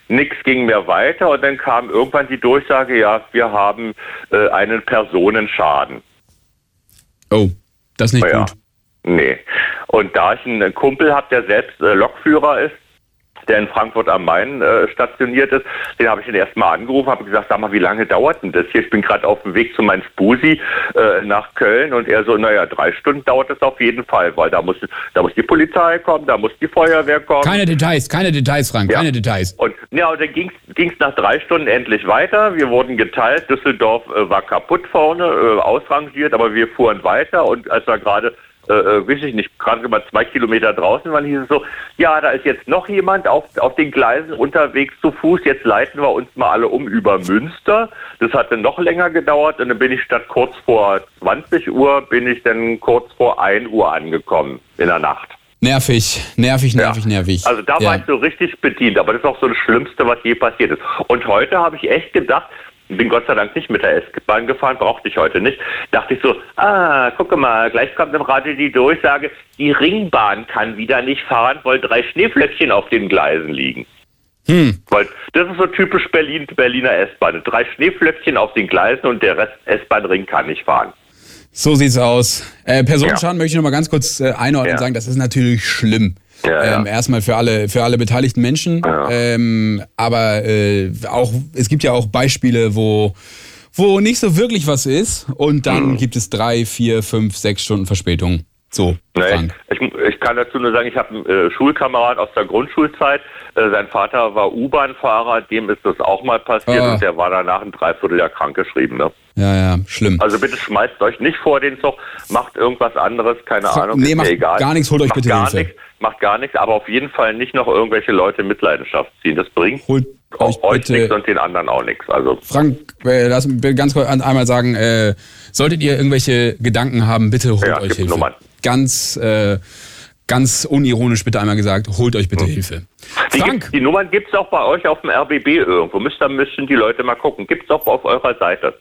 S14: Nix ging mehr weiter und dann kam irgendwann die Durchsage, ja, wir haben äh, einen Personenschaden.
S3: Oh, das ist nicht gut.
S14: Nee. Und da ich einen Kumpel habe, der selbst äh, Lokführer ist, der in Frankfurt am Main äh, stationiert ist. Den habe ich den ersten Mal angerufen, habe gesagt, sag mal, wie lange dauert denn das hier? Ich bin gerade auf dem Weg zu meinem Spusi äh, nach Köln und er so, naja, drei Stunden dauert es auf jeden Fall, weil da muss, da muss die Polizei kommen, da muss die Feuerwehr kommen.
S3: Keine Details, keine Details, Frank, keine Details.
S14: Und ja, und dann ging's ging's nach drei Stunden endlich weiter. Wir wurden geteilt. Düsseldorf äh, war kaputt vorne, äh, ausrangiert, aber wir fuhren weiter und als wir gerade äh, äh, weiß ich nicht, gerade mal zwei Kilometer draußen waren, hieß es so, ja, da ist jetzt noch jemand auf, auf den Gleisen unterwegs zu Fuß, jetzt leiten wir uns mal alle um über Münster. Das hatte noch länger gedauert und dann bin ich statt kurz vor 20 Uhr, bin ich dann kurz vor 1 Uhr angekommen in der Nacht.
S3: Nervig, nervig, nervig, nervig.
S14: Also da war ich so richtig bedient, aber das ist auch so das Schlimmste, was je passiert ist. Und heute habe ich echt gedacht, bin Gott sei Dank nicht mit der S-Bahn gefahren, brauchte ich heute nicht. Dachte ich so, ah, gucke mal, gleich kommt im Radio die Durchsage, die Ringbahn kann wieder nicht fahren, weil drei Schneeflöckchen auf den Gleisen liegen.
S3: Hm.
S14: Weil das ist so typisch Berlin, Berliner S-Bahn. Drei Schneeflöckchen auf den Gleisen und der Rest S-Bahn-Ring kann nicht fahren.
S3: So sieht's aus. Äh, Personenschaden
S14: Ja.
S3: möchte ich noch mal ganz kurz äh, einordnen
S14: Ja.
S3: und sagen, das ist natürlich schlimm. ähm, Erstmal für alle, für alle beteiligten Menschen. Ähm, aber äh, auch, es gibt ja auch Beispiele, wo, wo nicht so wirklich was ist und
S14: Hm.
S3: dann gibt es drei, vier, fünf, sechs Stunden Verspätung. So,
S14: Naja,
S3: Frank.
S14: ich, ich kann dazu nur sagen, ich habe einen äh, Schulkamerad aus der Grundschulzeit. Äh, sein Vater war U-Bahn-Fahrer, dem ist das auch mal passiert
S3: Ah.
S14: und der war danach ein Dreivierteljahr krankgeschrieben. Ne?
S3: Ja, ja, schlimm.
S14: Also bitte schmeißt euch nicht vor den Zug, macht irgendwas anderes, keine
S3: Ver-
S14: Ahnung,
S3: nee,
S14: ist mir
S3: macht
S14: egal.
S3: gar nichts, holt euch
S14: macht
S3: bitte
S14: gar
S3: Hilfe.
S14: nichts, macht gar nichts, aber auf jeden Fall nicht noch irgendwelche Leute in Mitleidenschaft ziehen. Das bringt auch euch nichts und den anderen auch nichts. Also
S3: Frank, äh, lass mich bitte ganz kurz an- einmal sagen, äh, solltet ihr irgendwelche Gedanken haben, bitte holt euch Hilfe. Ganz, äh, ganz unironisch bitte einmal gesagt, holt euch
S14: Hm.
S3: bitte Hilfe.
S14: die, gibt's- die Nummern gibt es auch bei euch auf dem RBB irgendwo. Müsst, da müssen die Leute mal gucken. Gibt es auch auf eurer Seite.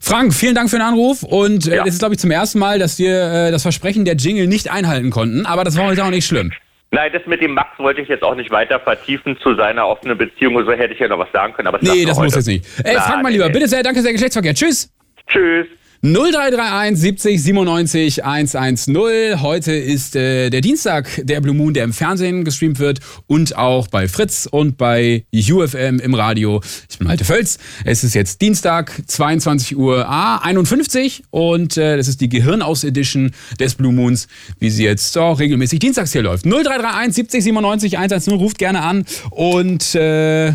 S3: Frank, vielen Dank für den Anruf und äh, das ist, glaube ich, zum ersten Mal, dass wir äh, das Versprechen der Jingle nicht einhalten konnten, aber das war heute auch nicht schlimm.
S14: Nein, das mit dem Max wollte ich jetzt auch nicht weiter vertiefen zu seiner offenen Beziehung. So hätte ich ja noch was sagen können. Aber
S3: Nee,
S14: lassen wir
S3: das muss
S14: heute.
S3: jetzt nicht. Äh, Ey,
S14: Na,
S3: Frank, mein
S14: nee,
S3: Lieber,
S14: nee.
S3: bitte sehr, danke sehr, Geschlechtsverkehr. Tschüss.
S14: Tschüss.
S3: 0331 70 97 110. Heute ist äh, der Dienstag der Blue Moon, der im Fernsehen gestreamt wird und auch bei Fritz und bei UFM im Radio. Ich bin Malte Völz. Es ist jetzt Dienstag, 22 Uhr A51 und äh, das ist die Gehirnaus-Edition des Blue Moons, wie sie jetzt auch regelmäßig dienstags hier läuft. 0331 70 97 110. Ruft gerne an und äh,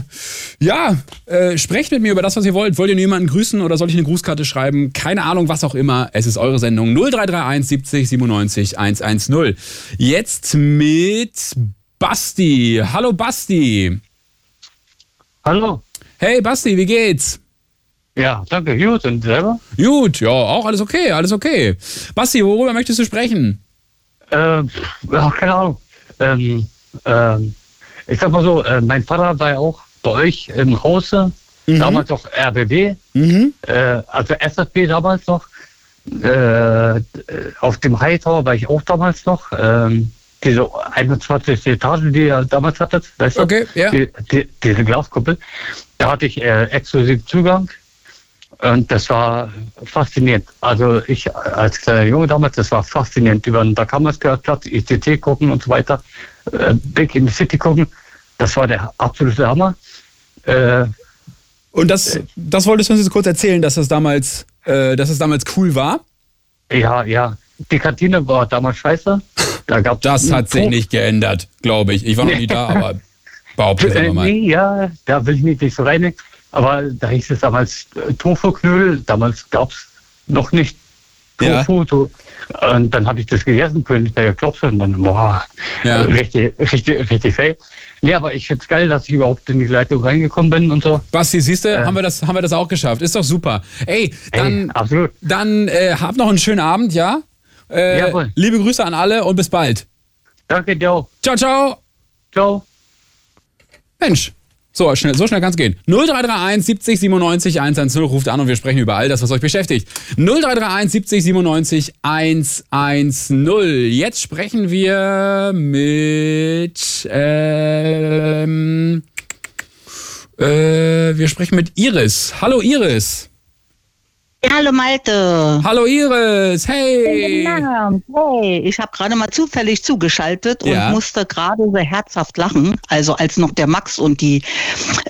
S3: ja, äh, sprecht mit mir über das, was ihr wollt. Wollt ihr nur jemanden grüßen oder soll ich eine Grußkarte schreiben? Keine Ahnung, was auch immer. Es ist eure Sendung 0331 70 97 110. Jetzt mit Basti. Hallo Basti.
S15: Hallo.
S3: Hey Basti, wie geht's?
S15: Ja, danke. Gut, und selber?
S3: Gut, ja, auch alles okay, alles okay. Basti, worüber möchtest du sprechen?
S15: Ähm, ja, keine Ahnung. Ähm, ähm, ich sag mal so, äh, mein Vater war ja auch bei euch im Hause, damals auch RBB, äh, also SFB damals noch. Äh, äh, auf dem High Tower war ich auch damals noch. Ähm, diese 21. Etage, die ihr damals hattet, weißt du?
S3: Okay, ja.
S15: Die, die, diese Glaskuppel. Da hatte ich äh, exklusiv Zugang. Und das war faszinierend. Also ich als kleiner Junge damals, das war faszinierend. Über den Dacammersplatz, ICT gucken und so weiter, äh, Big in the City gucken. Das war der absolute Hammer. Äh,
S3: Und das, das wolltest du uns jetzt kurz erzählen, dass das damals, äh, dass das damals cool war?
S15: ja, ja. Die Kantine war damals scheiße. Da gab's
S3: Das hat sich nicht geändert, glaube ich. Ich war noch nie da, aber behaupte ich
S15: Äh,
S3: einfach mal.
S15: nee, ja, da will ich mich nicht so reinigen. Aber da hieß es damals äh, Tofu-Knödel. Damals gab es noch nicht
S3: Ja.
S15: Tofu. To und dann habe ich das gegessen, Königsberger Klopse. Und dann, boah,
S3: Ja.
S15: äh, richtig, richtig, richtig fail. Nee, aber ich finde es geil, dass ich überhaupt in die Leitung reingekommen bin und so.
S3: Basti, siehst
S15: äh.
S3: du, haben, wir das, haben wir das auch geschafft. Ist doch super. Ey, dann, dann äh, hab noch einen schönen Abend, ja? Äh,
S15: Jawohl.
S3: Liebe Grüße an alle und bis bald.
S15: Danke dir auch.
S3: Ciao, ciao.
S15: Ciao.
S3: Mensch. So schnell, so schnell kann es gehen. 0331 70 97 110 ruft an und wir sprechen über all das, was euch beschäftigt. 0331 70 97 110. Jetzt sprechen wir mit. Ähm, äh, wir sprechen mit Iris. Hallo Iris.
S16: Hallo Malte.
S3: Hallo Iris. Hey.
S16: Guten Abend. Genau. Hey, ich habe gerade mal zufällig zugeschaltet
S3: Ja.
S16: und musste gerade sehr herzhaft lachen. Also als noch der Max und die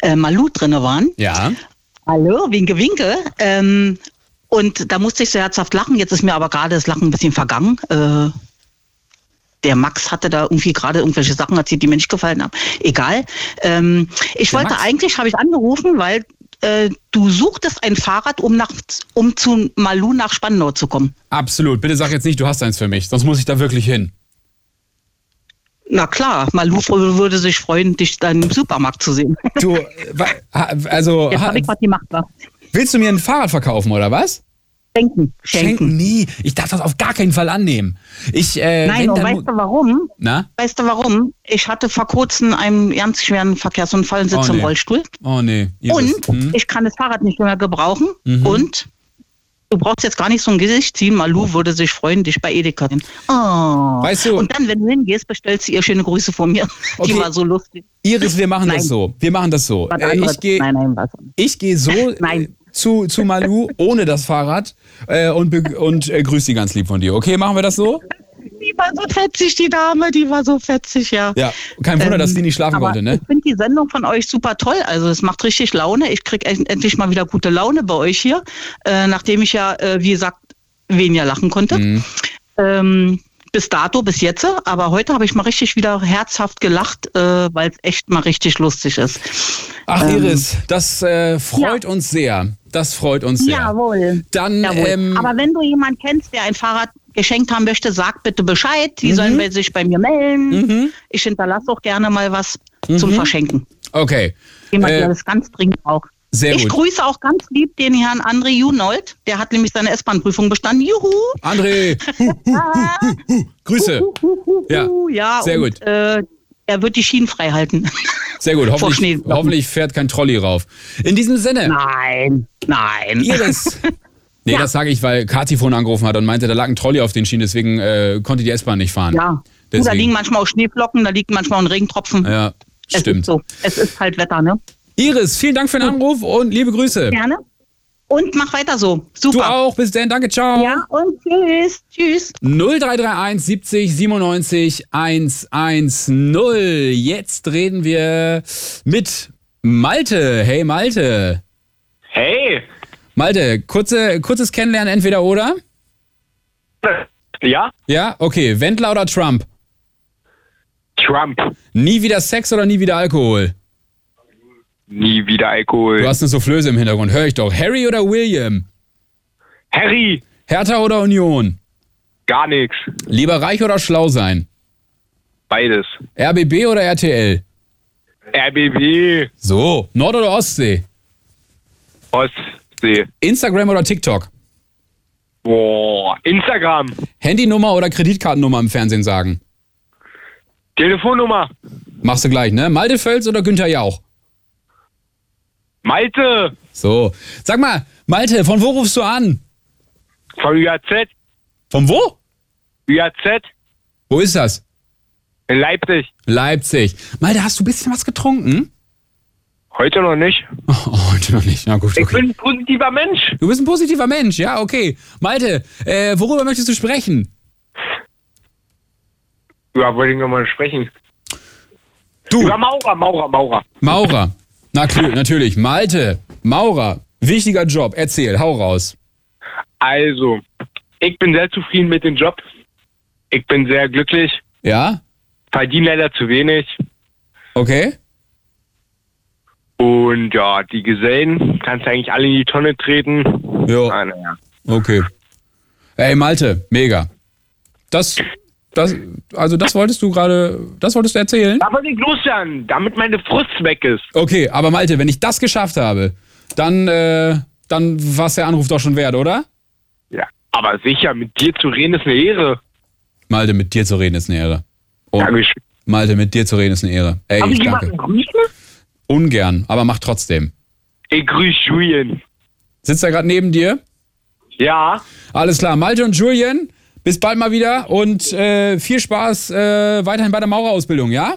S16: äh, Malu drinne waren.
S3: Ja.
S16: Hallo, winke, winke. Ähm, und da musste ich so herzhaft lachen. Jetzt ist mir aber gerade das Lachen ein bisschen vergangen. Äh, der Max hatte da irgendwie gerade irgendwelche Sachen erzählt, die mir nicht gefallen haben. Egal. Ähm, ich wollte eigentlich, habe ich angerufen, weil äh, du suchtest ein Fahrrad, um, nach, um zu Malu nach Spandau zu kommen.
S3: Absolut. Bitte sag jetzt nicht, du hast eins für mich, sonst muss ich da wirklich hin.
S16: Na klar, Malu würde sich freuen, dich dann im Supermarkt zu sehen.
S3: Du, äh, also.
S16: Jetzt habe ich was gemacht, wa?
S3: Willst du mir ein Fahrrad verkaufen oder was?
S16: Schenken.
S3: Schenken, nie. Ich darf das auf gar keinen Fall annehmen. Ich, äh, wenn,
S16: Nein, oh, und
S3: dann
S16: weißt
S3: mu-
S16: du warum?
S3: Na?
S16: Weißt du warum? Ich hatte vor kurzem einen ganz schweren Verkehrsunfall und sitze
S3: nee.
S16: im Rollstuhl.
S3: Oh nee.
S16: Und ich kann das Fahrrad nicht mehr gebrauchen.
S3: Mhm.
S16: Und du brauchst jetzt gar nicht so ein Gesicht ziehen. Malu würde sich freuen, dich bei Edeka zu sehen. Oh.
S3: Weißt du-
S16: Und dann, wenn du hingehst, bestellst du ihr schöne Grüße von mir.
S3: Okay.
S16: Die war so lustig.
S3: Iris, wir machen
S16: Nein.
S3: das so. Wir machen das so.
S16: Was
S3: Äh,
S16: anderes.
S3: Ich gehe ich gehe so äh, zu, zu Malu ohne das Fahrrad äh, und, be- und äh, grüße sie ganz lieb von dir. Okay, machen wir das so?
S16: Die war so fetzig, die Dame. Die war so fetzig, ja.
S3: Ja, kein Wunder, dass die nicht schlafen
S16: aber
S3: konnte, ne?
S16: Ich finde die Sendung von euch super toll. Also es macht richtig Laune. Ich kriege endlich mal wieder gute Laune bei euch hier, äh, nachdem ich ja, äh, wie gesagt, weniger lachen konnte.
S3: Mhm.
S16: Ähm, bis dato, bis jetzt. Aber heute habe ich mal richtig wieder herzhaft gelacht, äh, weil es echt mal richtig lustig ist.
S3: Ach,
S16: Ähm,
S3: Iris, das äh, freut uns sehr. Das freut uns sehr.
S16: Jawohl.
S3: Dann,
S16: Jawohl.
S3: ähm,
S16: Aber wenn du jemanden kennst, der ein Fahrrad geschenkt haben möchte, sag bitte Bescheid. Die
S3: Mhm.
S16: sollen bei sich bei mir melden. Ich hinterlasse auch gerne mal was zum
S3: Mhm.
S16: Verschenken.
S3: Okay.
S16: Jemand,
S3: Äh,
S16: der das ganz dringend braucht.
S3: sehr
S16: ich
S3: gut.
S16: grüße auch ganz lieb den Herrn André Junold. Der hat nämlich seine S-Bahn-Prüfung bestanden. Juhu!
S3: André, hu, hu, hu, hu, hu. Grüße. Ja,
S16: ja
S3: sehr
S16: und,
S3: gut.
S16: Äh, er wird die Schienen frei halten.
S3: Sehr gut.
S16: Vor
S3: Hoffentlich,
S16: Schneeflocken.
S3: hoffentlich fährt kein Trolley rauf. In diesem Sinne.
S16: Nein, nein.
S3: Iris. Nee, das sage ich, weil Kati vorhin angerufen hat und meinte, da lag ein Trolley auf den Schienen, deswegen äh, konnte die S-Bahn nicht fahren.
S16: Ja. Du, da
S3: Deswegen.
S16: liegen manchmal auch Schneeflocken, da liegt manchmal ein Regentropfen.
S3: Ja,
S16: es
S3: stimmt.
S16: Ist so. Es ist halt Wetter, ne?
S3: Iris, vielen Dank für den Anruf und liebe Grüße.
S16: Gerne. Und mach weiter so. Super.
S3: Du auch. Bis dann. Danke. Ciao.
S16: Ja, und tschüss. Tschüss.
S3: 0331 70 97 110. Jetzt reden wir mit Malte. Hey Malte.
S17: Hey.
S3: Malte, kurze, kurzes Kennenlernen entweder oder?
S17: Ja?
S3: Ja, okay. Wendler oder Trump?
S17: Trump.
S3: Nie wieder Sex oder nie wieder Alkohol?
S17: Nie wieder Alkohol.
S3: Du hast eine Soufflöse im Hintergrund, höre ich doch. Harry oder William?
S17: Harry.
S3: Hertha oder Union?
S17: Gar nichts.
S3: Lieber reich oder schlau sein?
S17: Beides.
S3: RBB oder RTL?
S17: RBB.
S3: So, Nord- oder Ostsee?
S17: Ostsee.
S3: Instagram oder TikTok?
S17: Boah. Instagram.
S3: Handynummer oder Kreditkartennummer im Fernsehen sagen?
S17: Telefonnummer.
S3: Machst du gleich, ne? Malte Völz oder Günther Jauch?
S17: Malte.
S3: So. Sag mal, Malte, von wo rufst du an?
S17: Vom UAZ.
S3: Vom wo?
S17: UAZ.
S3: Wo ist das?
S17: In Leipzig.
S3: Leipzig. Malte, hast du ein bisschen was getrunken?
S17: Heute noch nicht.
S3: Oh, heute noch nicht. Na gut, okay.
S17: Ich bin ein positiver Mensch.
S3: Du bist ein positiver Mensch, ja, okay. Malte, äh, worüber möchtest du sprechen?
S17: Ja, wollte ich nochmal sprechen. Du. Über Maurer, Maurer, Maurer.
S3: Maurer. Na klar, natürlich. Malte, Maurer, wichtiger Job. Erzähl, hau raus.
S17: Also, ich bin sehr zufrieden mit dem Job. Ich bin sehr glücklich.
S3: Ja?
S17: Verdiene leider zu wenig.
S3: Okay.
S17: Und ja, die Gesellen kannst du eigentlich alle in die Tonne treten.
S3: Ja.
S17: Ah, naja.
S3: Okay. Ey, Malte, mega. Das, das, also das wolltest du gerade, das wolltest du erzählen?
S17: Da wollte ich loswerden, damit meine Frust weg ist.
S3: Okay, aber Malte, wenn ich das geschafft habe, dann, äh, dann war es der Anruf doch schon wert, oder?
S17: Ja, aber sicher, mit dir zu reden ist eine Ehre.
S3: Malte, mit dir zu reden ist eine Ehre. Oh,
S17: Dankeschön.
S3: Malte, mit dir zu reden ist eine Ehre. Ey,
S17: Darf
S3: ich
S17: ich
S3: danke.
S17: jemanden grüßen?
S3: Ungern, aber mach trotzdem.
S17: Ich grüße Julian.
S3: Sitzt er gerade neben dir?
S17: Ja.
S3: Alles klar, Malte und Julian, bis bald mal wieder und äh, viel Spaß äh, weiterhin bei der Maurerausbildung, ja?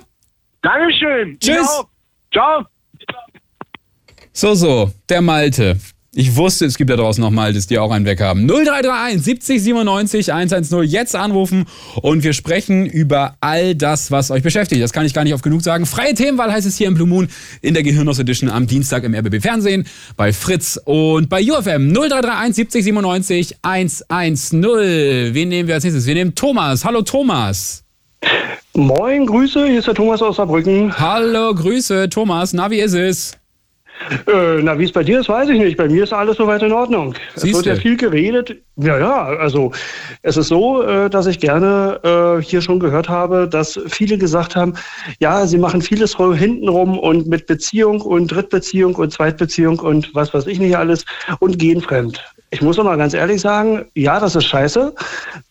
S17: Dankeschön.
S3: Tschüss.
S17: Ciao. Ciao.
S3: So, so, der Malte. Ich wusste, es gibt da draußen nochmal, dass die auch einen weg haben. 0331 70 97 110. Jetzt anrufen und wir sprechen über all das, was euch beschäftigt. Das kann ich gar nicht oft genug sagen. Freie Themenwahl heißt es hier im Blue Moon in der Gehirnlos Edition am Dienstag im RBB Fernsehen, bei Fritz und bei UFM. 0331 70 97 110. Wen nehmen wir als nächstes? Wir nehmen Thomas. Hallo Thomas.
S18: Moin, Grüße. Hier ist der Thomas aus Saarbrücken.
S3: Hallo, Grüße, Thomas. Na, wie ist es?
S18: Äh, na, wie es bei dir ist, weiß ich nicht. Bei mir ist alles soweit in Ordnung. Es wird
S3: Siehste.
S18: ja viel geredet. Ja, ja, also es ist so, äh, dass ich gerne äh, hier schon gehört habe, dass viele gesagt haben, ja, sie machen vieles rum- hintenrum und mit Beziehung und Drittbeziehung und Zweitbeziehung und was weiß ich nicht alles und gehen fremd. Ich muss auch mal ganz ehrlich sagen, ja, das ist scheiße,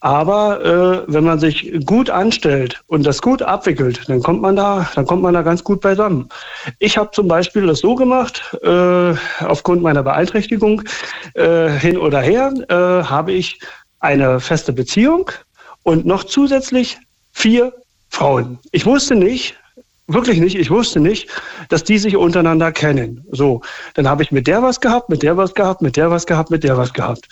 S18: aber äh, wenn man sich gut anstellt und das gut abwickelt, dann kommt man da, dann kommt man da ganz gut beisammen. Ich habe zum Beispiel das so gemacht, äh, aufgrund meiner Beeinträchtigung äh, hin oder her, äh, habe ich eine feste Beziehung und noch zusätzlich vier Frauen. Ich wusste nicht, wirklich nicht, ich wusste nicht, dass die sich untereinander kennen. So, dann habe ich mit der was gehabt, mit der was gehabt, mit der was gehabt, mit der was gehabt.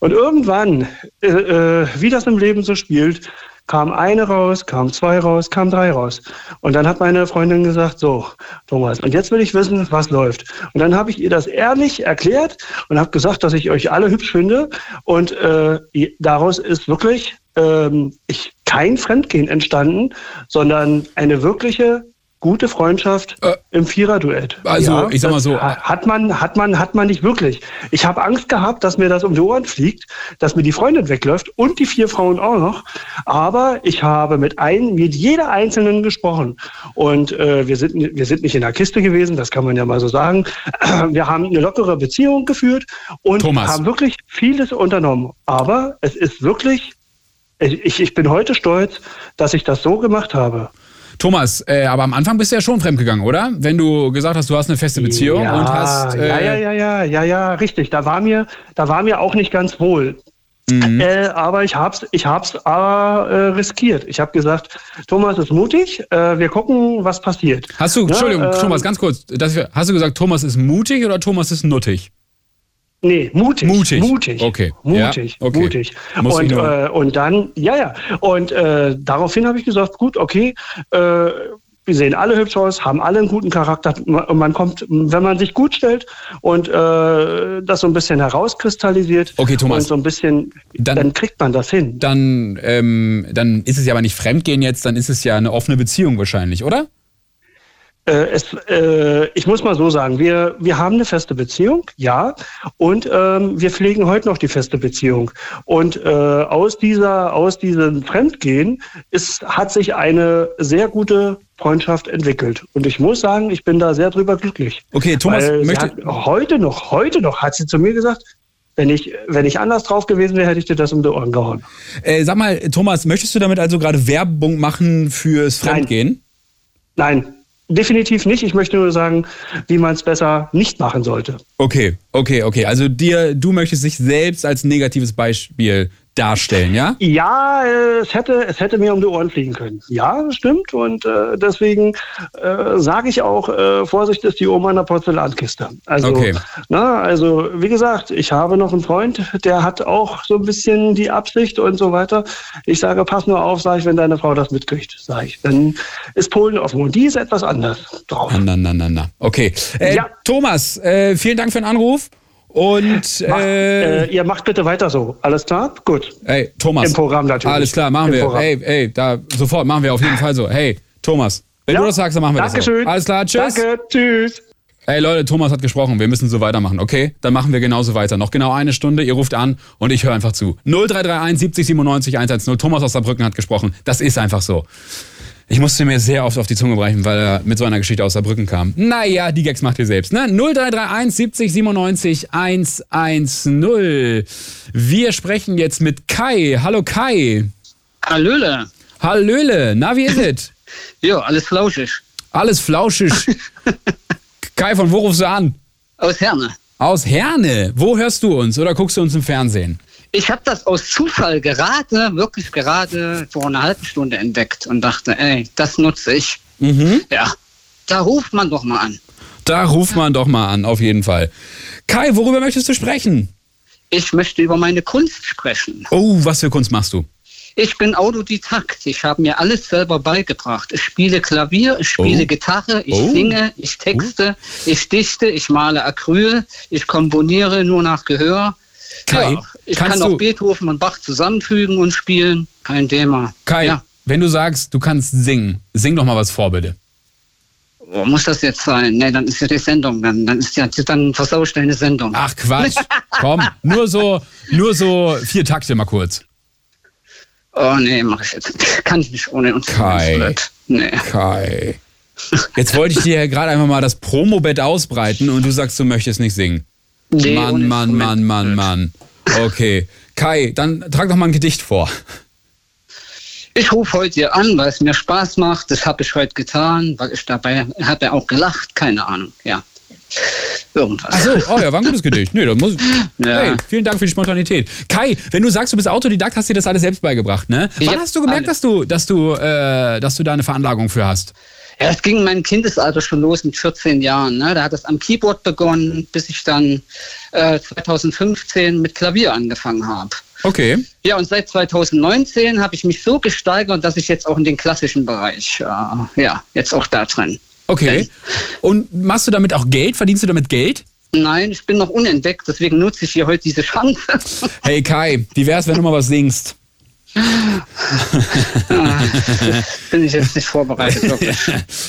S18: Und irgendwann, äh, äh, wie das im Leben so spielt, kam eine raus, kam zwei raus, kam drei raus. Und dann hat meine Freundin gesagt, so, Thomas, und jetzt will ich wissen, was läuft. Und dann habe ich ihr das ehrlich erklärt und habe gesagt, dass ich euch alle hübsch finde. Und äh, daraus ist wirklich ähm, ich, kein Fremdgehen entstanden, sondern eine wirkliche gute Freundschaft im Viererduett.
S3: Äh, also, ich sag mal
S18: das
S3: so,
S18: ha- Hat man, hat man, hat man nicht wirklich. Ich habe Angst gehabt, dass mir das um die Ohren fliegt, dass mir die Freundin wegläuft und die vier Frauen auch noch. Aber ich habe mit ein, mit jeder einzelnen gesprochen. Und äh, wir sind, wir sind nicht in der Kiste gewesen, das kann man ja mal so sagen. Wir haben eine lockere Beziehung geführt und
S3: Thomas.
S18: haben wirklich vieles unternommen. Aber es ist wirklich, ich, ich bin heute stolz, dass ich das so gemacht habe.
S3: Thomas, äh, aber am Anfang bist du ja schon fremdgegangen, oder? Wenn du gesagt hast, du hast eine feste Beziehung
S18: ja,
S3: und hast. Äh,
S18: ja, ja, ja, ja, ja, ja, richtig. Da war mir, da war mir auch nicht ganz wohl.
S3: Mhm.
S18: Äh, aber ich hab's, ich hab's äh, äh, riskiert. Ich habe gesagt, Thomas ist mutig, äh, wir gucken, was passiert.
S3: Hast du,
S18: Ne,
S3: Entschuldigung,
S18: ähm,
S3: Thomas, ganz kurz. Dass wir, hast du gesagt, Thomas ist mutig oder Thomas ist nuttig?
S18: Nee, mutig.
S3: Mutig.
S18: Mutig.
S3: Okay.
S18: Mutig,
S3: ja, okay.
S18: mutig.
S3: Muss
S18: und,
S3: ich nur-
S18: äh, und dann, ja, ja. Und äh, daraufhin habe ich gesagt, gut, okay, äh, wir sehen alle hübsch aus, haben alle einen guten Charakter. Ma- Und man kommt, wenn man sich gut stellt und äh, das so ein bisschen herauskristallisiert
S3: Okay, Thomas.
S18: und so ein bisschen,
S3: dann,
S18: kriegt man das hin.
S3: Dann, ähm, dann ist es ja aber nicht Fremdgehen jetzt, dann ist es ja eine offene Beziehung wahrscheinlich, oder?
S18: Äh, es, äh, ich muss mal so sagen, wir, wir haben eine feste Beziehung, ja, und ähm, wir pflegen heute noch die feste Beziehung. Und äh, aus, dieser, aus diesem Fremdgehen ist, hat sich eine sehr gute Freundschaft entwickelt. Und ich muss sagen, ich bin da sehr drüber glücklich.
S3: Okay, Thomas,
S18: Weil sie
S3: möchte-
S18: hat, heute noch, heute noch hat sie zu mir gesagt, wenn ich, wenn ich anders drauf gewesen wäre, hätte ich dir das um die Ohren gehauen.
S3: Äh, sag mal, Thomas, möchtest du damit also gerade Werbung machen fürs Fremdgehen?
S18: Nein, definitiv nicht. Ich möchte nur sagen, wie man es besser nicht machen sollte.
S3: Okay, okay, okay. Also dir, du möchtest dich selbst als negatives Beispiel darstellen, ja?
S18: Ja, äh, es hätte, es hätte mir um die Ohren fliegen können. Ja, das stimmt. Und äh, deswegen äh, sage ich auch, äh, Vorsicht ist die Oma in der Porzellankiste. Also,
S3: Okay.
S18: na, also wie gesagt, ich habe noch einen Freund, der hat auch so ein bisschen die Absicht und so weiter. Ich sage, pass nur auf, sage ich, wenn deine Frau das mitkriegt, sage ich. Dann ist Polen offen. Und die ist etwas anders drauf.
S3: Na, na, na, na. Okay. Äh,
S18: Ja.
S3: Thomas, äh, vielen Dank für den Anruf. Und äh,
S18: äh, ihr macht bitte weiter so. Alles klar? Gut.
S3: Ey, Thomas.
S18: Im Programm natürlich.
S3: Alles klar, machen
S18: Im
S3: wir.
S18: Programm.
S3: Ey, ey, da sofort machen wir auf jeden Fall so. Hey, Thomas, wenn du das sagst, dann machen wir das.
S18: Dankeschön.
S3: So. Alles klar, tschüss.
S18: Danke, tschüss.
S3: Ey Leute, Thomas hat gesprochen, wir müssen so weitermachen, okay? Dann machen wir genauso weiter. Noch genau eine Stunde, ihr ruft an und ich höre einfach zu. 0331 70 97 110. Thomas aus Saarbrücken hat gesprochen. Das ist einfach so. Ich musste mir sehr oft auf die Zunge brechen, weil er mit so einer Geschichte aus Saarbrücken kam. Naja, die Gags macht ihr selbst, ne? 0331 70 97 110. Wir sprechen jetzt mit Kai. Hallo Kai.
S19: Hallöle.
S3: Hallöle. Na, wie ist es?
S19: Jo, alles flauschig.
S3: Alles flauschig. Kai, von wo rufst du an?
S19: Aus Herne.
S3: Aus Herne. Wo hörst du uns oder guckst du uns im Fernsehen?
S19: Ich habe das aus Zufall gerade, wirklich gerade vor einer halben Stunde
S3: Mhm.
S19: entdeckt und dachte, ey, das nutze ich. Ja, da ruft man doch mal an.
S3: Da ruft man doch mal an, auf jeden Fall. Kai, worüber möchtest du sprechen?
S19: Ich möchte über meine Kunst sprechen.
S3: Oh, was für Kunst machst du?
S19: Ich bin Autodidakt. Ich habe mir alles selber beigebracht. Ich spiele Klavier, ich spiele
S1: Oh.
S19: Gitarre, ich
S1: Oh.
S19: singe, ich texte,
S3: Oh.
S19: ich dichte, ich male Acryl, ich komponiere nur nach Gehör.
S3: Kai,
S19: ja, ich
S3: kannst
S19: kann auch
S3: du-
S19: Beethoven und Bach zusammenfügen und spielen. Kein Thema.
S3: Kai,
S19: Ja.
S3: wenn du sagst, du kannst singen, sing doch mal was vor, bitte.
S19: Oh, muss das jetzt sein? Nee, dann ist ja die Sendung. Dann, dann ist ja dann versaust deine Sendung.
S3: Ach Quatsch, komm, nur so, nur so vier Takte mal kurz.
S19: Oh nee, mach ich jetzt. nicht. Kann ich nicht ohne uns.
S3: Kai.
S19: Nee.
S3: Kai. Jetzt wollte ich dir ja gerade einfach mal das Promobett ausbreiten und du sagst, du möchtest nicht singen.
S19: Nee,
S3: Mann,
S19: ohne
S3: Mann, Mann, Mann, Mann. Okay. Kai, dann trag doch mal ein Gedicht vor.
S19: Ich rufe heute hier an, weil es mir Spaß macht. Das habe ich heute getan, weil ich dabei habe ja auch gelacht. Keine Ahnung. Ja. Irgendwas.
S3: Achso, oh ja, war ein gutes Gedicht. Nee, da muss. Hey, vielen Dank für die Spontanität. Kai, wenn du sagst, du bist Autodidakt, hast dir das alles selbst beigebracht, ne? Wann
S19: Ja,
S3: hast du gemerkt, dass du, dass du, äh, dass du da eine Veranlagung für hast?
S19: Ja, es ging in meinem Kindesalter schon los mit 14 Jahren. Ne? Da hat es am Keyboard begonnen, bis ich dann äh, 2015 mit Klavier angefangen habe.
S3: Okay.
S19: Ja, und seit 2019 habe ich mich so gesteigert, dass ich jetzt auch in den klassischen Bereich, äh, ja, jetzt auch da drin.
S3: Okay. Und machst du damit auch Geld? Verdienst du damit Geld?
S19: Nein, ich bin noch unentdeckt, deswegen nutze ich hier heute diese Chance.
S3: Hey Kai, wie wär's, wenn du mal was singst?
S19: Äh, Bin ich jetzt nicht vorbereitet, wirklich.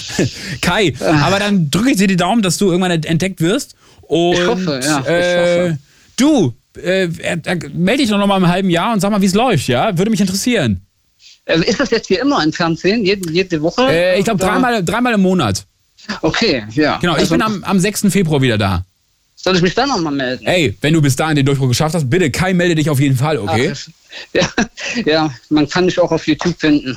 S3: Kai, aber dann drücke ich dir die Daumen, dass du irgendwann ent- entdeckt wirst. Und,
S19: Ich hoffe, ja, ich
S3: äh,
S19: hoffe.
S3: Du, äh, er- er- melde dich doch noch mal im halben Jahr und sag mal, wie es läuft, ja? Würde mich interessieren.
S19: Also ist das jetzt wie immer im Fernsehen, jede, jede Woche?
S3: Äh, ich glaube,
S19: Oder-
S3: dreimal, dreimal im Monat.
S19: Okay, ja.
S3: Genau, ich
S19: Also-
S3: bin am, am 6. Februar wieder da.
S19: Soll ich mich dann nochmal melden?
S3: Ey, wenn du bis dahin den Durchbruch geschafft hast, bitte, Kai, melde dich auf jeden Fall, okay?
S19: Ja, ja, man kann mich auch auf YouTube finden.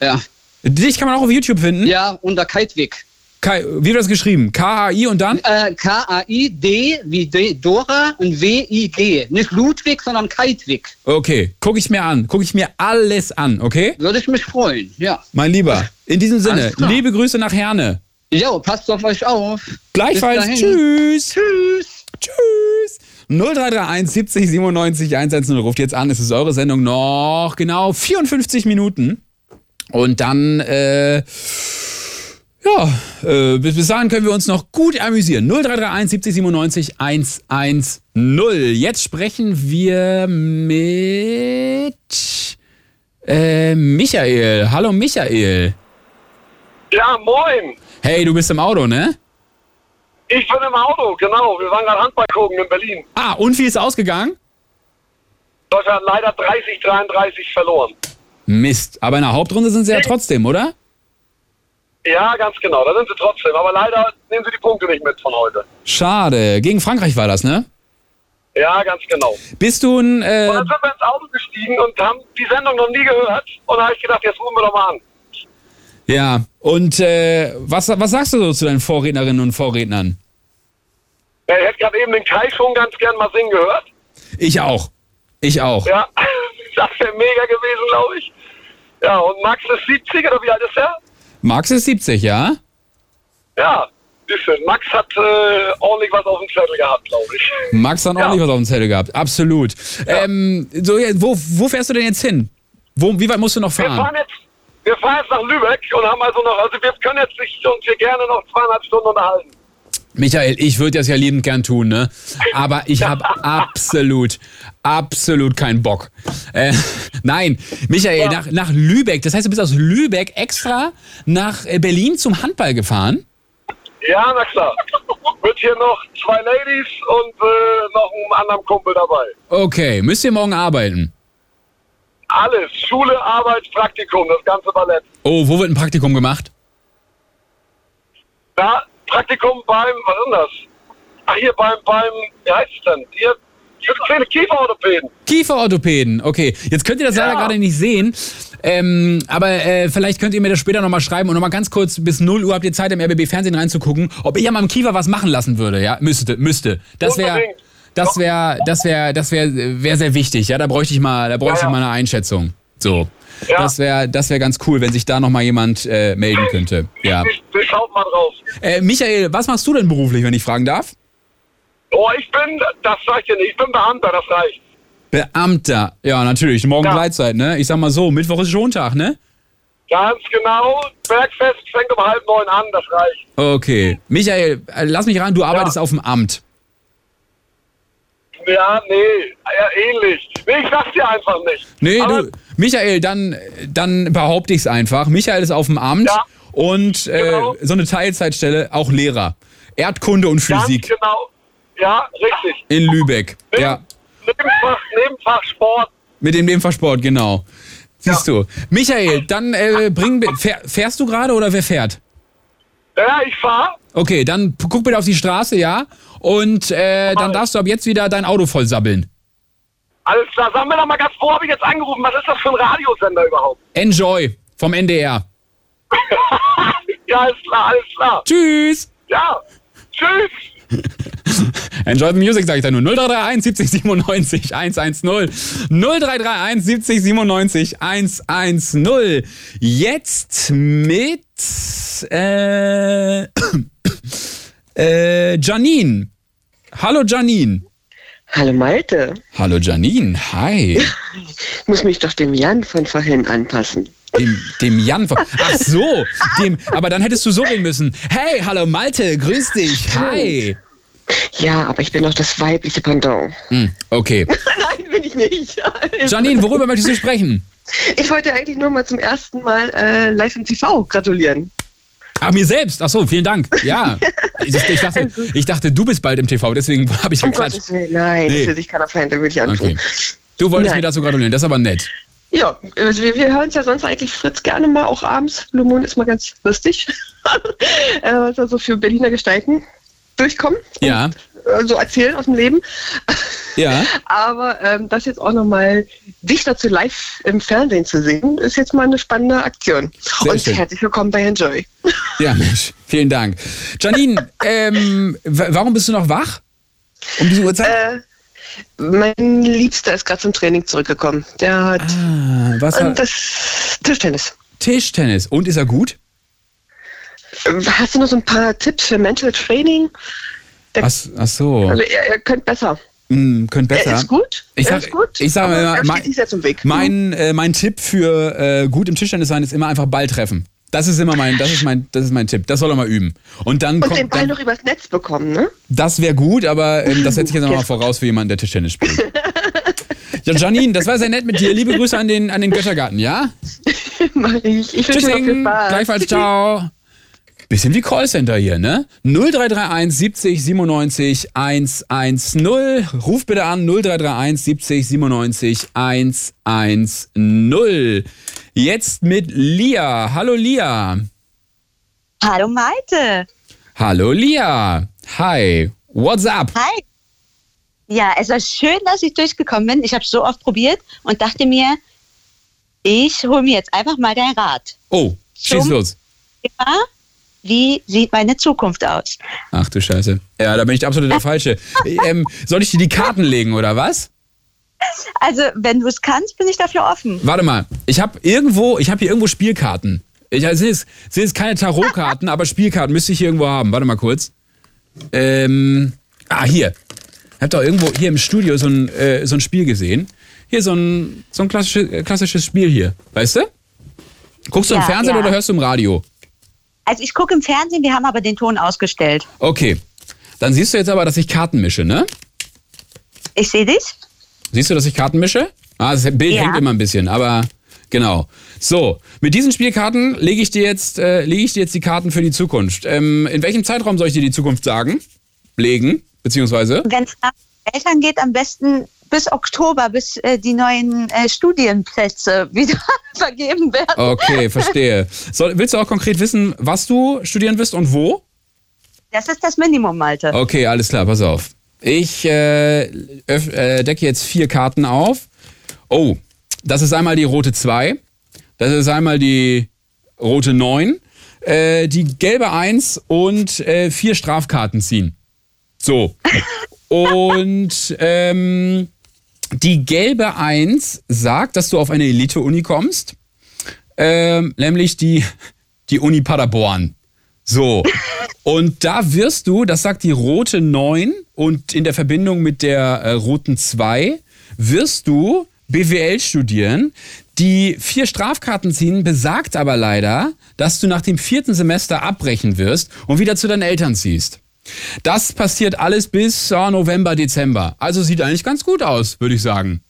S19: Ja.
S3: Dich kann man auch auf YouTube finden?
S19: Ja, unter Kaitwig.
S3: Kai, wie wird das geschrieben? K-A-I und dann?
S19: Äh, K-A-I-D wie D Dora und W-I-G. Nicht Ludwig, sondern Kaitwig.
S3: Okay, gucke ich mir an. Gucke ich mir alles an, okay?
S19: Würde ich mich freuen, ja.
S3: Mein Lieber, in diesem Sinne,
S19: Alles klar.
S3: liebe Grüße nach Herne.
S19: Jo, passt auf euch auf.
S3: Gleichfalls.
S19: Bis dahin.
S3: Tschüss.
S19: Tschüss.
S3: Tschüss. 0331 70 97 110 ruft jetzt an. Es ist eure Sendung noch genau 54 Minuten. Und dann, äh, ja, äh, bis, bis dahin können wir uns noch gut amüsieren. 0331 70 97 110. Jetzt sprechen wir mit äh, Michael. Hallo Michael.
S20: Ja, moin.
S3: Hey, du bist im Auto, ne?
S20: Ich bin im Auto, genau. Wir waren gerade Handball gucken in Berlin.
S3: Ah, und wie ist ausgegangen?
S20: Deutschland hat leider 30, 33 verloren.
S3: Mist. Aber in der Hauptrunde sind sie ja trotzdem, oder?
S20: Ja, ganz genau. Da sind sie trotzdem. Aber leider nehmen sie die Punkte nicht mit von heute.
S3: Schade. Gegen Frankreich war das, ne?
S20: Ja, ganz genau.
S3: Bist du ein. Äh,
S20: Und dann sind wir ins Auto gestiegen und haben die Sendung noch nie gehört. Und da habe ich gedacht, jetzt rufen wir doch mal an.
S3: ja. Und äh, was, was sagst du so zu deinen Vorrednerinnen und Vorrednern?
S20: Ja, ich hätte gerade eben den Kai schon ganz gern mal singen gehört.
S3: Ich auch. Ich auch.
S20: Ja, das wäre mega gewesen, glaube ich. Ja, und Max ist 70 oder wie alt ist er?
S3: Max ist 70, ja?
S20: Ja, ist schön. Max hat äh, ordentlich was auf dem Zettel gehabt, glaube ich.
S3: Max hat ordentlich was auf dem Zettel gehabt. Absolut. Ähm, so, ja, wo, wo fährst du denn jetzt hin? Wo, wie weit musst du noch
S20: Wir fahren
S3: fahren?
S20: jetzt, wir fahren jetzt nach Lübeck und haben also noch, also wir können jetzt nicht uns hier gerne noch zweieinhalb Stunden unterhalten.
S3: Michael, ich würde das ja liebend gern tun, ne? Aber ich habe absolut, absolut keinen Bock. Äh, nein, Michael, nach, nach Lübeck. Das heißt, du bist aus Lübeck extra nach äh, Berlin zum Handball gefahren?
S20: Ja, na klar. Wird hier noch zwei Ladies und äh, noch einen anderen Kumpel dabei.
S3: Okay, müsst ihr morgen arbeiten?
S20: Alles, Schule, Arbeit, Praktikum, das ganze Ballett.
S3: Oh, wo wird ein Praktikum gemacht?
S20: Na, Praktikum beim, was ist denn das? Ach hier beim, beim, wie heißt es denn? Hier, für kleine Kieferorthopäden.
S3: Kieferorthopäden, okay. Jetzt könnt ihr das leider
S20: Ja.
S3: gerade nicht sehen. Ähm, aber äh, vielleicht könnt ihr mir das später nochmal schreiben und nochmal ganz kurz bis 0 Uhr habt ihr Zeit, im RBB-Fernsehen reinzugucken, ob ich an meinem Kiefer was machen lassen würde, ja? Müsste, müsste. Das wäre.
S20: Unbedingt.
S3: Das wäre, das wäre, das wäre wär sehr wichtig, ja. Da bräuchte ich mal, da bräuchte ich mal eine Einschätzung. So. Das wäre, das wäre ganz cool, wenn sich da nochmal jemand äh, melden könnte. Ja.
S20: Wir Schaut mal drauf.
S3: Äh, Michael, was machst du denn beruflich, wenn ich fragen darf?
S20: Oh, ich bin, das reicht ja nicht, ich bin Beamter, das reicht.
S3: Beamter. Ja, natürlich. Morgen Gleitzeit, ne? Ich sag mal so, Mittwoch ist Schontag, ne?
S20: Ganz genau, Bergfest fängt um halb neun an, das reicht.
S3: Okay. Michael, äh, lass mich ran, du arbeitest auf dem Amt.
S20: Ja, nee, ja, ähnlich. Nee, ich sag's dir einfach nicht.
S3: Nee, du, Michael, dann, dann behaupte ich's einfach. Michael ist auf dem Amt und äh,
S20: Genau.
S3: so eine Teilzeitstelle, auch Lehrer. Erdkunde und Physik
S20: Ganz genau, ja, richtig.
S3: in Lübeck. Ja,
S20: Nebenfach, Nebenfach Sport.
S3: mit dem Nebenfachsport, genau. Siehst du. Michael, dann äh, bring, fähr, fährst du gerade oder wer fährt?
S20: Ja, ich fahr.
S3: Okay, dann p- guck bitte auf die Straße, ja? Und äh,
S20: Genau.
S3: dann darfst du ab jetzt wieder dein Auto vollsabbeln.
S20: Alles klar, sag mir doch mal ganz, wo habe ich jetzt angerufen? Was ist das für ein Radiosender überhaupt?
S3: Enjoy vom NDR.
S20: Ja, alles klar, alles klar.
S3: Tschüss.
S20: Ja, tschüss.
S3: Enjoy the Music, sage ich da nur. 0331 70 97 110. 0331 70 97 110. Jetzt mit äh, äh, Janine. Hallo Janine.
S1: Hallo Malte.
S3: Hallo Janine. Hi.
S1: Ich muss mich doch dem Jan von vorhin anpassen.
S3: Dem, dem Jan von. Ach so. Dem, aber dann hättest du so reden müssen. Hey, hallo Malte, grüß dich. Hi.
S1: Ja, aber ich bin doch das weibliche Pendant.
S3: Hm, okay.
S1: Nein, bin ich nicht.
S3: Janine, worüber möchtest du sprechen?
S1: Ich wollte eigentlich nur mal zum ersten Mal äh, live im TV gratulieren.
S3: Ah, mir selbst. Ach so, vielen Dank. Ja. Ich, ich, dachte, ich dachte, du bist bald im TV, deswegen habe ich
S1: um
S3: geklatscht.
S1: Gottes Willen, nein,
S3: Nee.
S1: das will sich keiner verändern, da will ich antun.
S3: Okay. Du wolltest
S1: Nein.
S3: mir dazu gratulieren, das ist aber nett.
S1: Ja, also wir, wir hören uns ja sonst eigentlich Fritz gerne mal, auch abends. Blue Moon ist mal ganz lustig, äh, was da so für Berliner Gestalten durchkommen,
S3: Ja,
S1: äh, so erzählen aus dem Leben.
S3: ja.
S1: Aber ähm, das jetzt auch nochmal dich dazu live im Fernsehen zu sehen, ist jetzt mal eine spannende Aktion.
S3: Sehr
S1: Und
S3: schön.
S1: herzlich willkommen bei Enjoy.
S3: Ja, Mensch, vielen Dank. Janine, ähm, wa- warum bist du noch wach? Um diese
S1: Äh,
S3: Uhrzeit?
S1: Mein Liebster ist gerade zum Training zurückgekommen. Der hat
S3: Ah, was
S1: und
S3: hat-
S1: das Tischtennis.
S3: Tischtennis. Und ist er gut?
S1: Ähm, Hast du noch so ein paar Tipps für Mental Training? Der,
S3: Ach, s- ach so.
S1: Also ihr, ihr könnt besser.
S3: Hm, könnte besser.
S1: Er ist gut.
S3: Ich
S1: er
S3: sag,
S1: ist gut.
S3: Ich sag
S1: aber
S3: mal,
S1: er
S3: mein,
S1: steht nicht jetzt im Weg.
S3: Mein, äh, mein Tipp für äh, gut im Tischtennis sein ist immer einfach Ball treffen. Das ist immer mein, das ist mein, das ist mein Tipp. Das soll er mal üben. Und dann
S1: und
S3: kommt,
S1: den Ball noch übers Netz bekommen, ne?
S3: das wäre gut, aber ähm, das setze ich jetzt nochmal voraus für jemanden, der Tischtennis spielt. Ja, Janine, das war sehr nett mit dir. Liebe Grüße an den, an den Göttergarten, ja?
S1: Mach ich. Ich wünsche dir noch viel
S3: Tschüssing,
S1: Spaß.
S3: gleichfalls, ciao. Bisschen wie Callcenter hier, ne? 0331 70 97 110. Ruf bitte an 0331 70 97 110. Jetzt mit Lia. Hallo Lia.
S21: Hallo Malte.
S3: Hallo Lia. Hi. What's up?
S21: Hi. Ja, es war schön, dass ich durchgekommen bin. Ich habe so oft probiert und dachte mir, ich hole mir jetzt einfach mal deinen Rat.
S3: Oh, schieß
S21: Zum-
S3: los.
S21: Ja, wie sieht meine Zukunft aus?
S3: Ach du Scheiße. Ja, da bin ich absolut der Falsche. Ähm, soll ich dir die Karten legen oder was?
S21: Also, wenn du es kannst, bin ich dafür offen.
S3: Warte mal, ich habe irgendwo, ich habe hier irgendwo Spielkarten. Ich also, sind jetzt, sind jetzt keine Tarotkarten, aber Spielkarten müsste ich hier irgendwo haben. Warte mal kurz. Ähm, ah hier. Ich habe doch irgendwo hier im Studio so ein, äh, so ein Spiel gesehen. Hier so ein so ein klassisches, äh, klassisches Spiel hier, weißt du? Guckst du im
S21: Ja,
S3: Fernsehen
S21: ja.
S3: oder hörst du im Radio?
S21: Also, ich gucke im Fernsehen, wir haben aber den Ton ausgestellt.
S3: Okay. Dann siehst du jetzt aber, dass ich Karten mische, ne?
S21: Ich sehe dich?
S3: Siehst du, dass ich Karten mische? Ah, das Bild
S21: Ja.
S3: hängt immer ein bisschen, aber genau. So, mit diesen Spielkarten lege ich dir jetzt, äh, lege ich dir jetzt die Karten für die Zukunft. Ähm, in welchem Zeitraum soll ich dir die Zukunft sagen? Legen, beziehungsweise?
S21: Wenn es nach den Eltern geht, am besten bis Oktober, bis äh, die neuen äh, Studienplätze wieder vergeben werden.
S3: Okay, verstehe. Soll, willst du auch konkret wissen, was du studieren wirst und wo?
S21: Das ist das Minimum, Malte.
S3: Okay, alles klar, pass auf. Ich äh, öff, äh, decke jetzt vier Karten auf. Oh, das ist einmal die rote 2, das ist einmal die rote 9, äh, die gelbe 1 und äh, vier Strafkarten ziehen. So. Und ähm, die gelbe 1 sagt, dass du auf eine Elite-Uni kommst, ähm, nämlich die, die Uni Paderborn. So, und da wirst du, das sagt die rote 9 und in der Verbindung mit der äh, roten 2, wirst du BWL studieren. Die vier Strafkarten ziehen besagt aber leider, dass du nach dem vierten Semester abbrechen wirst und wieder zu deinen Eltern ziehst. Das passiert alles bis ja, November, Dezember. Also sieht eigentlich ganz gut aus, würde ich sagen.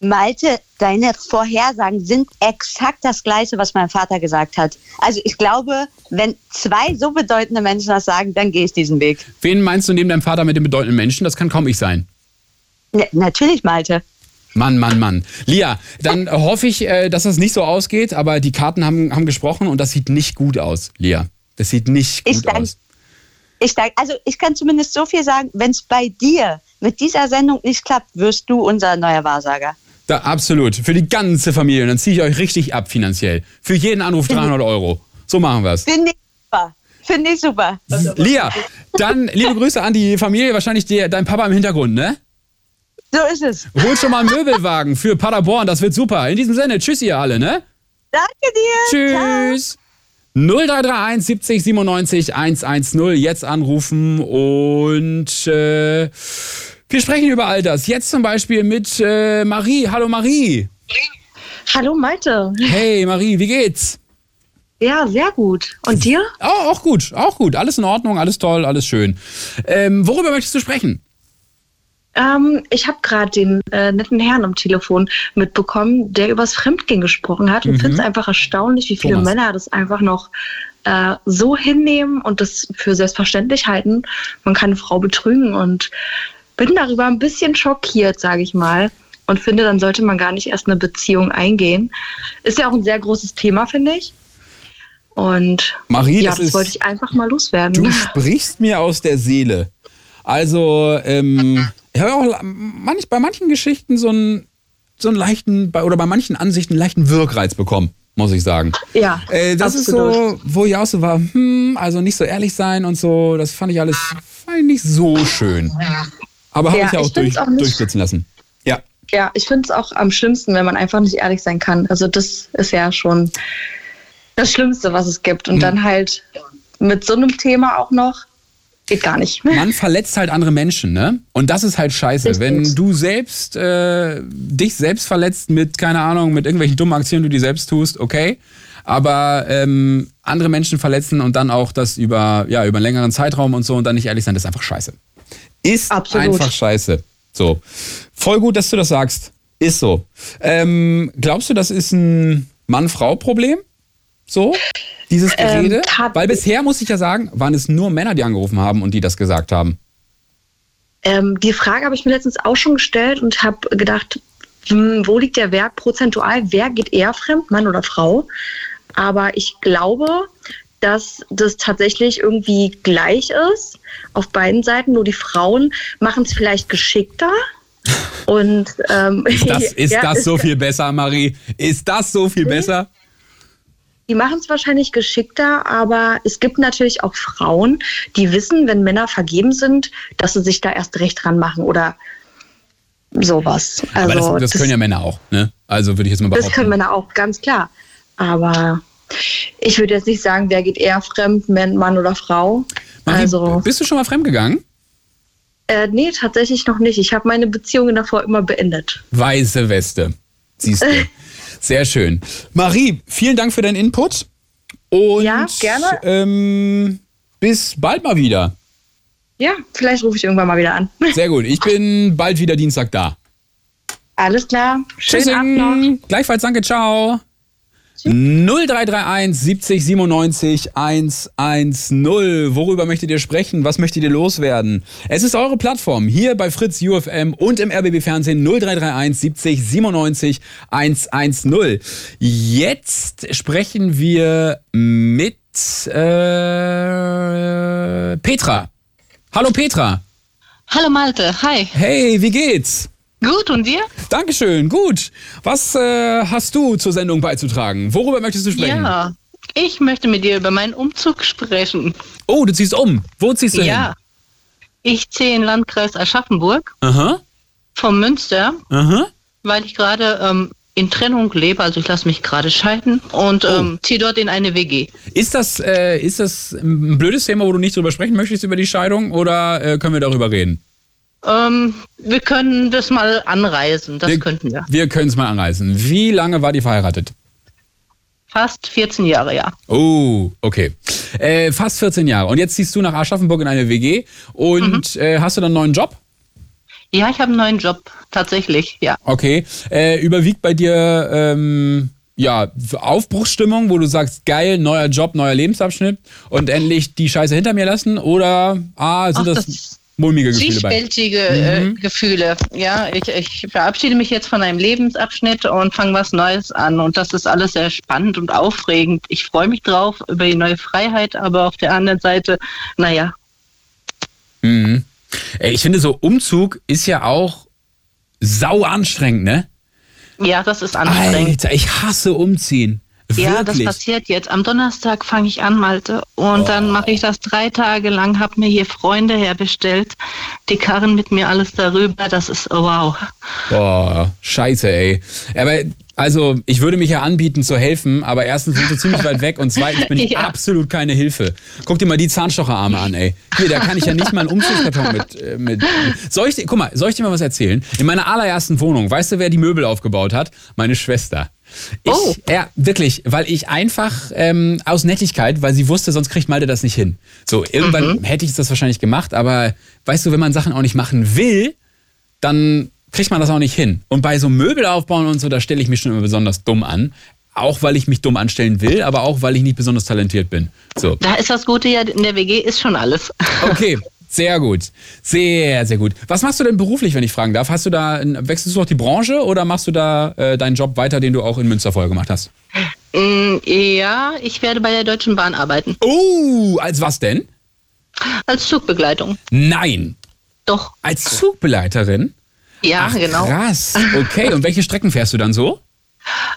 S21: Malte, deine Vorhersagen sind exakt das gleiche, was mein Vater gesagt hat. Also ich glaube, wenn zwei so bedeutende Menschen das sagen, dann gehe ich diesen Weg.
S3: Wen meinst du neben deinem Vater mit den bedeutenden Menschen? Das kann kaum ich sein.
S21: N natürlich, Malte.
S3: Mann, Mann, Mann. Lia, dann hoffe ich, äh, dass das nicht so ausgeht, aber die Karten haben, haben gesprochen und das sieht nicht gut aus, Lia. Das sieht nicht gut
S21: Ich danke-
S3: aus.
S21: Ich sag, also ich kann zumindest so viel sagen, wenn es bei dir mit dieser Sendung nicht klappt, wirst du unser neuer Wahrsager.
S3: Da, absolut. Für die ganze Familie. Und dann ziehe ich euch richtig ab finanziell. Für jeden Anruf 300 Euro. So machen wir es.
S21: Finde ich super. Finde ich super.
S3: Lia, dann liebe Grüße an die Familie. Wahrscheinlich der, dein Papa im Hintergrund, ne?
S21: So ist es.
S3: Hol schon mal einen Möbelwagen für Paderborn. Das wird super. In diesem Sinne, tschüss ihr alle, ne?
S21: Danke dir.
S3: Tschüss. 0331 70 97 110. Jetzt anrufen und äh, wir sprechen über all das. Jetzt zum Beispiel mit äh, Marie. Hallo Marie.
S22: Hallo Malte.
S3: Hey Marie, wie geht's?
S22: Ja, sehr gut. Und dir?
S3: Oh, auch gut, auch gut. Alles in Ordnung, alles toll, alles schön. Ähm, worüber möchtest du sprechen?
S22: Ähm, ich habe gerade den äh, netten Herrn am Telefon mitbekommen, der übers Fremdgehen gesprochen hat
S5: Mhm.
S22: und finde es einfach erstaunlich, wie viele
S5: Thomas.
S22: Männer das einfach noch äh, so hinnehmen und das für selbstverständlich halten. Man kann eine Frau betrügen und bin darüber ein bisschen schockiert, sage ich mal. Und finde, dann sollte man gar nicht erst eine Beziehung eingehen. Ist ja auch ein sehr großes Thema, finde ich. Und
S3: Marie,
S22: ja,
S3: das
S22: das,
S3: ist-
S22: wollte ich einfach mal loswerden.
S3: Du sprichst mir aus der Seele. Also, ähm, ich habe auch manch, bei manchen Geschichten so einen, so einen leichten, bei, oder bei manchen Ansichten einen leichten Wirkreiz bekommen, muss ich sagen.
S22: Ja,
S3: Äh, das ist so, wo ich auch so war, hm, also nicht so ehrlich sein und so, das fand ich alles fand ich nicht so schön. Aber habe
S22: Ja,
S3: ich ja auch,
S22: ich find's
S3: durch,
S22: auch nicht-
S3: durchblitzen lassen. Ja.
S22: Ja, ich finde es auch am schlimmsten, wenn man einfach nicht ehrlich sein kann. Also das ist ja schon das Schlimmste, was es gibt.
S3: Mhm.
S22: Und dann halt mit so einem Thema auch noch, geht gar nicht.
S3: Man verletzt halt andere Menschen, ne? Und das ist halt scheiße. Wenn du selbst äh, dich selbst verletzt mit, keine Ahnung, mit irgendwelchen dummen Aktionen, die du dir selbst tust, okay. Aber ähm, andere Menschen verletzen und dann auch das über, ja, über einen längeren Zeitraum und so und dann nicht ehrlich sein, das ist einfach scheiße. Ist einfach scheiße. So. Voll gut, dass du das sagst. Ist so. Ähm, glaubst du, das ist ein Mann-Frau-Problem? So? Dieses
S22: Ähm,
S3: Gerede? Weil bisher, muss ich ja sagen, waren es nur Männer, die angerufen haben und die das gesagt haben.
S22: Ähm, die Frage habe ich mir letztens auch schon gestellt und habe gedacht, hm, wo liegt der Wert prozentual? Wer geht eher fremd, Mann oder Frau? Aber ich glaube, dass das tatsächlich irgendwie gleich ist auf beiden Seiten. Nur die Frauen machen es vielleicht geschickter. Und ähm,
S3: Ist das, ist
S22: ja,
S3: das
S22: ist- Mhm.
S3: so viel besser, Marie? Ist das so viel besser?
S22: Die machen es wahrscheinlich geschickter, aber es gibt natürlich auch Frauen, die wissen, wenn Männer vergeben sind, dass sie sich da erst recht dran machen oder sowas. Also
S3: Aber das, das können ja Männer auch, ne? Also würde ich jetzt mal
S22: Das
S3: behaupten.
S22: können Männer auch, ganz klar. Aber ich würde jetzt nicht sagen, wer geht eher fremd, Mann Mann oder Frau.
S3: Marie,
S22: also,
S3: Bist du schon mal fremdgegangen?
S22: äh, nee, tatsächlich noch nicht. Ich habe meine Beziehungen davor immer beendet.
S3: Weiße Weste. Siehst du. Sehr schön. Marie, vielen Dank für deinen Input. Und ja, gerne. Ähm, bis bald mal wieder.
S22: Ja, vielleicht rufe ich irgendwann mal wieder an.
S3: Sehr gut. Ich bin bald wieder Dienstag da.
S22: Alles klar. Schönen Abend noch.
S3: Gleichfalls danke, ciao. 0331 70 97 110. Worüber möchtet ihr sprechen? Was möchtet ihr loswerden? Es ist eure Plattform hier bei Fritz UFM und im RBB Fernsehen 0331 70 97 110. Jetzt sprechen wir mit äh, Petra. Hallo Petra.
S23: Hallo Malte, hi.
S3: Hey, wie geht's?
S23: Gut, und dir?
S3: Dankeschön, gut. Was äh, hast du zur Sendung beizutragen? Worüber möchtest du sprechen?
S23: Ja, ich möchte mit dir über meinen Umzug sprechen.
S3: Oh, du ziehst um. Wo ziehst du
S23: Ja, ich ziehe in den Landkreis Aschaffenburg
S3: hin? Aha,
S23: vom Münster,
S3: aha.
S23: weil ich gerade ähm, in Trennung lebe, also ich lasse mich gerade scheiden und
S3: Oh.
S23: ähm, ziehe dort in eine WG.
S3: Ist das, äh, ist das ein blödes Thema, wo du nicht drüber sprechen möchtest, über die Scheidung, oder äh, können wir darüber reden?
S23: Ähm, wir können das mal anreißen, das
S3: Wir-
S23: könnten wir.
S3: Wir können es mal anreißen. Wie lange war die verheiratet?
S23: Fast 14 Jahre, ja.
S3: Oh, okay. Äh, fast 14 Jahre. Und jetzt ziehst du nach Aschaffenburg in eine WG und
S23: Mhm.
S3: äh, hast du dann einen neuen Job?
S23: Ja, ich habe einen neuen Job, tatsächlich, ja.
S3: Okay. Äh, überwiegt bei dir ähm, ja, Aufbruchsstimmung, wo du sagst, geil, neuer Job, neuer Lebensabschnitt und endlich die Scheiße hinter mir lassen? Oder ah, sind
S23: Ach,
S3: das,
S23: das-
S3: mulmige Gefühle bei?
S23: Zwiespältige äh,
S3: Mhm.
S23: Gefühle. Ja, ich, ich verabschiede mich jetzt von einem Lebensabschnitt und fange was Neues an. Und das ist alles sehr spannend und aufregend. Ich freue mich drauf über die neue Freiheit, aber auf der anderen Seite, naja,
S3: Mhm. Ey, ich finde, so Umzug ist ja auch sau anstrengend, ne?
S23: ja, das ist anstrengend.
S3: Alter, ich hasse Umziehen. Wirklich.
S23: Ja, das passiert jetzt. Am Donnerstag fange ich an, Malte. Und
S3: Oh.
S23: dann mache ich das drei Tage lang, habe mir hier Freunde herbestellt, die karren mit mir alles darüber. Das ist oh, wow.
S3: Boah, scheiße, ey. Aber also, ich würde mich ja anbieten zu helfen, aber erstens sind wir ziemlich weit weg und zweitens bin ich
S23: Ja.
S3: absolut keine Hilfe. Guck dir mal die Zahnstocherarme an, ey. Hier, da kann ich ja nicht mal einen Umzugskarton mit, äh, mit. Soll ich dir, guck mal, soll ich dir mal was erzählen? In meiner allerersten Wohnung, weißt du, wer die Möbel aufgebaut hat? Meine Schwester. Ich, Ja, wirklich, weil ich einfach ähm, aus Nettigkeit, weil sie wusste, sonst kriegt Malte das nicht hin. So, irgendwann hätte ich das wahrscheinlich gemacht, aber weißt du, wenn man Sachen auch nicht machen will, dann kriegt man das auch nicht hin. Und bei so Möbel aufbauen und so, da stelle ich mich schon immer besonders dumm an. Auch weil ich mich dumm anstellen will, aber auch weil ich nicht besonders talentiert bin. So.
S23: Da ist das Gute ja, in der WG ist schon alles.
S3: Okay, sehr gut. Sehr, sehr gut. Was machst du denn beruflich, wenn ich fragen darf? Hast du da, wechselst du noch die Branche oder machst du da äh, deinen Job weiter, den du auch in Münster vorher gemacht hast?
S23: Mm, Ja, ich werde bei der Deutschen Bahn arbeiten.
S3: Oh, als was denn?
S23: Als Zugbegleitung.
S3: Nein.
S23: Doch.
S3: Als Zugbegleiterin?
S23: Ja, genau.
S3: Krass. Okay, und welche Strecken fährst du dann so?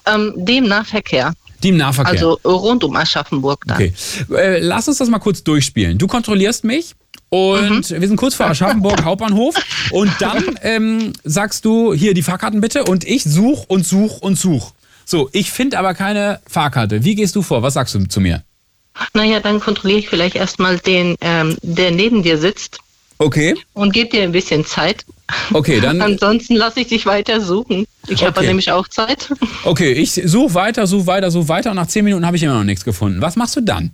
S23: Ähm, dem Nahverkehr.
S3: Die im Nahverkehr.
S23: Also rund um Aschaffenburg dann.
S3: Okay. Äh, lass uns das mal kurz durchspielen. Du kontrollierst mich und
S23: Mhm.
S3: wir sind kurz vor Aschaffenburg Hauptbahnhof und dann ähm, sagst du hier die Fahrkarten bitte und ich such und such und such. So, ich finde aber keine Fahrkarte. Wie gehst du vor? Was sagst du zu mir?
S23: Naja, dann kontrolliere ich vielleicht erstmal den, ähm, der neben dir sitzt
S3: Okay.
S23: und gebe dir ein bisschen Zeit.
S3: Okay, dann
S23: Ansonsten lasse ich dich weiter suchen. Ich habe
S3: Okay.
S23: nämlich auch Zeit.
S3: okay, ich such weiter, such weiter, such weiter und nach 10 Minuten habe ich immer noch nichts gefunden. Was machst du dann?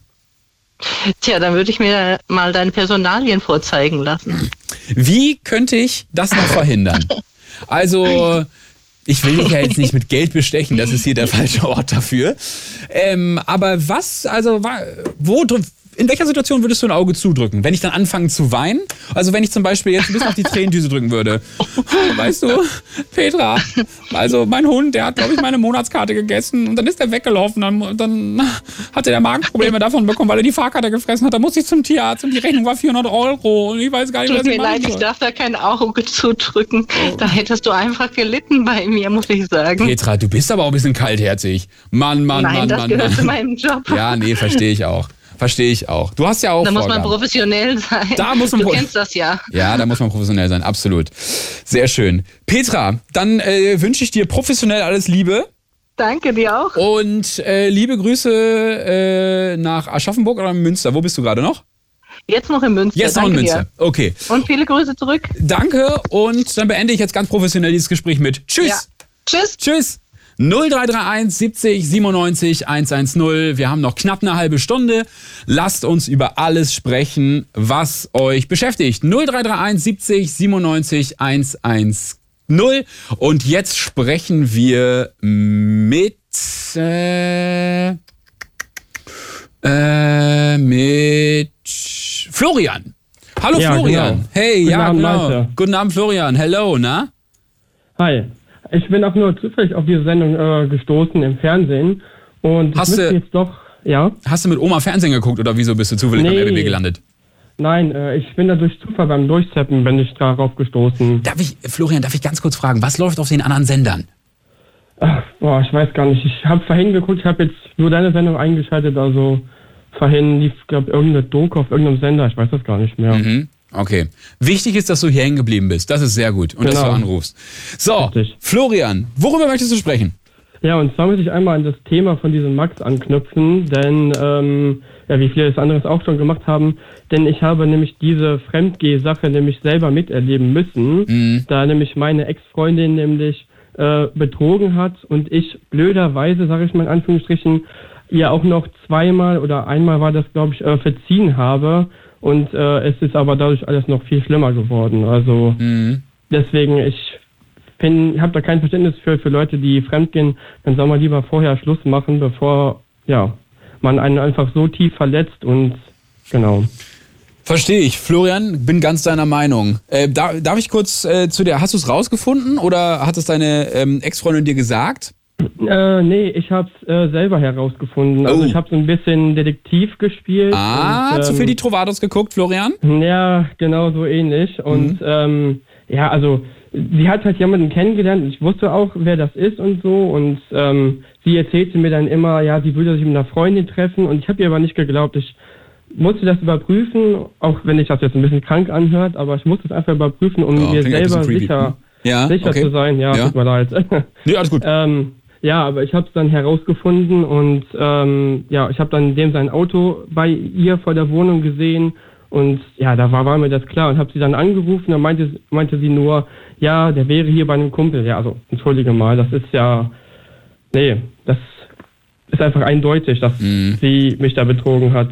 S23: Tja, dann würde ich mir mal deine Personalien vorzeigen lassen.
S3: Wie könnte ich das noch verhindern? Also, ich will dich ja jetzt nicht mit Geld bestechen, das ist hier der falsche Ort dafür. Ähm, aber was, also, wa- wo, dr- in welcher Situation würdest du ein Auge zudrücken? Wenn ich dann anfange zu weinen? Also, wenn ich zum Beispiel jetzt ein bisschen auf die Tränendüse drücken würde. Weißt du, Petra, also mein Hund, der hat, glaube ich, meine Monatskarte gegessen und dann ist er weggelaufen. Dann, dann hatte der Magenprobleme davon bekommen, weil er die Fahrkarte gefressen hat. Da musste ich zum Tierarzt und die Rechnung war 400 Euro und ich weiß gar nicht,
S23: Tut
S3: was ich Oh.
S23: mir
S3: machen
S14: machen
S23: leid, ich
S14: soll.
S23: darf da kein Auge zudrücken. Da hättest du einfach gelitten bei mir, muss ich sagen.
S3: Petra, du bist aber auch ein bisschen kaltherzig. Mann, Mann,
S23: Nein,
S3: Mann,
S23: das
S3: Mann.
S23: gehört
S3: Mann.
S23: zu meinem Job.
S3: Ja, nee, verstehe ich auch. Verstehe ich auch. Du hast ja auch
S23: Da muss man
S3: Vorgaben.
S23: professionell sein.
S3: Da muss man
S23: du
S3: pro-
S23: kennst das ja.
S3: Ja, da muss man professionell sein, absolut. Sehr schön. Petra, dann äh, wünsche ich dir professionell alles Liebe.
S23: Danke dir auch.
S3: Und äh, liebe Grüße äh, nach Aschaffenburg oder Münster. Wo bist du gerade noch?
S23: Jetzt noch in Münster.
S3: Jetzt noch in
S23: Danke
S3: Münster. Okay.
S23: Dir. Und viele Grüße zurück.
S3: Danke und dann beende ich jetzt ganz professionell dieses Gespräch mit Tschüss.
S23: Ja. Tschüss.
S3: Tschüss. 0331 70 97 110. Wir haben noch knapp eine halbe Stunde. Lasst uns über alles sprechen, was euch beschäftigt. 0331 70 97 110. Und jetzt sprechen wir mit äh, äh, mit Florian. Hallo
S24: Ja,
S3: Florian.
S24: genau.
S3: Hey,
S24: Guten
S3: ja,
S24: Abend,
S3: genau.
S24: Leute.
S3: Guten Abend Florian. Hello, na?
S24: Hi, ich bin auch nur zufällig auf diese Sendung äh, gestoßen im Fernsehen und
S3: Hast
S24: ich müsste
S3: du-
S24: jetzt doch, ja,
S3: Hast du mit Oma Fernsehen geguckt oder wieso bist du zufällig
S24: Nee.
S3: beim RBB gelandet?
S24: nein, äh, ich bin da durch Zufall beim Durchzeppen bin ich darauf gestoßen.
S3: Darf ich, Florian, darf ich ganz kurz fragen, was läuft auf den anderen Sendern?
S24: Ach, boah, ich weiß gar nicht. Ich habe vorhin geguckt, ich habe jetzt nur deine Sendung eingeschaltet, also vorhin lief, glaube irgendeine Doku auf irgendeinem Sender, ich weiß das gar nicht
S3: Mhm.
S24: mehr.
S3: Okay. Wichtig ist, dass du hier hängen geblieben bist. Das ist sehr gut. Und dass
S24: Genau.
S3: du anrufst. So, Florian, worüber möchtest du sprechen?
S24: Ja, und zwar muss ich einmal an das Thema von diesem Max anknüpfen, denn, ähm, ja, wie viele das anderes auch schon gemacht haben, denn ich habe nämlich diese Fremdgeh-Sache nämlich selber miterleben müssen, da nämlich meine Ex-Freundin nämlich äh, betrogen hat und ich blöderweise, sage ich mal in Anführungsstrichen, ihr auch noch zweimal oder einmal war das, glaube ich, äh, verziehen habe und äh, es ist aber dadurch alles noch viel schlimmer geworden. Also deswegen, ich bin, hab da kein Verständnis für, für Leute, die fremdgehen, dann soll man lieber vorher Schluss machen, bevor, ja, man einen einfach so tief verletzt und, genau.
S3: Verstehe ich, Florian, bin ganz deiner Meinung. Äh, da, darf ich kurz äh, zu dir, hast du es rausgefunden oder hat es deine ähm, Ex-Freundin dir gesagt?
S24: Äh, nee, ich hab's äh, selber herausgefunden. Also
S3: Oh.
S24: ich hab so ein bisschen Detektiv gespielt.
S3: Ah,
S24: und,
S3: zu viel
S24: ähm,
S3: die Trovados geguckt, Florian? Mhm.
S24: Ja, genau so ähnlich. Und ähm, ja, also sie hat halt jemanden kennengelernt. und Ich wusste auch, wer das ist und so. Und ähm, sie erzählte mir dann immer, ja, sie würde sich mit einer Freundin treffen. Und ich habe ihr aber nicht geglaubt. Ich musste das überprüfen, auch wenn ich das jetzt ein bisschen krank anhört, aber ich musste es einfach überprüfen, um
S3: Ja,
S24: mir
S3: klingt halt ein
S24: selber
S3: bisschen creepy. Hm?
S24: sicher,
S3: Ja,
S24: sicher
S3: okay.
S24: zu sein. Ja,
S3: Ja.
S24: tut mir leid.
S3: Nee, alles gut.
S24: Ähm, ja, aber ich habe es dann herausgefunden und ähm, ja, ich habe dann dem sein Auto bei ihr vor der Wohnung gesehen und ja, da war, war mir das klar und habe sie dann angerufen, dann meinte, meinte sie nur, ja, der wäre hier bei einem Kumpel. Ja, also entschuldige mal, das ist ja, nee, das ist einfach eindeutig, dass
S3: Mhm.
S24: sie mich da betrogen hat.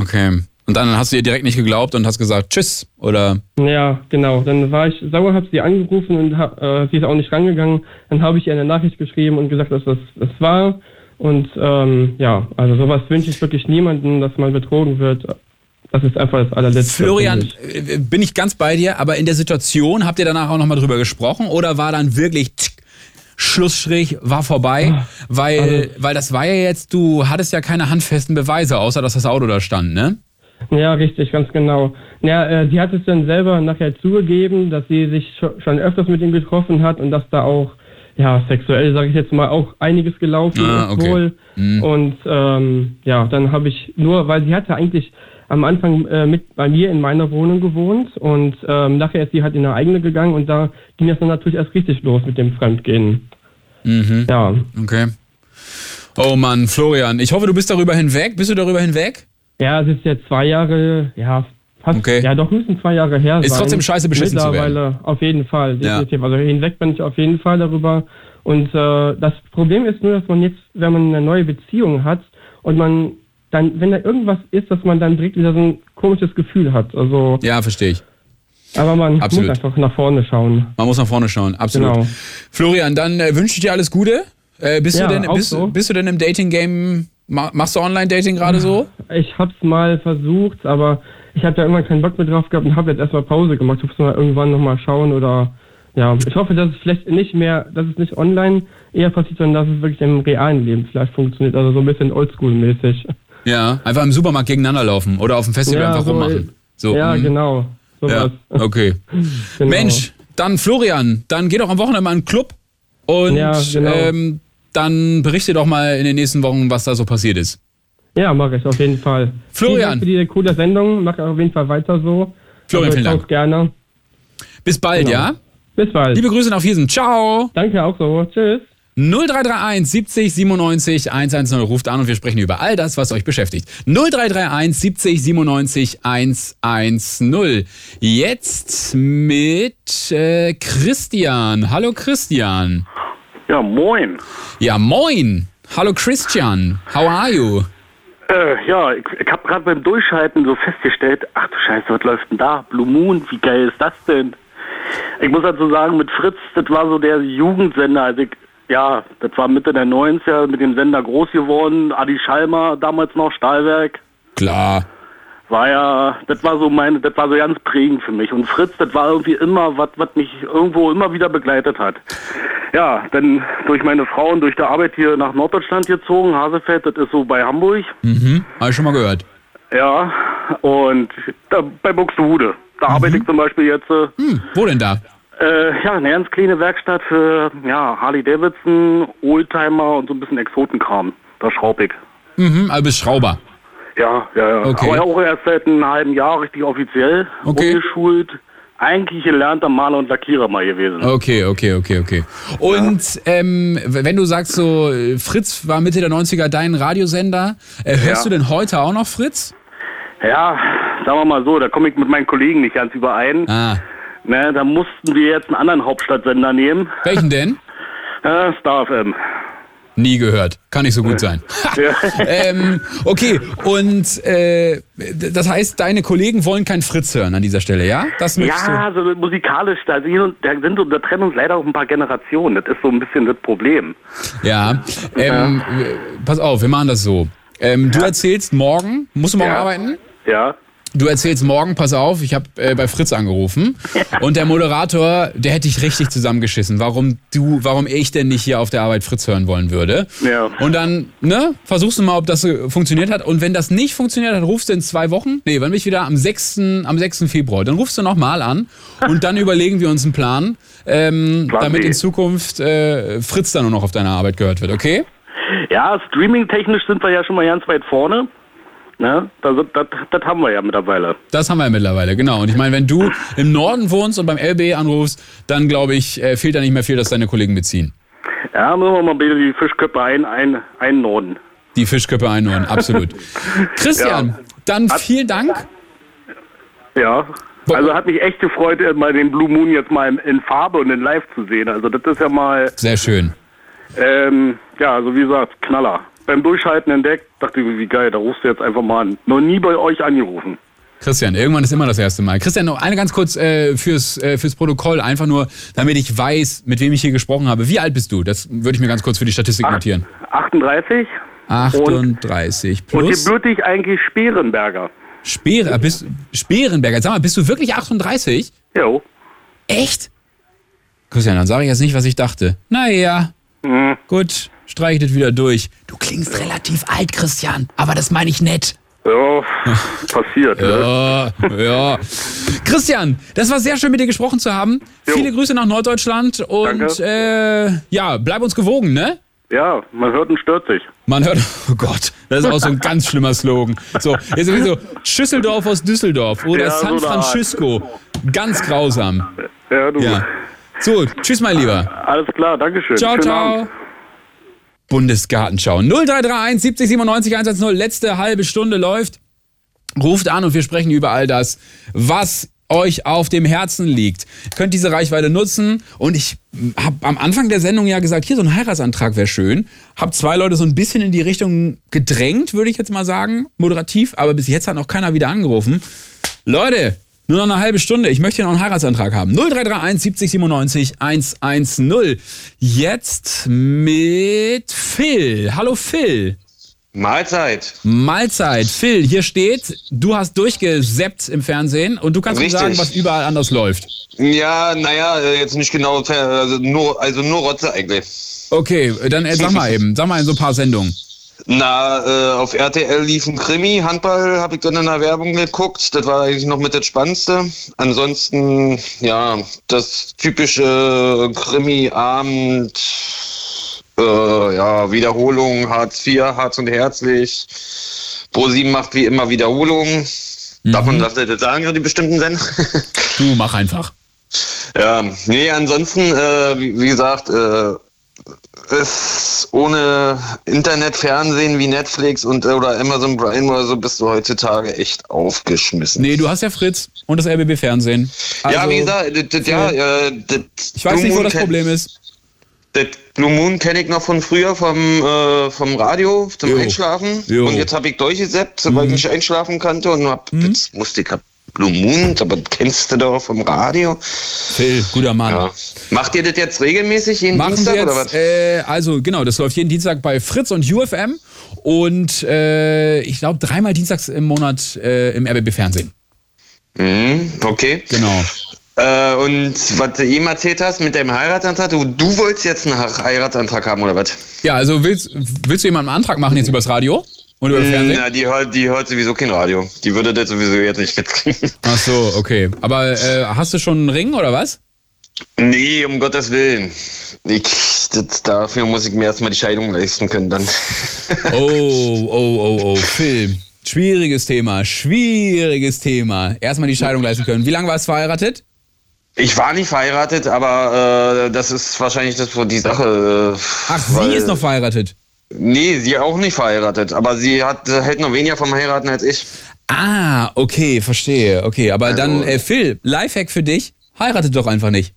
S3: Okay. Und dann hast du ihr direkt nicht geglaubt und hast gesagt, tschüss oder
S24: Ja, genau. Dann war ich sauer, habe sie angerufen und hab, äh, sie ist auch nicht rangegangen. Dann habe ich ihr eine Nachricht geschrieben und gesagt, dass das, das war. Und ähm, ja, also sowas wünsche ich wirklich niemandem, dass man betrogen wird. Das ist einfach das allerletzte.
S3: Florian,
S24: finde
S3: äh, bin ich ganz bei dir, aber in der Situation habt ihr danach auch nochmal drüber gesprochen oder war dann wirklich tsk, Schlussstrich war
S24: Ah,
S3: vorbei, weil,
S24: also
S3: weil das war ja jetzt, du hattest ja keine handfesten Beweise, außer dass das Auto da stand, ne?
S24: ich. Ja, richtig, ganz genau. Ja, äh, sie hat es dann selber nachher zugegeben, dass sie sich scho- schon öfters mit ihm getroffen hat und dass da auch, ja, sexuell, sage ich jetzt mal, auch einiges gelaufen
S3: Ah,
S24: ist
S3: okay.
S24: wohl.
S3: Mhm. Hm.
S24: Und ähm, ja, dann habe ich nur, weil sie hatte eigentlich am Anfang äh, mit bei mir in meiner Wohnung gewohnt und ähm, nachher ist sie halt in eine eigene gegangen und da ging das dann natürlich erst richtig los mit dem Fremdgehen.
S3: Mhm.
S24: Ja.
S3: Okay. Oh Mann, Florian, ich hoffe, du bist darüber hinweg. Bist du darüber hinweg?
S24: Ja, es ist jetzt zwei Jahre, ja, fast, ja doch müssen zwei Jahre her
S3: Ist
S24: sein.
S3: trotzdem scheiße, beschissen zu werden.
S24: Mittlerweile, auf jeden Fall,
S3: Ja.
S24: definitiv. Also hinweg bin ich auf jeden Fall darüber. Und äh, das Problem ist nur, dass man jetzt, wenn man eine neue Beziehung hat und man dann, wenn da irgendwas ist, dass man dann direkt wieder so ein komisches Gefühl hat. Also,
S3: Ja, verstehe ich.
S24: aber man
S3: Absolut.
S24: muss einfach nach vorne schauen.
S3: Man muss nach vorne schauen, absolut.
S24: Genau.
S3: Florian, dann äh, wünsche ich dir alles Gute. Äh, bist,
S24: Ja,
S3: du denn,
S24: auch
S3: bist,
S24: so.
S3: bist du denn im Dating-Game, ma machst du Online-Dating gerade so?
S24: Ich hab's mal versucht, aber ich hab da irgendwann keinen Bock mehr drauf gehabt und habe jetzt erstmal Pause gemacht. Ich muss mal irgendwann nochmal schauen oder ja. Ich hoffe, dass es vielleicht nicht mehr, dass es nicht online eher passiert, sondern dass es wirklich im realen Leben vielleicht funktioniert. Also so ein bisschen oldschool-mäßig.
S3: Ja, einfach im Supermarkt gegeneinander laufen oder auf dem Festival
S24: Ja,
S3: einfach
S24: so,
S3: rummachen. So,
S24: ja,
S3: mm.
S24: genau.
S3: Ja,
S24: Sowas.
S3: okay.
S24: Genau.
S3: Mensch, dann Florian, dann geh doch am Wochenende mal in den Club und
S24: Ja, genau.
S3: ähm, dann berichte doch mal in den nächsten Wochen, was da so passiert ist.
S24: Ja, mache ich auf jeden Fall.
S3: Florian.
S24: Vielen Dank für diese coole Sendung. Mach auf jeden Fall weiter so.
S3: Florian,
S24: Also,
S3: vielen Dank.
S24: auch gerne.
S3: Bis bald,
S24: Genau.
S3: ja?
S24: Bis bald.
S3: Liebe Grüße nach Hiesen. Ciao.
S24: Danke auch so. Tschüss.
S3: 0331 70 97 110 ruft an und wir sprechen über all das, was euch beschäftigt. 0331 70 97 110. Jetzt mit äh, Christian. Hallo Christian.
S25: Ja, moin.
S3: Ja, moin. Hallo Christian. How are you?
S25: Äh, ja, ich, ich habe gerade beim Durchschalten so festgestellt, ach du Scheiße, was läuft denn da? Blue Moon, wie geil ist das denn? Ich muss dazu sagen, mit Fritz, das war so der Jugendsender. Also ich, ja, das war Mitte der 90er, mit dem Sender groß geworden. Adi Schalmer, damals noch Stahlwerk.
S3: Klar.
S25: War ja, das war so meine, das war so ganz prägend für mich. Und Fritz, das war irgendwie immer was, was mich irgendwo immer wieder begleitet hat. Ja, dann durch meine Frau und durch die Arbeit hier nach Norddeutschland gezogen. Hasefeld, das ist so bei Hamburg.
S3: Mhm. Habe ich schon mal gehört.
S25: Ja, und da, bei Buxtehude. Da arbeite ich zum Beispiel jetzt. Äh,
S3: Mhm. Hm, wo denn da?
S25: äh, ja, eine ganz kleine Werkstatt für ja, Harley Davidson, Oldtimer und so ein bisschen Exotenkram. Da schraub ich.
S3: Mhm, also bist Schrauber.
S25: Ja, ja, ja.
S3: Okay.
S25: Aber auch erst seit einem halben Jahr richtig offiziell
S3: Okay.
S25: umgeschult. eigentlich gelernter Maler und Lackierer mal gewesen.
S3: Okay, okay, okay, okay. Und ähm, wenn du sagst, so äh, Fritz war Mitte der 90er dein Radiosender, äh, hörst du
S25: Ja.
S3: denn heute auch noch Fritz?
S25: Ja, sagen wir mal so, da komme ich mit meinen Kollegen nicht ganz überein.
S3: Ah.
S25: Ne, da mussten wir jetzt einen anderen Hauptstadtsender nehmen.
S3: Welchen denn?
S25: Äh, Star FM.
S3: Nie gehört. Kann nicht so gut sein.
S25: Ja.
S3: ähm, okay, und äh, d- das heißt, deine Kollegen wollen kein Fritz hören an dieser Stelle, ja? Das möchtest du.
S25: ja, so musikalisch, da, sind- da, sind, so- da trennen uns leider auch ein paar Generationen. Das ist so ein bisschen das Problem.
S3: Ja, ähm, w- pass auf, wir machen das so. Ähm, du erzählst morgen, musst du morgen
S25: Ja.
S3: arbeiten?
S25: Ja.
S3: Du erzählst morgen, pass auf, ich habe äh, bei Fritz angerufen und der Moderator, der hätte dich richtig zusammengeschissen, warum du, warum ich denn nicht hier auf der Arbeit Fritz hören wollen würde.
S25: Ja.
S3: Und dann, ne, versuchst du mal, ob das äh, funktioniert hat. Und wenn das nicht funktioniert, dann rufst du in zwei Wochen, nee, wann bin ich wieder? Am 6. Am 6. Februar. Dann rufst du nochmal an und dann überlegen wir uns einen Plan, ähm, damit in Zukunft äh, Fritz dann nur noch auf deiner Arbeit gehört wird, okay?
S25: Ja, streaming-technisch sind wir ja schon mal ganz weit vorne. Ne? Das, das, das haben wir ja mittlerweile.
S3: Das haben wir ja mittlerweile, genau. Und ich meine, wenn du im Norden wohnst und beim LB anrufst, dann glaube ich, äh, fehlt da nicht mehr viel, dass deine Kollegen beziehen.
S25: Ja, müssen wir mal bitte die Fischköpfe ein, ein, einnorden.
S3: Die Fischköpfe einholen, absolut. Christian, dann vielen Dank.
S25: Ja. Also hat mich echt gefreut, äh, mal den Blue Moon jetzt mal in, in Farbe und in Live zu sehen. Also das ist ja mal,
S3: Sehr schön.
S25: ähm, ja, also wie gesagt, Knaller. Beim Durchhalten entdeckt, dachte ich, wie geil, da rufst du jetzt einfach mal an. Noch nie bei euch angerufen.
S3: Christian, irgendwann ist immer das erste Mal. Christian, noch eine ganz kurz äh, fürs, äh, fürs Protokoll, einfach nur, damit ich weiß, mit wem ich hier gesprochen habe. Wie alt bist du? Das würde ich mir ganz kurz für die Statistik
S25: Ah,
S3: notieren.
S25: 38
S3: 38
S25: und
S3: plus
S25: gebürtig eigentlich Sperenberger.
S3: Speer, äh, bist, Sperenberger. Sag mal, bist du wirklich 38?
S25: Jo.
S3: Echt? Christian, dann sage ich jetzt nicht, was ich dachte. Naja.
S25: Hm.
S3: Gut, streich das wieder durch. Du klingst relativ alt, Christian, aber das meine ich nett.
S25: Ja, passiert. ne?
S3: Ja, ja. Christian, das war sehr schön, mit dir gesprochen zu haben. Viele Grüße nach Norddeutschland und äh, ja, bleib uns gewogen, ne?
S25: Ja, man hört und stört sich.
S3: Man hört, oh Gott, das ist auch so ein ganz schlimmer Slogan. So, jetzt sowieso Schüsseldorf aus Düsseldorf oder
S25: Ja, so
S3: San
S25: eine Art.
S3: Francisco. Ganz grausam.
S25: Ja, du.
S3: Ja. So, tschüss, mein Lieber.
S25: Alles klar, Dankeschön.
S3: Ciao,
S25: Schönen
S3: ciao.
S25: Abend.
S3: Bundesgartenschau. 0331 70 97 110. Letzte halbe Stunde läuft. Ruft an und wir sprechen über all das, was euch auf dem Herzen liegt. Könnt diese Reichweite nutzen. Und ich habe am Anfang der Sendung ja gesagt, hier so ein Heiratsantrag wäre schön. Hab zwei Leute so ein bisschen in die Richtung gedrängt, würde ich jetzt mal sagen, moderativ. Aber bis jetzt hat noch keiner wieder angerufen. Leute, nur noch eine halbe Stunde. Ich möchte hier noch einen Heiratsantrag haben. 0331 70 97 110. Jetzt mit Phil. Hallo Phil.
S26: Mahlzeit.
S3: Mahlzeit. Phil, hier steht, du hast durchgeseppt im Fernsehen und du kannst
S26: Richtig.
S3: mir sagen, was überall anders läuft.
S26: Ja, naja, äh, jetzt nicht genau, äh, also nur, also nur Rotze eigentlich.
S3: Okay, dann äh, sag mal eben, sag mal in so ein paar Sendungen.
S26: Na, äh, auf RTL lief ein Krimi, Handball habe ich dann in der Werbung geguckt, das war eigentlich noch mit das Spannendste. Ansonsten, ja, das typische Krimi-Abend, äh, ja, Wiederholung, Hartz IV, Harz und Herzlich. ProSieben macht wie immer Wiederholungen. Darf man das nicht sagen, so die bestimmten Sender?
S3: Du, mach einfach.
S26: Ja, nee, ansonsten, äh, wie, wie gesagt, äh, es ohne Internet, Fernsehen wie Netflix und äh, oder Amazon Prime oder so bist du heutzutage echt aufgeschmissen.
S3: Nee, du hast ja Fritz und das RBB Fernsehen.
S26: ja,
S3: Also,
S26: wie gesagt, das, das, ja, äh, das
S3: Ich weiß nicht, wo das Problem ist.
S26: Das Blue Moon kenne ich noch von früher vom, äh, vom Radio zum Einschlafen. Jo. Und jetzt habe ich durchgesäppt, weil
S3: Mhm.
S26: ich nicht einschlafen konnte und hab, jetzt musste ich hab Blue Moon, aber das kennst du doch vom Radio.
S3: Phil, guter Mann.
S26: Ja. Macht ihr das jetzt regelmäßig jeden
S3: Machen
S26: Dienstag
S3: wir
S26: oder was?
S3: jetzt, äh, also genau, das läuft jeden Dienstag bei Fritz und UFM und äh, ich glaube dreimal dienstags im Monat äh, im RBB Fernsehen.
S26: Mhm, okay.
S3: Genau.
S26: Äh, und was du eben erzählt hast mit deinem Heiratsantrag, du, du wolltest jetzt einen Ha- Heiratsantrag haben oder was?
S3: Ja, also willst, willst du jemanden einen Antrag machen jetzt übers Radio und über Fernsehen?
S26: Mm, Na, die hört, die hört sowieso kein Radio. Die würde das sowieso jetzt nicht mitkriegen.
S3: Ach so, okay. Aber äh, hast du schon einen Ring oder was?
S26: Nee, um Gottes Willen. Ich, das, dafür muss ich mir erstmal die Scheidung leisten können dann.
S3: Oh, oh, oh, oh, Film. Schwieriges Thema, schwieriges Thema. Erstmal die Scheidung leisten können. Wie lange warst du verheiratet?
S26: Ich war nicht verheiratet, aber äh, das ist wahrscheinlich das, die Sache. äh,
S3: Ach, sie
S26: weil-
S3: ist noch verheiratet.
S26: Nee, sie auch nicht verheiratet, aber sie hat, hält noch weniger vom Heiraten als ich.
S3: Ah, okay, verstehe. Okay, aber dann, äh, Phil, Lifehack für dich, heiratet doch einfach nicht.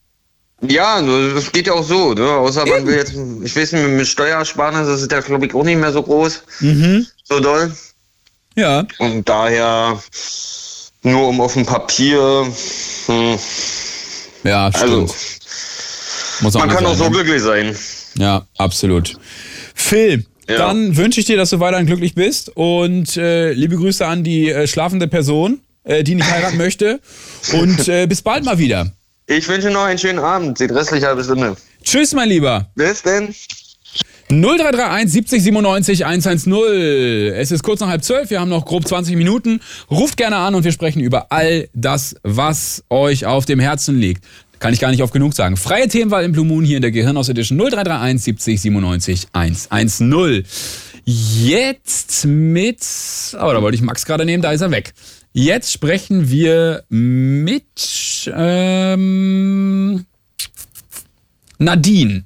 S26: Ja, nur, das geht ja auch so, ne? Außer man will jetzt, ich weiß nicht, mit Steuersparnis ist der, glaube ich, auch nicht mehr so groß,
S3: Mhm.
S26: so doll.
S3: Ja.
S26: Und daher, nur um auf dem Papier. Hm. Also,
S3: Ja, stimmt. Muss auch
S26: man
S3: nicht
S26: kann auch so
S3: sein, ne?
S26: glücklich sein.
S3: Ja, absolut. Phil,
S26: Ja.
S3: dann wünsche ich dir, dass du weiterhin glücklich bist und äh, liebe Grüße an die äh, schlafende Person, äh, die nicht heiraten möchte. Und äh, bis bald mal wieder.
S26: Ich wünsche noch einen schönen Abend. Sieht restlich halbe Stunde.
S3: Tschüss, mein Lieber.
S26: Bis denn.
S3: 0331 70 97 110. Es ist kurz nach halb zwölf, wir haben noch grob 20 Minuten. Ruft gerne an und wir sprechen über all das, was euch auf dem Herzen liegt. Kann ich gar nicht oft genug sagen. Freie Themenwahl im Blue Moon hier in der Gehirnhaus Edition 0331 70 97 110. Jetzt mit, aber da wollte ich Max gerade nehmen, da ist er weg. Jetzt sprechen wir mit ähm, Nadine.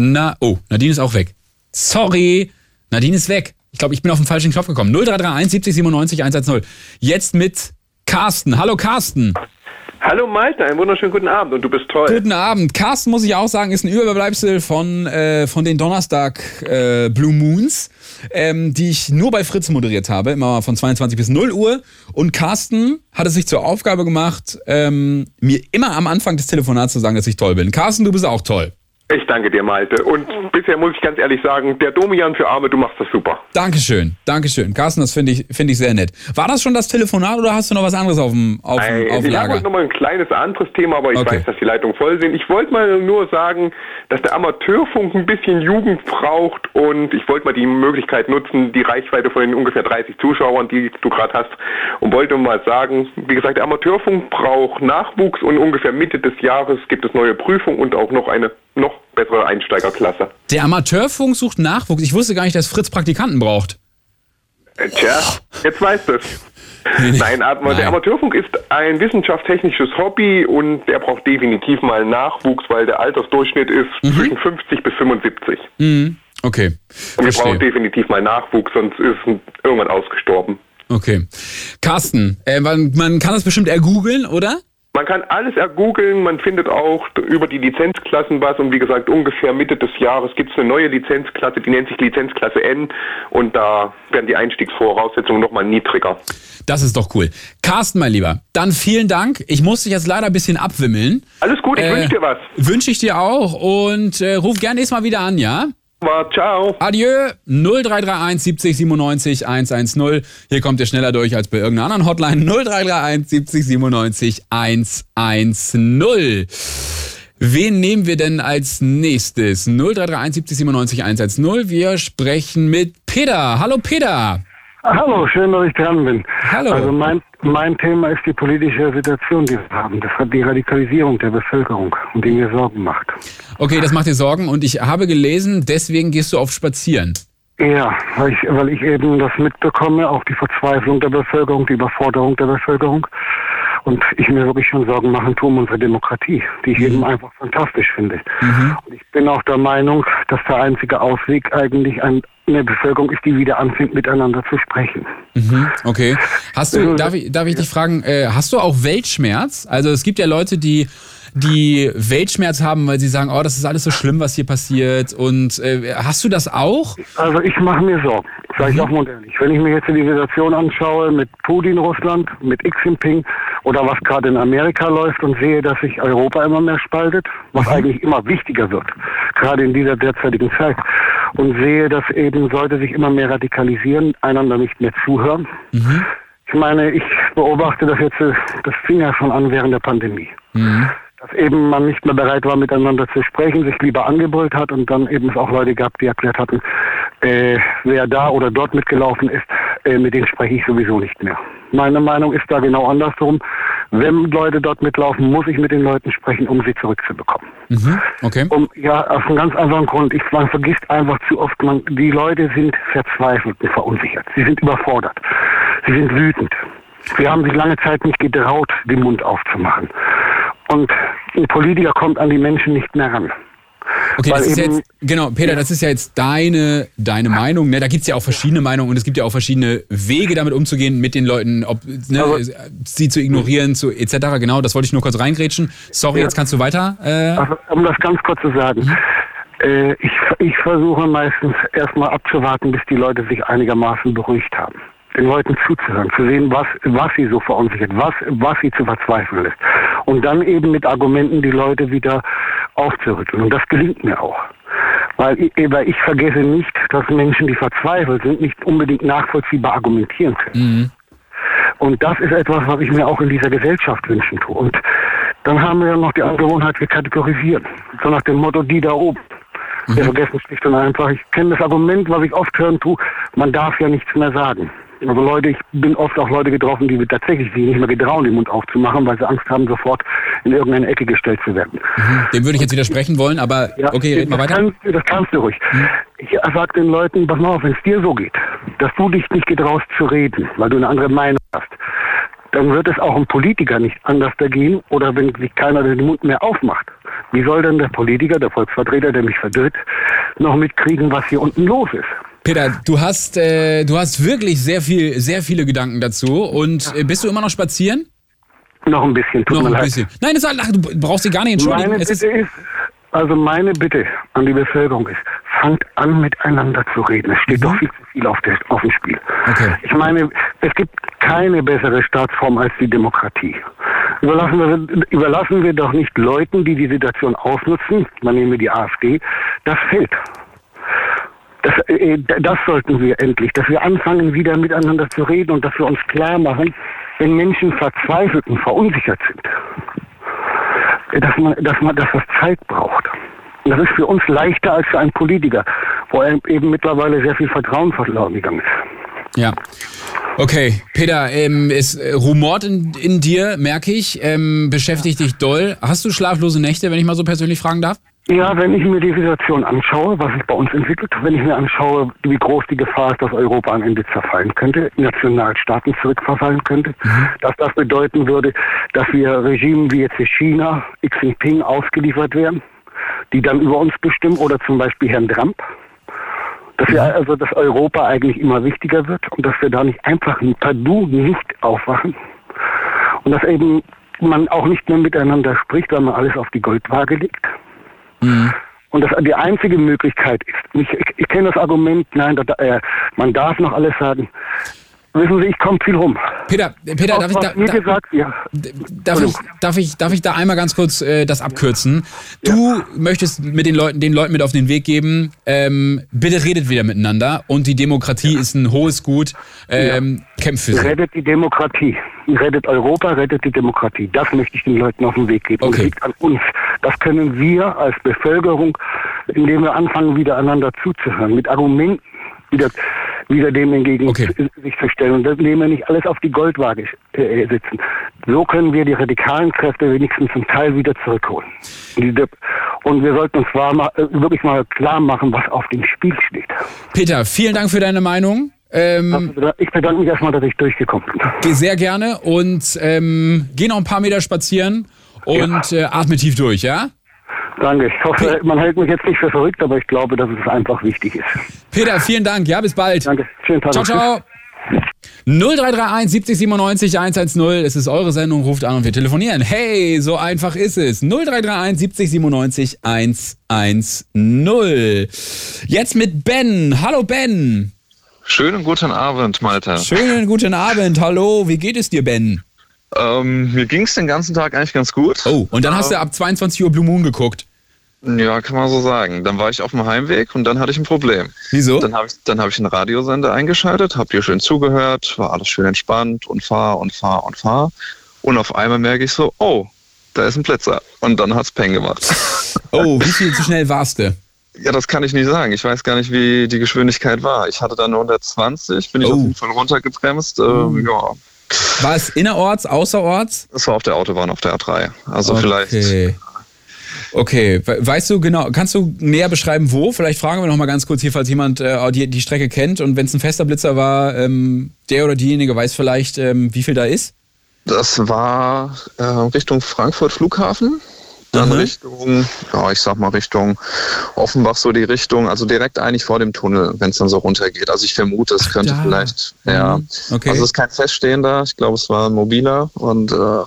S3: Na, oh, Nadine ist auch weg. Sorry, Nadine ist weg. Ich glaube, ich bin auf den falschen Knopf gekommen. 0331 70 97 110. Jetzt mit Carsten. Hallo Carsten.
S17: Hallo Malte, einen wunderschönen guten Abend und du bist toll.
S3: Guten Abend. Carsten, muss ich auch sagen, ist ein Überbleibsel von, äh, von den Donnerstag äh, Blue Moons, ähm, die ich nur bei Fritz moderiert habe, immer von 22 bis 0 Uhr. Und Carsten hat es sich zur Aufgabe gemacht, ähm, mir immer am Anfang des Telefonats zu sagen, dass ich toll bin. Carsten, du bist auch toll.
S17: Ich danke dir, Malte. Und bisher muss ich ganz ehrlich sagen, der Domian für Arme, du machst das super.
S3: Dankeschön, Dankeschön. Carsten, das finde ich, finde ich sehr nett. War das schon das Telefonat oder hast du noch was anderes auf dem, auf dem auf dem
S17: Äh, ich habe
S3: Lager?
S17: heute nochmal ein kleines anderes Thema, aber ich
S3: Okay.
S17: weiß, dass die Leitungen voll sind. Ich wollte mal nur sagen, dass der Amateurfunk ein bisschen Jugend braucht und ich wollte mal die Möglichkeit nutzen, die Reichweite von den ungefähr 30 Zuschauern, die du gerade hast, und wollte mal sagen, wie gesagt, der Amateurfunk braucht Nachwuchs und ungefähr Mitte des Jahres gibt es neue Prüfungen und auch noch eine noch bessere Einsteigerklasse.
S3: Der Amateurfunk sucht Nachwuchs. Ich wusste gar nicht, dass Fritz Praktikanten braucht.
S17: Äh, Tja, jetzt weißt du es. Nein, aber der Amateurfunk ist ein wissenschaftstechnisches Hobby und der braucht definitiv mal Nachwuchs, weil der Altersdurchschnitt ist zwischen 50 bis 75.
S3: Mhm. Okay.
S17: Und wir
S3: Verstehe.
S17: brauchen definitiv mal Nachwuchs, sonst ist es irgendwann ausgestorben.
S3: Okay. Carsten, äh, man, man kann das bestimmt ergoogeln, oder?
S17: Man kann alles ergoogeln, man findet auch d- über die Lizenzklassen was und wie gesagt, ungefähr Mitte des Jahres gibt es eine neue Lizenzklasse, die nennt sich Lizenzklasse N und da werden die Einstiegsvoraussetzungen nochmal niedriger.
S3: Das ist doch cool. Carsten, mein Lieber, dann vielen Dank. Ich muss dich jetzt leider ein bisschen abwimmeln. Äh,
S17: Alles gut, ich wünsche dir was.
S3: Wünsche ich dir auch und äh, ruf gerne nächstes Mal wieder an, ja?
S17: Ciao.
S3: Adieu. 0331 70 97 110. Hier kommt ihr schneller durch als bei irgendeiner anderen Hotline. 0331 70 97 110. Wen nehmen wir denn als nächstes? 0331 70 97 110. Wir sprechen mit Peter. Hallo Peter.
S27: Ah, Hallo, schön, dass ich dran bin.
S3: Hallo.
S27: Also mein, mein Thema ist die politische Situation, die wir haben. Das hat die Radikalisierung der Bevölkerung, um die mir Sorgen macht.
S3: Okay, das macht dir Sorgen und ich habe gelesen, deswegen gehst du auf Spazieren.
S27: Ja, weil ich, weil ich eben das mitbekomme, auch die Verzweiflung der Bevölkerung, die Überforderung der Bevölkerung. Und ich mir wirklich schon Sorgen machen tue um unsere Demokratie, die ich eben einfach fantastisch finde.
S3: Mhm.
S27: Und ich bin auch der Meinung, dass der einzige Ausweg eigentlich ein, eine Bevölkerung ist, die wieder anfängt, miteinander zu sprechen.
S3: Mhm, okay. Hast du, darf ich, darf ich dich fragen, äh, hast du auch Weltschmerz? Also es gibt ja Leute, die, die Weltschmerz haben, weil sie sagen, oh, das ist alles so schlimm, was hier passiert. Und äh, hast du das auch?
S27: Also ich mache mir Sorgen, sage ich auch mal ehrlich. Wenn ich mir jetzt die Situation anschaue mit Putin Russland, mit Xi Jinping oder was gerade in Amerika läuft und sehe, dass sich Europa immer mehr spaltet, was eigentlich immer wichtiger wird, gerade in dieser derzeitigen Zeit. Und sehe, dass eben Leute sich immer mehr radikalisieren, einander nicht mehr zuhören.
S3: Mhm.
S27: Ich meine, ich beobachte das jetzt, äh, das fing ja schon an während der Pandemie dass eben man nicht mehr bereit war, miteinander zu sprechen, sich lieber angebrüllt hat und dann eben es auch Leute gab, die erklärt hatten, äh, wer da oder dort mitgelaufen ist, äh, mit denen spreche ich sowieso nicht mehr. Meine Meinung ist da genau andersrum. Wenn Leute dort mitlaufen, muss ich mit den Leuten sprechen, um sie zurückzubekommen.
S3: Mhm, okay.
S27: Um, ja, aus einem ganz anderen Grund. Ich, man vergisst einfach zu oft, man, die Leute sind verzweifelt und verunsichert. Sie sind überfordert. Sie sind wütend. Sie haben sich lange Zeit nicht getraut, den Mund aufzumachen. Und ein Politiker kommt an die Menschen nicht mehr ran.
S3: Okay, das
S27: Weil
S3: ist ja
S27: eben-
S3: jetzt, genau, Peter, das ist ja jetzt deine, deine Meinung. Ne? Da gibt es ja auch verschiedene Meinungen und es gibt ja auch verschiedene Wege, damit umzugehen, mit den Leuten, ob ne,
S27: Also
S3: sie zu ignorieren, zu etc. Genau, das wollte ich nur kurz reingrätschen. Sorry,
S27: Ja.
S3: jetzt kannst du weiter. Äh, Mhm.
S27: Also, um das ganz kurz zu sagen. Äh, Ich, ich versuche meistens erstmal abzuwarten, bis die Leute sich einigermaßen beruhigt haben. Den Leuten zuzuhören, zu sehen, was, was sie so verunsichert, was, was sie zu verzweifeln lässt. Und dann eben mit Argumenten die Leute wieder aufzurütteln. Und das gelingt mir auch. Weil ich, weil ich vergesse nicht, dass Menschen, die verzweifelt sind, nicht unbedingt nachvollziehbar argumentieren können. Und das ist etwas, was ich mir auch in dieser Gesellschaft wünschen tue. Und dann haben wir ja noch die Angewohnheit, wir kategorisieren. So nach dem Motto, die da oben. Wir vergessen schlicht und einfach. Ich kenne das Argument, was ich oft hören tue, man darf ja nichts mehr sagen. Also Leute, ich bin oft auch Leute getroffen, die mir tatsächlich sich nicht mehr getrauen, den Mund aufzumachen, weil sie Angst haben, sofort in irgendeine Ecke gestellt zu werden.
S3: Mhm. dem würde ich jetzt widersprechen wollen, aber okay, red mal
S27: das
S3: weiter. Mhm.
S27: Kannst, du- das kannst du ruhig. Ich sag den Leuten, pass mal auf, wenn es dir so geht, dass du dich nicht getraust zu reden, weil du eine andere Meinung hast, dann wird es auch einem Politiker nicht anders da gehen oder wenn sich keiner den Mund mehr aufmacht. Wie soll denn der Politiker, der Volksvertreter, der mich verdreht, noch mitkriegen, was hier unten los ist?
S3: Peter, du hast, äh, du hast wirklich sehr viel, sehr viele Gedanken dazu. Und äh, bist du immer noch spazieren?
S27: Noch ein bisschen, tut
S3: noch
S27: mir
S3: ein
S27: leid.
S3: bisschen. Nein, das, ach, du brauchst dich gar nicht entschuldigen.
S27: Meine
S3: es ist,
S27: Bitte ist, also meine Bitte an die Bevölkerung ist, fangt an miteinander zu reden. Es steht doch viel zu viel auf, der, auf dem Spiel. Ich meine, es gibt keine bessere Staatsform als die Demokratie. Überlassen wir, überlassen wir doch nicht Leuten, die die Situation ausnutzen, man nehme die AfD, das Feld. Das, äh, das sollten wir endlich, dass wir anfangen, wieder miteinander zu reden und dass wir uns klar machen, wenn Menschen verzweifelt und verunsichert sind, dass man, dass man, dass das Zeit braucht. Und das ist für uns leichter als für einen Politiker, wo er eben mittlerweile sehr viel Vertrauen verloren gegangen ist.
S3: ja. Okay, Peter, ähm, es äh, rumort in, in dir, merke ich, ähm, beschäftigt dich doll. Hast du schlaflose Nächte, wenn ich mal so persönlich fragen darf?
S27: Ja, wenn ich mir die Situation anschaue, was sich bei uns entwickelt, wenn ich mir anschaue, wie groß die Gefahr ist, dass Europa am Ende zerfallen könnte, in Nationalstaaten zurückverfallen könnte, dass das bedeuten würde, dass wir Regimen wie jetzt in China, Xi Jinping ausgeliefert wären, die dann über uns bestimmen oder zum Beispiel Herrn Trump. Dass wir also, dass Europa eigentlich immer wichtiger wird und dass wir da nicht einfach partout nicht aufwachen und dass eben man auch nicht mehr miteinander spricht, weil man alles auf die Goldwaage legt. Und das die einzige Möglichkeit ist, ich, ich, ich kenne das Argument, nein, da, äh, man darf noch alles sagen. Wissen Sie, ich komme viel rum.
S3: Peter, äh, Peter,
S27: Auch
S3: darf ich
S27: was
S3: da-
S27: mir
S3: da-
S27: gesagt, ja.
S3: Darf ich, darf, ich, darf ich da einmal ganz kurz äh, das abkürzen? Du möchtest mit den Leuten, den Leuten mit auf den Weg geben, ähm, bitte redet wieder miteinander und die Demokratie ist ein hohes Gut. Ähm, Kämpft für sie.
S27: Rettet die Demokratie. Rettet Europa, rettet die Demokratie. Das möchte ich den Leuten auf den Weg geben. Und es liegt an uns. Das können wir als Bevölkerung, indem wir anfangen, wieder einander zuzuhören, mit Argumenten wieder, wieder dem entgegen sich zu stellen. Und indem wir nicht alles auf die Goldwaage äh, sitzen. So können wir die radikalen Kräfte wenigstens zum Teil wieder zurückholen. Und die Dep- Und wir sollten uns zwar mal, äh, wirklich mal klar machen, was auf dem Spiel steht.
S3: Peter, vielen Dank für deine Meinung. Ähm,
S27: ich bedanke mich erstmal, dass ich durchgekommen bin.
S3: Geh sehr gerne und ähm, geh noch ein paar Meter spazieren und äh, atme tief durch, ja?
S27: Danke. Ich hoffe, man hält mich jetzt nicht für verrückt, aber ich glaube, dass es einfach wichtig ist.
S3: Peter, vielen Dank. Ja, bis bald.
S27: Danke. Schönen Tag.
S3: Ciao, ciao. 0331 70 97 110. Es ist eure Sendung. Ruft an und wir telefonieren. Hey, so einfach ist es. 0331 70 97 110. Jetzt mit Ben. Hallo, Ben.
S9: Schönen guten Abend, Malta.
S3: Schönen guten Abend. Hallo. Wie geht es dir, Ben?
S9: Ähm, mir ging es den ganzen Tag eigentlich ganz gut.
S3: Oh, und dann hast du
S9: Ähm,
S3: ab 22 Uhr Blue Moon geguckt.
S9: Ja, kann man so sagen. Dann war ich auf dem Heimweg und dann hatte ich ein Problem.
S3: Wieso?
S9: Dann habe ich, dann hab ich einen Radiosender eingeschaltet, hab dir schön zugehört, war alles schön entspannt und fahr und fahr und fahr. Und auf einmal merke ich so, oh, da ist ein Blitzer. Und dann hat's Peng gemacht.
S3: Oh, wie viel zu schnell warst du?
S9: Ja, das kann ich nicht sagen. Ich weiß gar nicht, wie die Geschwindigkeit war. Ich hatte dann 120,
S3: Oh.
S9: bin ich auf jeden Fall runtergebremst. Ähm, ja,
S3: War es Oh. innerorts, außerorts?
S9: Das war auf der Autobahn, auf der A3. Also
S3: Okay.
S9: vielleicht.
S3: Okay, we- weißt du genau, kannst du näher beschreiben, wo? Vielleicht fragen wir noch mal ganz kurz hier, falls jemand äh, die, die Strecke kennt und wenn es ein fester Blitzer war, ähm, der oder diejenige weiß vielleicht, ähm, wie viel da ist?
S28: Das war äh, Richtung Frankfurt Flughafen.
S3: Mhm.
S28: Dann Richtung, ja, ich sag mal Richtung Offenbach, so die Richtung, also direkt eigentlich vor dem Tunnel, wenn es dann so runtergeht. Also ich vermute, es könnte
S3: da. Mhm.
S28: vielleicht, ja.
S3: okay.
S28: Also es ist kein Feststehender, ich glaube, es war ein mobiler und äh, ja.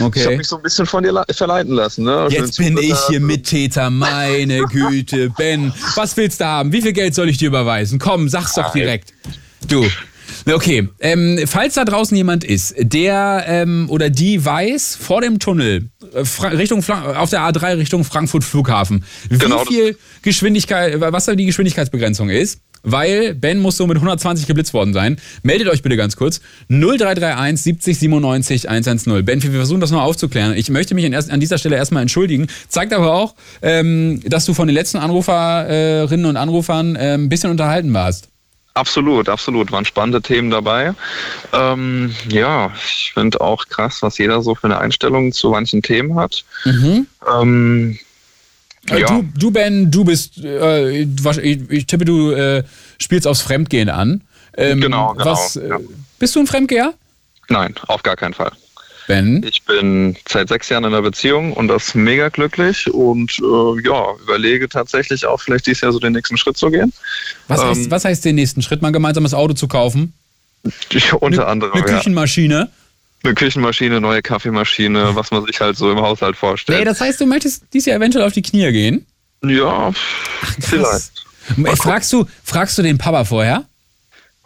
S3: Okay.
S28: Ich habe mich so ein bisschen von dir le- verleiten lassen. Ne?
S3: Jetzt bin ich hier Mittäter, meine Güte, Ben. Was willst du haben? Wie viel Geld soll ich dir überweisen? Komm, sag's doch direkt. Du. Okay, ähm, falls da draußen jemand ist, der ähm, oder die weiß, vor dem Tunnel äh, Fra Richtung Fla auf der A3 Richtung Frankfurt Flughafen, wie viel Geschwindigkeit, was da die Geschwindigkeitsbegrenzung ist, weil Ben muss so mit 120 geblitzt worden sein. Meldet euch bitte ganz kurz 0331 70 97 110. Ben, wir versuchen das noch aufzuklären. Ich möchte mich an, erst, an dieser Stelle erstmal entschuldigen. Zeigt aber auch, ähm, dass du von den letzten Anruferinnen und Anrufern äh, ein bisschen unterhalten warst.
S28: Absolut, absolut. Waren spannende Themen dabei. Ähm, ja, ich finde auch krass, was jeder so für eine Einstellung zu manchen Themen hat.
S3: Mhm.
S28: Ähm,
S3: Äh,
S28: ja.
S3: Du, du, Ben, du bist, äh, wasch- ich, ich tippe, du äh, spielst aufs Fremdgehen an. Ähm,
S28: Genau, genau,
S3: Was, äh,
S28: ja.
S3: Bist du ein Fremdgeher?
S28: Nein, auf gar keinen Fall.
S3: Ben?
S28: Ich bin seit sechs Jahren in einer Beziehung und das mega glücklich und äh, ja, überlege tatsächlich auch vielleicht dieses Jahr so den nächsten Schritt zu gehen.
S3: Was,
S28: Ähm,
S3: heißt, was heißt den nächsten Schritt, mal ein gemeinsames Auto zu kaufen?
S28: unter
S3: Eine-
S28: anderem,
S3: Eine
S28: Oh, ja.
S3: Küchenmaschine.
S28: Eine Küchenmaschine, neue Kaffeemaschine, was man sich halt so im Haushalt vorstellt.
S3: Nee, das heißt, du möchtest dieses Jahr eventuell auf die Knie gehen?
S28: Ja, vielleicht.
S3: Ey, fragst, du, fragst du den Papa vorher?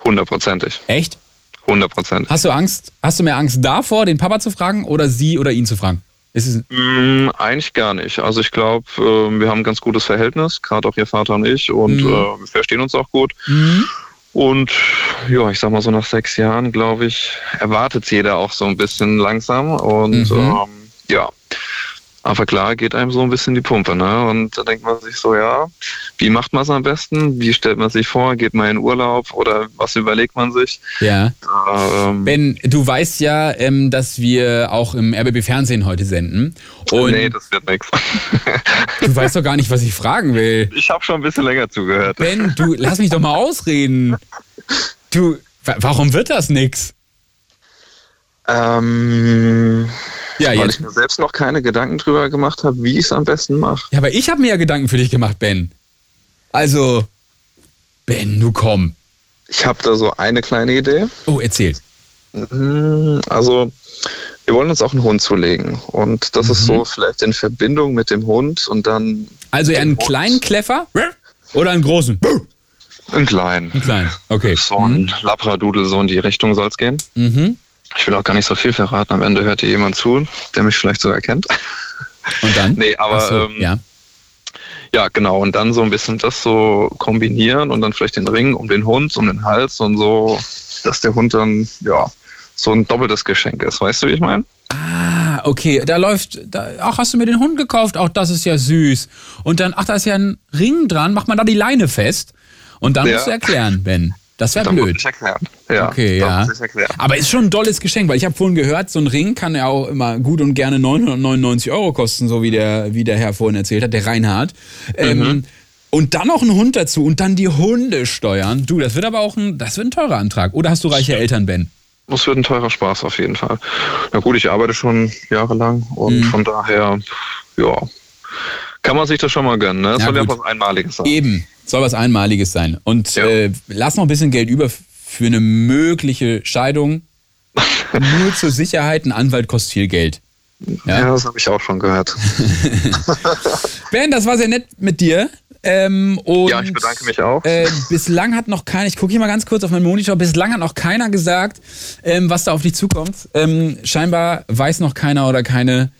S28: Hundertprozentig.
S3: Echt?
S28: Hundertprozentig.
S3: Hast du Angst? Hast du mehr Angst davor, den Papa zu fragen oder sie oder ihn zu fragen? Ist es,
S28: Mm, eigentlich gar nicht. Also ich glaube, ähm, wir haben ein ganz gutes Verhältnis, gerade auch ihr Vater und ich, und
S3: Mhm.
S28: äh, wir verstehen uns auch gut.
S3: hm?
S28: Und ja, ich sag mal so nach sechs Jahren, glaube ich, erwartet jeder auch so ein bisschen langsam. Und
S3: Mhm.
S28: ähm, ja, aber klar geht einem so ein bisschen die Pumpe, ne? Und da denkt man sich so, ja, wie macht man es am besten? Wie stellt man sich vor? Geht man in Urlaub oder was überlegt man sich?
S3: Ja.
S28: Ähm,
S3: Ben, du weißt ja, ähm, dass wir auch im RBB-Fernsehen heute senden. Und
S28: nee, das wird nichts.
S3: du weißt doch gar nicht, was ich fragen will.
S28: Ich habe schon ein bisschen länger zugehört.
S3: Ben, du, lass mich doch mal ausreden. Du, wa- warum wird das nix?
S28: Ähm,
S3: ja,
S28: weil
S3: jetzt.
S28: ich mir selbst noch keine Gedanken drüber gemacht habe, wie ich es am besten mache.
S3: Ja, aber ich habe mir ja Gedanken für dich gemacht, Ben. Also, Ben, du komm.
S28: Ich habe da so eine kleine Idee.
S3: Oh, erzählt.
S28: Also, wir wollen uns auch einen Hund zulegen. Und das ist
S3: Mhm.
S28: so vielleicht in Verbindung mit dem Hund und dann
S3: Also eher einen kleinen Kleffer oder einen großen?
S28: einen kleinen.
S3: Einen kleinen, okay.
S28: So ein Labradudel, so in die Richtung soll es gehen.
S3: Mhm.
S28: Ich will auch gar nicht so viel verraten. Am Ende hört hier jemand zu, der mich vielleicht sogar kennt.
S3: Und dann?
S28: Nee, aber
S3: Ach so,
S28: ähm,
S3: ja.
S28: Ja, genau. Und dann so ein bisschen das so kombinieren und dann vielleicht den Ring um den Hund, um den Hals und so, dass der Hund dann, ja, so ein doppeltes Geschenk ist. Weißt du, wie ich meine?
S3: Ah, okay, da läuft. Da, ach, hast du mir den Hund gekauft? Auch das ist ja süß. Und dann, ach, da ist ja ein Ring dran, mach mal da die Leine fest. Und dann
S28: Ja.
S3: musst du erklären, Ben. Das wäre
S28: Dann muss
S3: blöd.
S28: ich erklären. Ja,
S3: okay,
S28: dann
S3: ja.
S28: muss ich erklären.
S3: Aber ist schon ein dolles Geschenk, weil ich habe vorhin gehört, so ein Ring kann ja auch immer gut und gerne 999 Euro kosten, so wie der, wie der Herr vorhin erzählt hat, der Reinhard. Ähm, und dann noch ein Hund dazu und dann die Hunde steuern. Du, das wird aber auch ein, das wird ein teurer Antrag. Oder hast du reiche Eltern, Ben?
S28: Das wird ein teurer Spaß auf jeden Fall. Na gut, ich arbeite schon jahrelang und
S3: Mhm.
S28: von daher, ja, kann man sich das schon mal gönnen. Ne? Das
S3: Ja,
S28: soll ja
S3: gut.
S28: was Einmaliges sein.
S3: Eben, soll was Einmaliges sein. Und äh, lass noch ein bisschen Geld über für eine mögliche Scheidung. Nur zur Sicherheit, ein Anwalt kostet viel Geld.
S28: Ja, das habe ich auch schon gehört.
S3: Ben, das war sehr nett mit dir. Ähm, und, ja, ich
S28: bedanke mich auch.
S3: Äh, bislang hat noch keiner, ich gucke hier mal ganz kurz auf meinen Monitor, bislang hat noch keiner gesagt, ähm, was da auf dich zukommt. Ähm, scheinbar weiß noch keiner oder keine,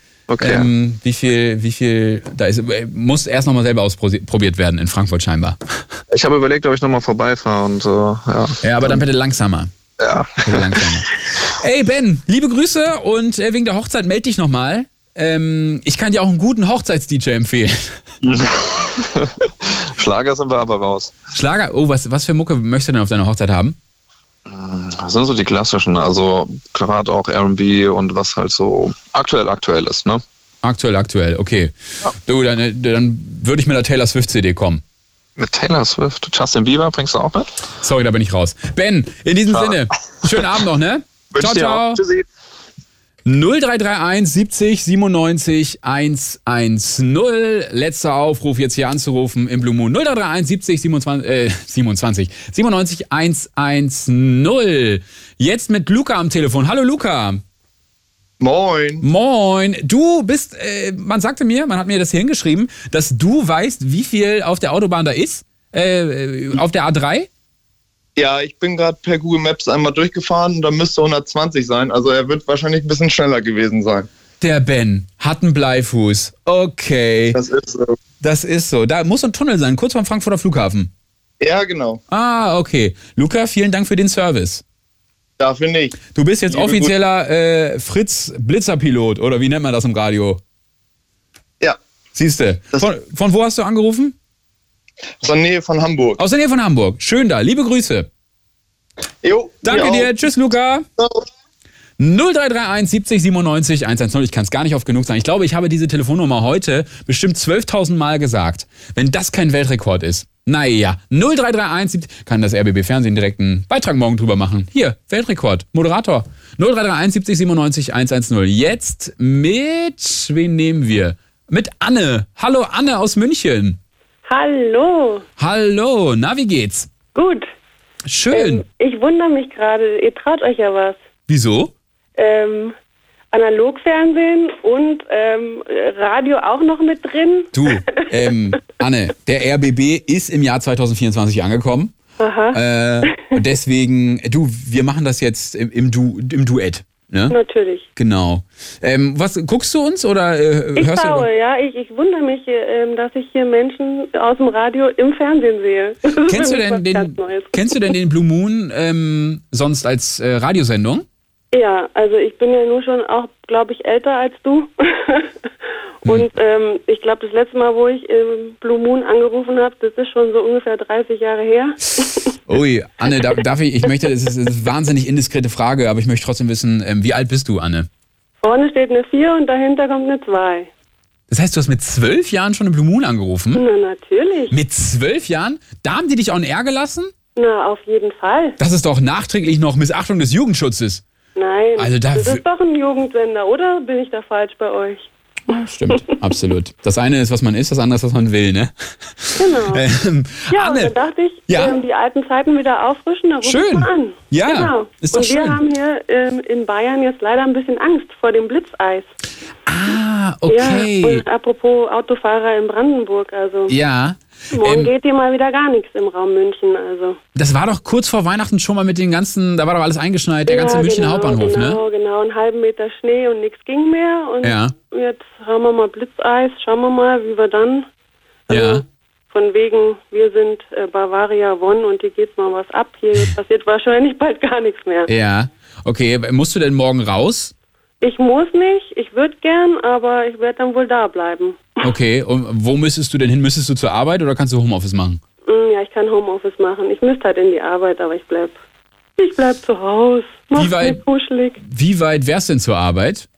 S3: ähm, wie viel, wie viel da ist. Äh, Muss erst nochmal selber ausprobiert werden in Frankfurt scheinbar.
S28: Ich habe überlegt, ob ich nochmal vorbeifahre und äh, ja.
S3: Ja, aber dann bitte langsamer.
S28: Ja.
S3: Ey Ben, liebe Grüße und äh, wegen der Hochzeit melde dich nochmal. Ähm, ich kann dir auch einen guten Hochzeits-DJ empfehlen.
S28: Schlager sind wir aber raus.
S3: Schlager, oh, was, was für Mucke möchtest du denn auf deiner Hochzeit haben?
S28: Das sind so die klassischen, also gerade auch RB und was halt so aktuell aktuell ist, ne?
S3: Aktuell, aktuell, okay. Du, dann, äh, dann würde ich mit der Taylor Swift-CD kommen.
S28: Mit Taylor Swift, Justin Bieber bringst du auch mit?
S3: Sorry, da bin ich raus. Ben, in diesem
S28: Schade.
S3: Sinne, schönen Abend noch, ne?
S28: Wünsch dir auch. Tschüssi.
S3: 0331 70 97 110. Letzter Aufruf, jetzt hier anzurufen im Blue Moon. 0331 70 27, äh, 27 97 110. Jetzt mit Luca am Telefon. Hallo Luca.
S9: Moin.
S3: Moin. Du bist, äh, man sagte mir, man hat mir das hier hingeschrieben, dass du weißt, wie viel auf der Autobahn da ist. Äh, auf der A3?
S9: Ja, ich bin gerade per Google Maps einmal durchgefahren und da müsste 120 sein. Also er wird wahrscheinlich ein bisschen schneller gewesen sein.
S3: Der Ben hat einen Bleifuß. Okay. Das ist so. Das ist so. Da muss ein Tunnel sein, kurz vom Frankfurter Flughafen.
S9: Ja, genau.
S3: Ah, okay. Luca, vielen Dank für den Service.
S9: Dafür nicht.
S3: Du bist jetzt
S9: Liebe
S3: offizieller äh, Fritz-Blitzerpilot oder wie nennt man das im Radio?
S9: Ja.
S3: Siehst du. Von, von wo hast du angerufen?
S9: Aus der Nähe von Hamburg.
S3: Aus der Nähe von Hamburg. Schön da. Liebe Grüße.
S9: Jo.
S3: Danke
S9: auch.
S3: dir. Tschüss, Luca. 0331 70 97 110. Ich kann es gar nicht oft genug sagen. Ich glaube, ich habe diese Telefonnummer heute bestimmt 12.000 Mal gesagt. Wenn das kein Weltrekord ist. Naja, 0331 70 kann das RBB Fernsehen direkt einen Beitrag morgen drüber machen. Hier, Weltrekord, Moderator. 0331 70 97 110. Jetzt mit, wen nehmen wir? Mit Anne. Hallo Anne aus München.
S10: Hallo,
S3: Hallo, na, wie geht's?
S10: gut. Ähm.
S3: Schön.
S10: Ich wundere mich gerade, ihr traut euch ja was.
S3: Wieso?
S10: Ähm, Analogfernsehen und ähm, Radio auch noch mit drin.
S3: Du, ähm, Anne, der RBB ist im Jahr 2024 angekommen.
S10: Aha.
S3: Äh, und deswegen, du, wir machen das jetzt im, im, du, im Duett. Ne?
S10: Natürlich.
S3: Genau. Ähm, was guckst du uns oder äh,
S10: Ich
S3: hörst du?
S10: baue, ja. Ich, ich wundere mich, ähm, dass ich hier Menschen aus dem Radio im Fernsehen sehe. Das ist
S3: Kennst
S10: für
S3: du,
S10: mich was
S3: denn den,
S10: ganz Neues.
S3: kennst du denn den Blue Moon ähm, sonst als äh, Radiosendung?
S10: Ja, also ich bin ja nur schon auch, glaube ich, älter als du.
S3: Hm.
S10: Und ähm, ich glaube, das letzte Mal, wo ich ähm, Blue Moon angerufen habe, das ist schon so ungefähr 30 Jahre her.
S3: Ui, Anne, darf, darf ich, ich möchte, es ist, es ist eine wahnsinnig indiskrete Frage, aber ich möchte trotzdem wissen, ähm, wie alt bist du, Anne?
S10: Vorne steht eine 4 und dahinter kommt eine 2.
S3: Das heißt, du hast mit zwölf Jahren schon im Blue Moon angerufen?
S10: Na, natürlich.
S3: Mit zwölf Jahren? Da haben die dich on air gelassen?
S10: Na, auf jeden Fall.
S3: Das ist doch nachträglich noch Missachtung des Jugendschutzes.
S10: Nein,
S3: Also da-
S10: das ist doch ein Jugendsender, oder? Bin ich da falsch bei euch?
S3: Stimmt, absolut. Das eine ist, was man ist, das andere ist, was man will, ne?
S10: Genau.
S3: Ähm,
S10: Ja, und dann dachte ich,
S3: Ja.
S10: ähm, die alten Zeiten wieder auffrischen, da rufe ich
S3: Schön.
S10: mal an.
S3: Ja,
S10: genau.
S3: ist doch
S10: und wir
S3: schön.
S10: haben hier ähm, in Bayern jetzt leider ein bisschen Angst vor dem Blitzeis.
S3: Ah, okay.
S10: Ja, und apropos Autofahrer in Brandenburg, also
S3: ja,
S10: morgen
S3: ähm,
S10: geht hier mal wieder gar nichts im Raum München, also.
S3: das war doch kurz vor Weihnachten schon mal mit den ganzen, da war doch alles eingeschneit, der ganze
S10: ja,
S3: Münchner
S10: genau,
S3: Hauptbahnhof,
S10: genau,
S3: ne?
S10: Genau, einen halben Meter Schnee und nichts ging mehr. Und
S3: Ja.
S10: jetzt haben wir mal Blitzeis, schauen wir mal, wie wir dann
S3: Ja.
S10: von wegen, wir sind äh, Bavaria Won und hier geht's mal was ab. Hier passiert wahrscheinlich bald gar nichts mehr.
S3: Ja. Okay, musst du denn morgen raus?
S10: Ich muss nicht, ich würde gern, aber ich werde dann wohl da bleiben.
S3: Okay, und wo müsstest du denn hin? Müsstest du zur Arbeit oder kannst du Homeoffice machen?
S10: Hm, ja, ich kann Homeoffice machen. Ich müsste halt in die Arbeit, aber ich bleib. Ich bleib zu Hause. Mach
S3: Wie weit-
S10: mir kuschelig.
S3: Wie weit wär's denn zur Arbeit?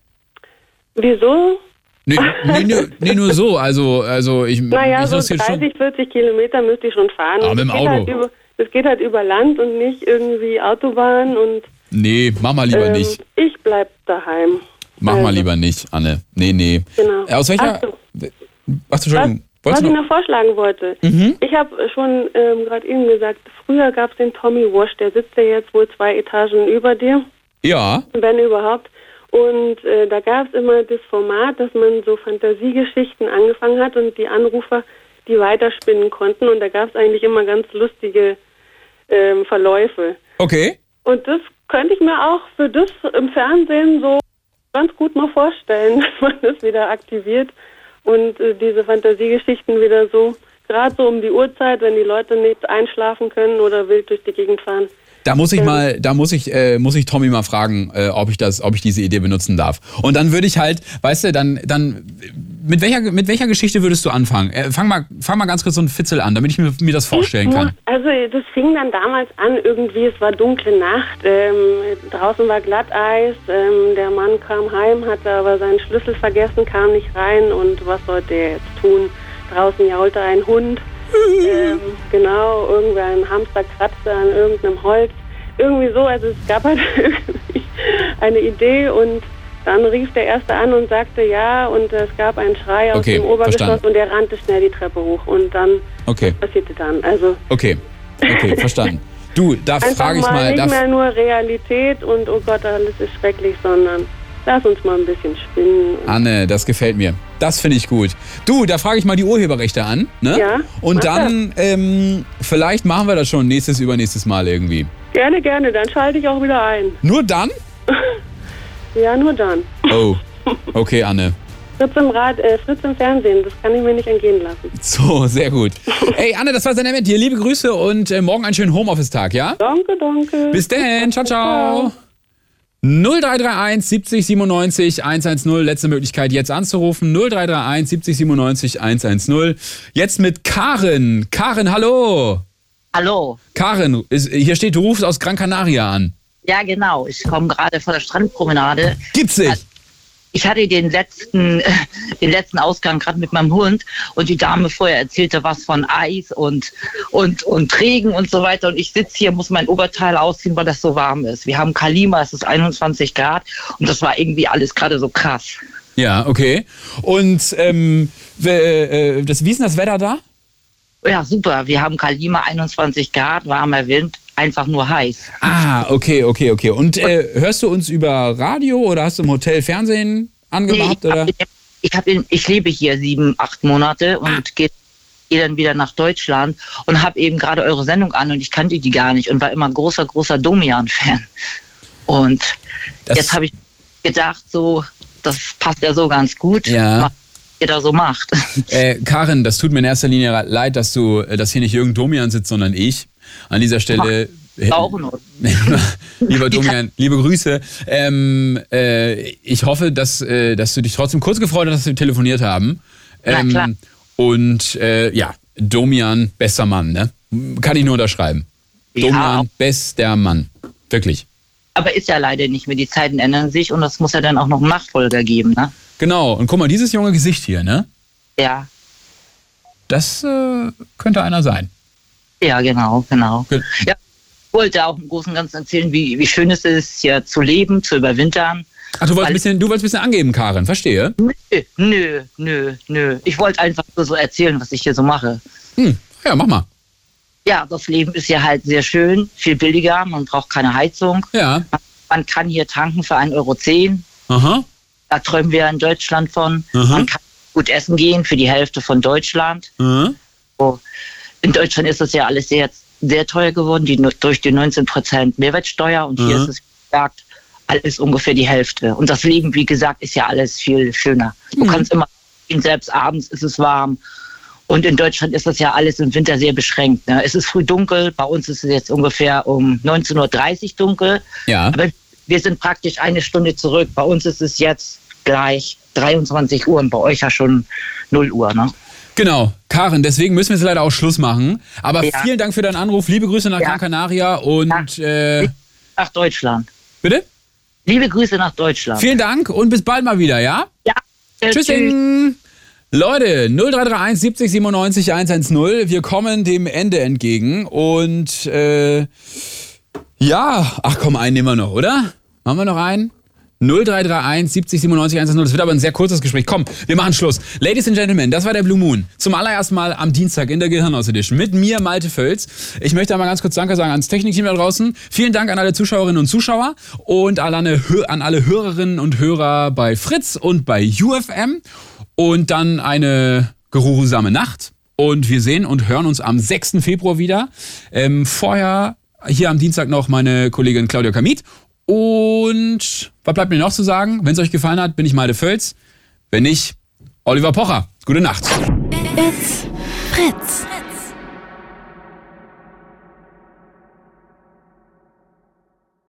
S10: Wieso?
S3: Nee, nee, nee, nee nur so. Also, also ich,
S10: Naja,
S3: ich
S10: so
S3: muss jetzt schon.
S10: 30, 40 Kilometer müsste ich schon fahren.
S3: Aber
S10: Und
S3: mit
S10: es
S3: dem
S10: geht
S3: Auto.
S10: Halt über, es geht halt über Land und nicht irgendwie Autobahn und
S3: Nee, mach mal lieber
S10: ähm,
S3: nicht.
S10: ich bleib daheim.
S3: Mach mal lieber nicht, Anne. Nee, nee.
S10: Genau.
S3: Aus welcher.
S10: Ach so.
S3: Ach, Entschuldigung.
S10: Was
S3: Wolltest du
S10: ich
S3: noch?
S10: noch vorschlagen wollte,
S3: Mhm.
S10: ich habe schon ähm, gerade eben gesagt, früher gab es den Tommy Wash, der sitzt ja jetzt wohl zwei Etagen über dir,
S3: Ja.
S10: wenn überhaupt. Und äh, da gab es immer das Format, dass man so Fantasiegeschichten angefangen hat und die Anrufer die weiterspinnen konnten. Und da gab es eigentlich immer ganz lustige ähm, Verläufe.
S3: Okay.
S10: Und das könnte ich mir auch für das im Fernsehen so ganz gut mal vorstellen, dass man das wieder aktiviert und äh, diese Fantasiegeschichten wieder so, gerade so um die Uhrzeit, wenn die Leute nicht einschlafen können oder wild durch die Gegend fahren.
S3: Da muss ich
S10: Ähm,
S3: mal, da muss ich, äh, muss ich Tommy mal fragen, äh, ob ich das, ob ich diese Idee benutzen darf. Und dann würde ich halt, weißt du, dann, dann, mit welcher, mit welcher Geschichte würdest du anfangen? Äh, fang mal, fang mal ganz kurz so ein Fitzel an, damit ich mir, mir das vorstellen kann.
S10: Also das fing dann damals an irgendwie, es war dunkle Nacht, ähm, draußen war Glatteis, ähm, der Mann kam heim, hatte aber seinen Schlüssel vergessen, kam nicht rein und was sollte er jetzt tun? Draußen jaulte ein Hund, ähm, genau, irgendwer ein Hamster kratzte an irgendeinem Holz, irgendwie so, also es gab halt irgendwie eine Idee und Dann rief der Erste an und sagte ja und es gab einen Schrei aus
S3: Okay,
S10: dem Obergeschoss
S3: verstanden.
S10: und er rannte schnell die Treppe hoch und dann
S3: Okay,
S10: was passierte dann. Also
S3: okay, okay, verstanden. Du, da
S10: einfach
S3: frage ich mal,
S10: nicht
S3: da,
S10: mehr nur Realität und oh Gott, alles ist schrecklich, sondern lass uns mal ein bisschen spinnen.
S3: Anne, das gefällt mir. Das finde ich gut. Du, da frage ich mal die Urheberrechte an, ne?
S10: Ja, mach
S3: Und dann, ähm, vielleicht machen wir das schon nächstes, übernächstes Mal irgendwie.
S10: Gerne, gerne, dann schalte ich auch wieder ein.
S3: Nur dann?
S10: Ja, nur dann.
S3: Oh, okay, Anne.
S10: Fritz im Rad, äh, Fritz im Fernsehen, das kann ich mir nicht entgehen lassen.
S3: So, sehr gut. Ey, Anne, das war's dann mit dir. Liebe Grüße und äh, morgen einen schönen Homeoffice-Tag, ja?
S10: Danke, danke.
S3: Bis denn. Ciao, ciao. 0331 70 97 110. Letzte Möglichkeit, jetzt anzurufen. 0331 70 97 110. Jetzt mit Karin. Karin, hallo.
S29: Hallo.
S3: Karin, ist, hier steht, du rufst aus Gran Canaria an.
S29: Ja, genau. Ich komme gerade von der Strandpromenade. Also,
S3: Gibt's nicht.
S29: Ich hatte den letzten, äh, den letzten Ausgang gerade mit meinem Hund und die Dame vorher erzählte was von Eis und, und, und Regen und so weiter. Und ich sitze hier, muss mein Oberteil ausziehen, weil das so warm ist. Wir haben Kalima, es ist 21 Grad und das war irgendwie alles gerade so krass.
S3: Ja, okay. Und ähm, w- äh, das, wie ist denn das Wetter da?
S29: Ja, super. Wir haben Kalima, 21 Grad, warmer Wind, einfach nur heiß.
S3: Ah, okay, okay, okay. Und äh, hörst du uns über Radio oder hast du im Hotel Fernsehen angemacht? oder?
S29: ich habe in, ich lebe hier sieben, acht Monate und gehe geh dann wieder nach Deutschland und habe eben gerade eure Sendung an und ich kannte die gar nicht und war immer ein großer, großer Domian-Fan. Und jetzt habe ich gedacht, so, das passt ja so ganz gut,
S3: Ja.
S29: was ihr da so macht.
S3: Äh, Karin, das tut mir in erster Linie leid, dass du, äh, dass hier nicht Jürgen Domian sitzt, sondern ich. An dieser Stelle. hätten-
S29: Auch nur.
S3: Lieber Domian, liebe Grüße. Ähm, äh, ich hoffe, dass, äh, dass du dich trotzdem kurz gefreut hast, dass wir telefoniert haben. Ähm,
S29: klar.
S3: Und äh, ja, Domian, bester Mann, ne? Kann ich nur unterschreiben. Domian, bester Mann. Wirklich.
S29: Aber ist ja leider nicht mehr. Die Zeiten ändern sich und das muss ja dann auch noch einen Nachfolger geben, ne?
S3: Genau. Und guck mal, dieses junge Gesicht hier, ne?
S29: Ja.
S3: Das äh, könnte einer sein.
S29: Ja, genau, genau. Ja, ich wollte auch im Großen und Ganzen erzählen, wie, wie schön es ist, hier zu leben, zu überwintern.
S3: Ach, du wolltest ein bisschen, du wolltest ein bisschen angeben, Karin, verstehe.
S29: Nö, nö, nö, nö. Ich wollte einfach nur so erzählen, was ich hier so mache.
S3: Hm, ja, mach mal.
S29: Ja, das Leben ist hier halt sehr schön, viel billiger, man braucht keine Heizung.
S3: Ja.
S29: Man kann hier tanken für 1,10 Euro.
S3: Aha.
S29: Da träumen wir in Deutschland von.
S3: Aha.
S29: Man kann gut essen gehen für die Hälfte von Deutschland.
S3: Mhm.
S29: So. In Deutschland ist das ja alles sehr, sehr teuer geworden, die, durch die 19% Mehrwertsteuer. Und hier
S3: Mhm.
S29: ist es, wie gesagt, alles ungefähr die Hälfte. Und das Leben, wie gesagt, ist ja alles viel schöner. Du kannst immer gehen, selbst abends ist es warm. Und in Deutschland ist das ja alles im Winter sehr beschränkt. Ne? Es ist früh dunkel, bei uns ist es jetzt ungefähr um 19.30 Uhr dunkel.
S3: Ja.
S29: Aber wir sind praktisch eine Stunde zurück. Bei uns ist es jetzt gleich 23 Uhr und bei euch ja schon 0 Uhr. Ne?
S3: Genau, Karin, deswegen müssen wir jetzt leider auch Schluss machen. Aber
S29: Ja.
S3: vielen Dank für deinen Anruf. Liebe Grüße nach Gran Canaria und. Äh,
S29: nach Deutschland.
S3: Bitte?
S29: Liebe Grüße nach Deutschland.
S3: Vielen Dank und bis bald mal wieder, ja?
S29: Ja. Äh,
S3: Tschüssing. Leute, 0331 70 97 110. Wir kommen dem Ende entgegen und äh, ja, ach komm, einen nehmen wir noch, oder? Machen wir noch einen? 0331 70 97 110. Das wird aber ein sehr kurzes Gespräch. Komm, wir machen Schluss. Ladies and Gentlemen, das war der Blue Moon. Zum allerersten Mal am Dienstag in der Gehirnhaus Edition mit mir, Malte Völz. Ich möchte einmal ganz kurz Danke sagen ans Technikteam da draußen. Vielen Dank an alle Zuschauerinnen und Zuschauer und an alle, Hö- an alle Hörerinnen und Hörer bei Fritz und bei UFM. Und dann eine geruhsame Nacht. Und wir sehen und hören uns am 6. Februar wieder. Ähm, vorher hier am Dienstag noch meine Kollegin Claudia Kamit. Und was bleibt mir noch zu sagen? Wenn es euch gefallen hat, bin ich Malte Völz. Wenn nicht, Oliver Pocher. Gute Nacht.
S5: It's Fritz.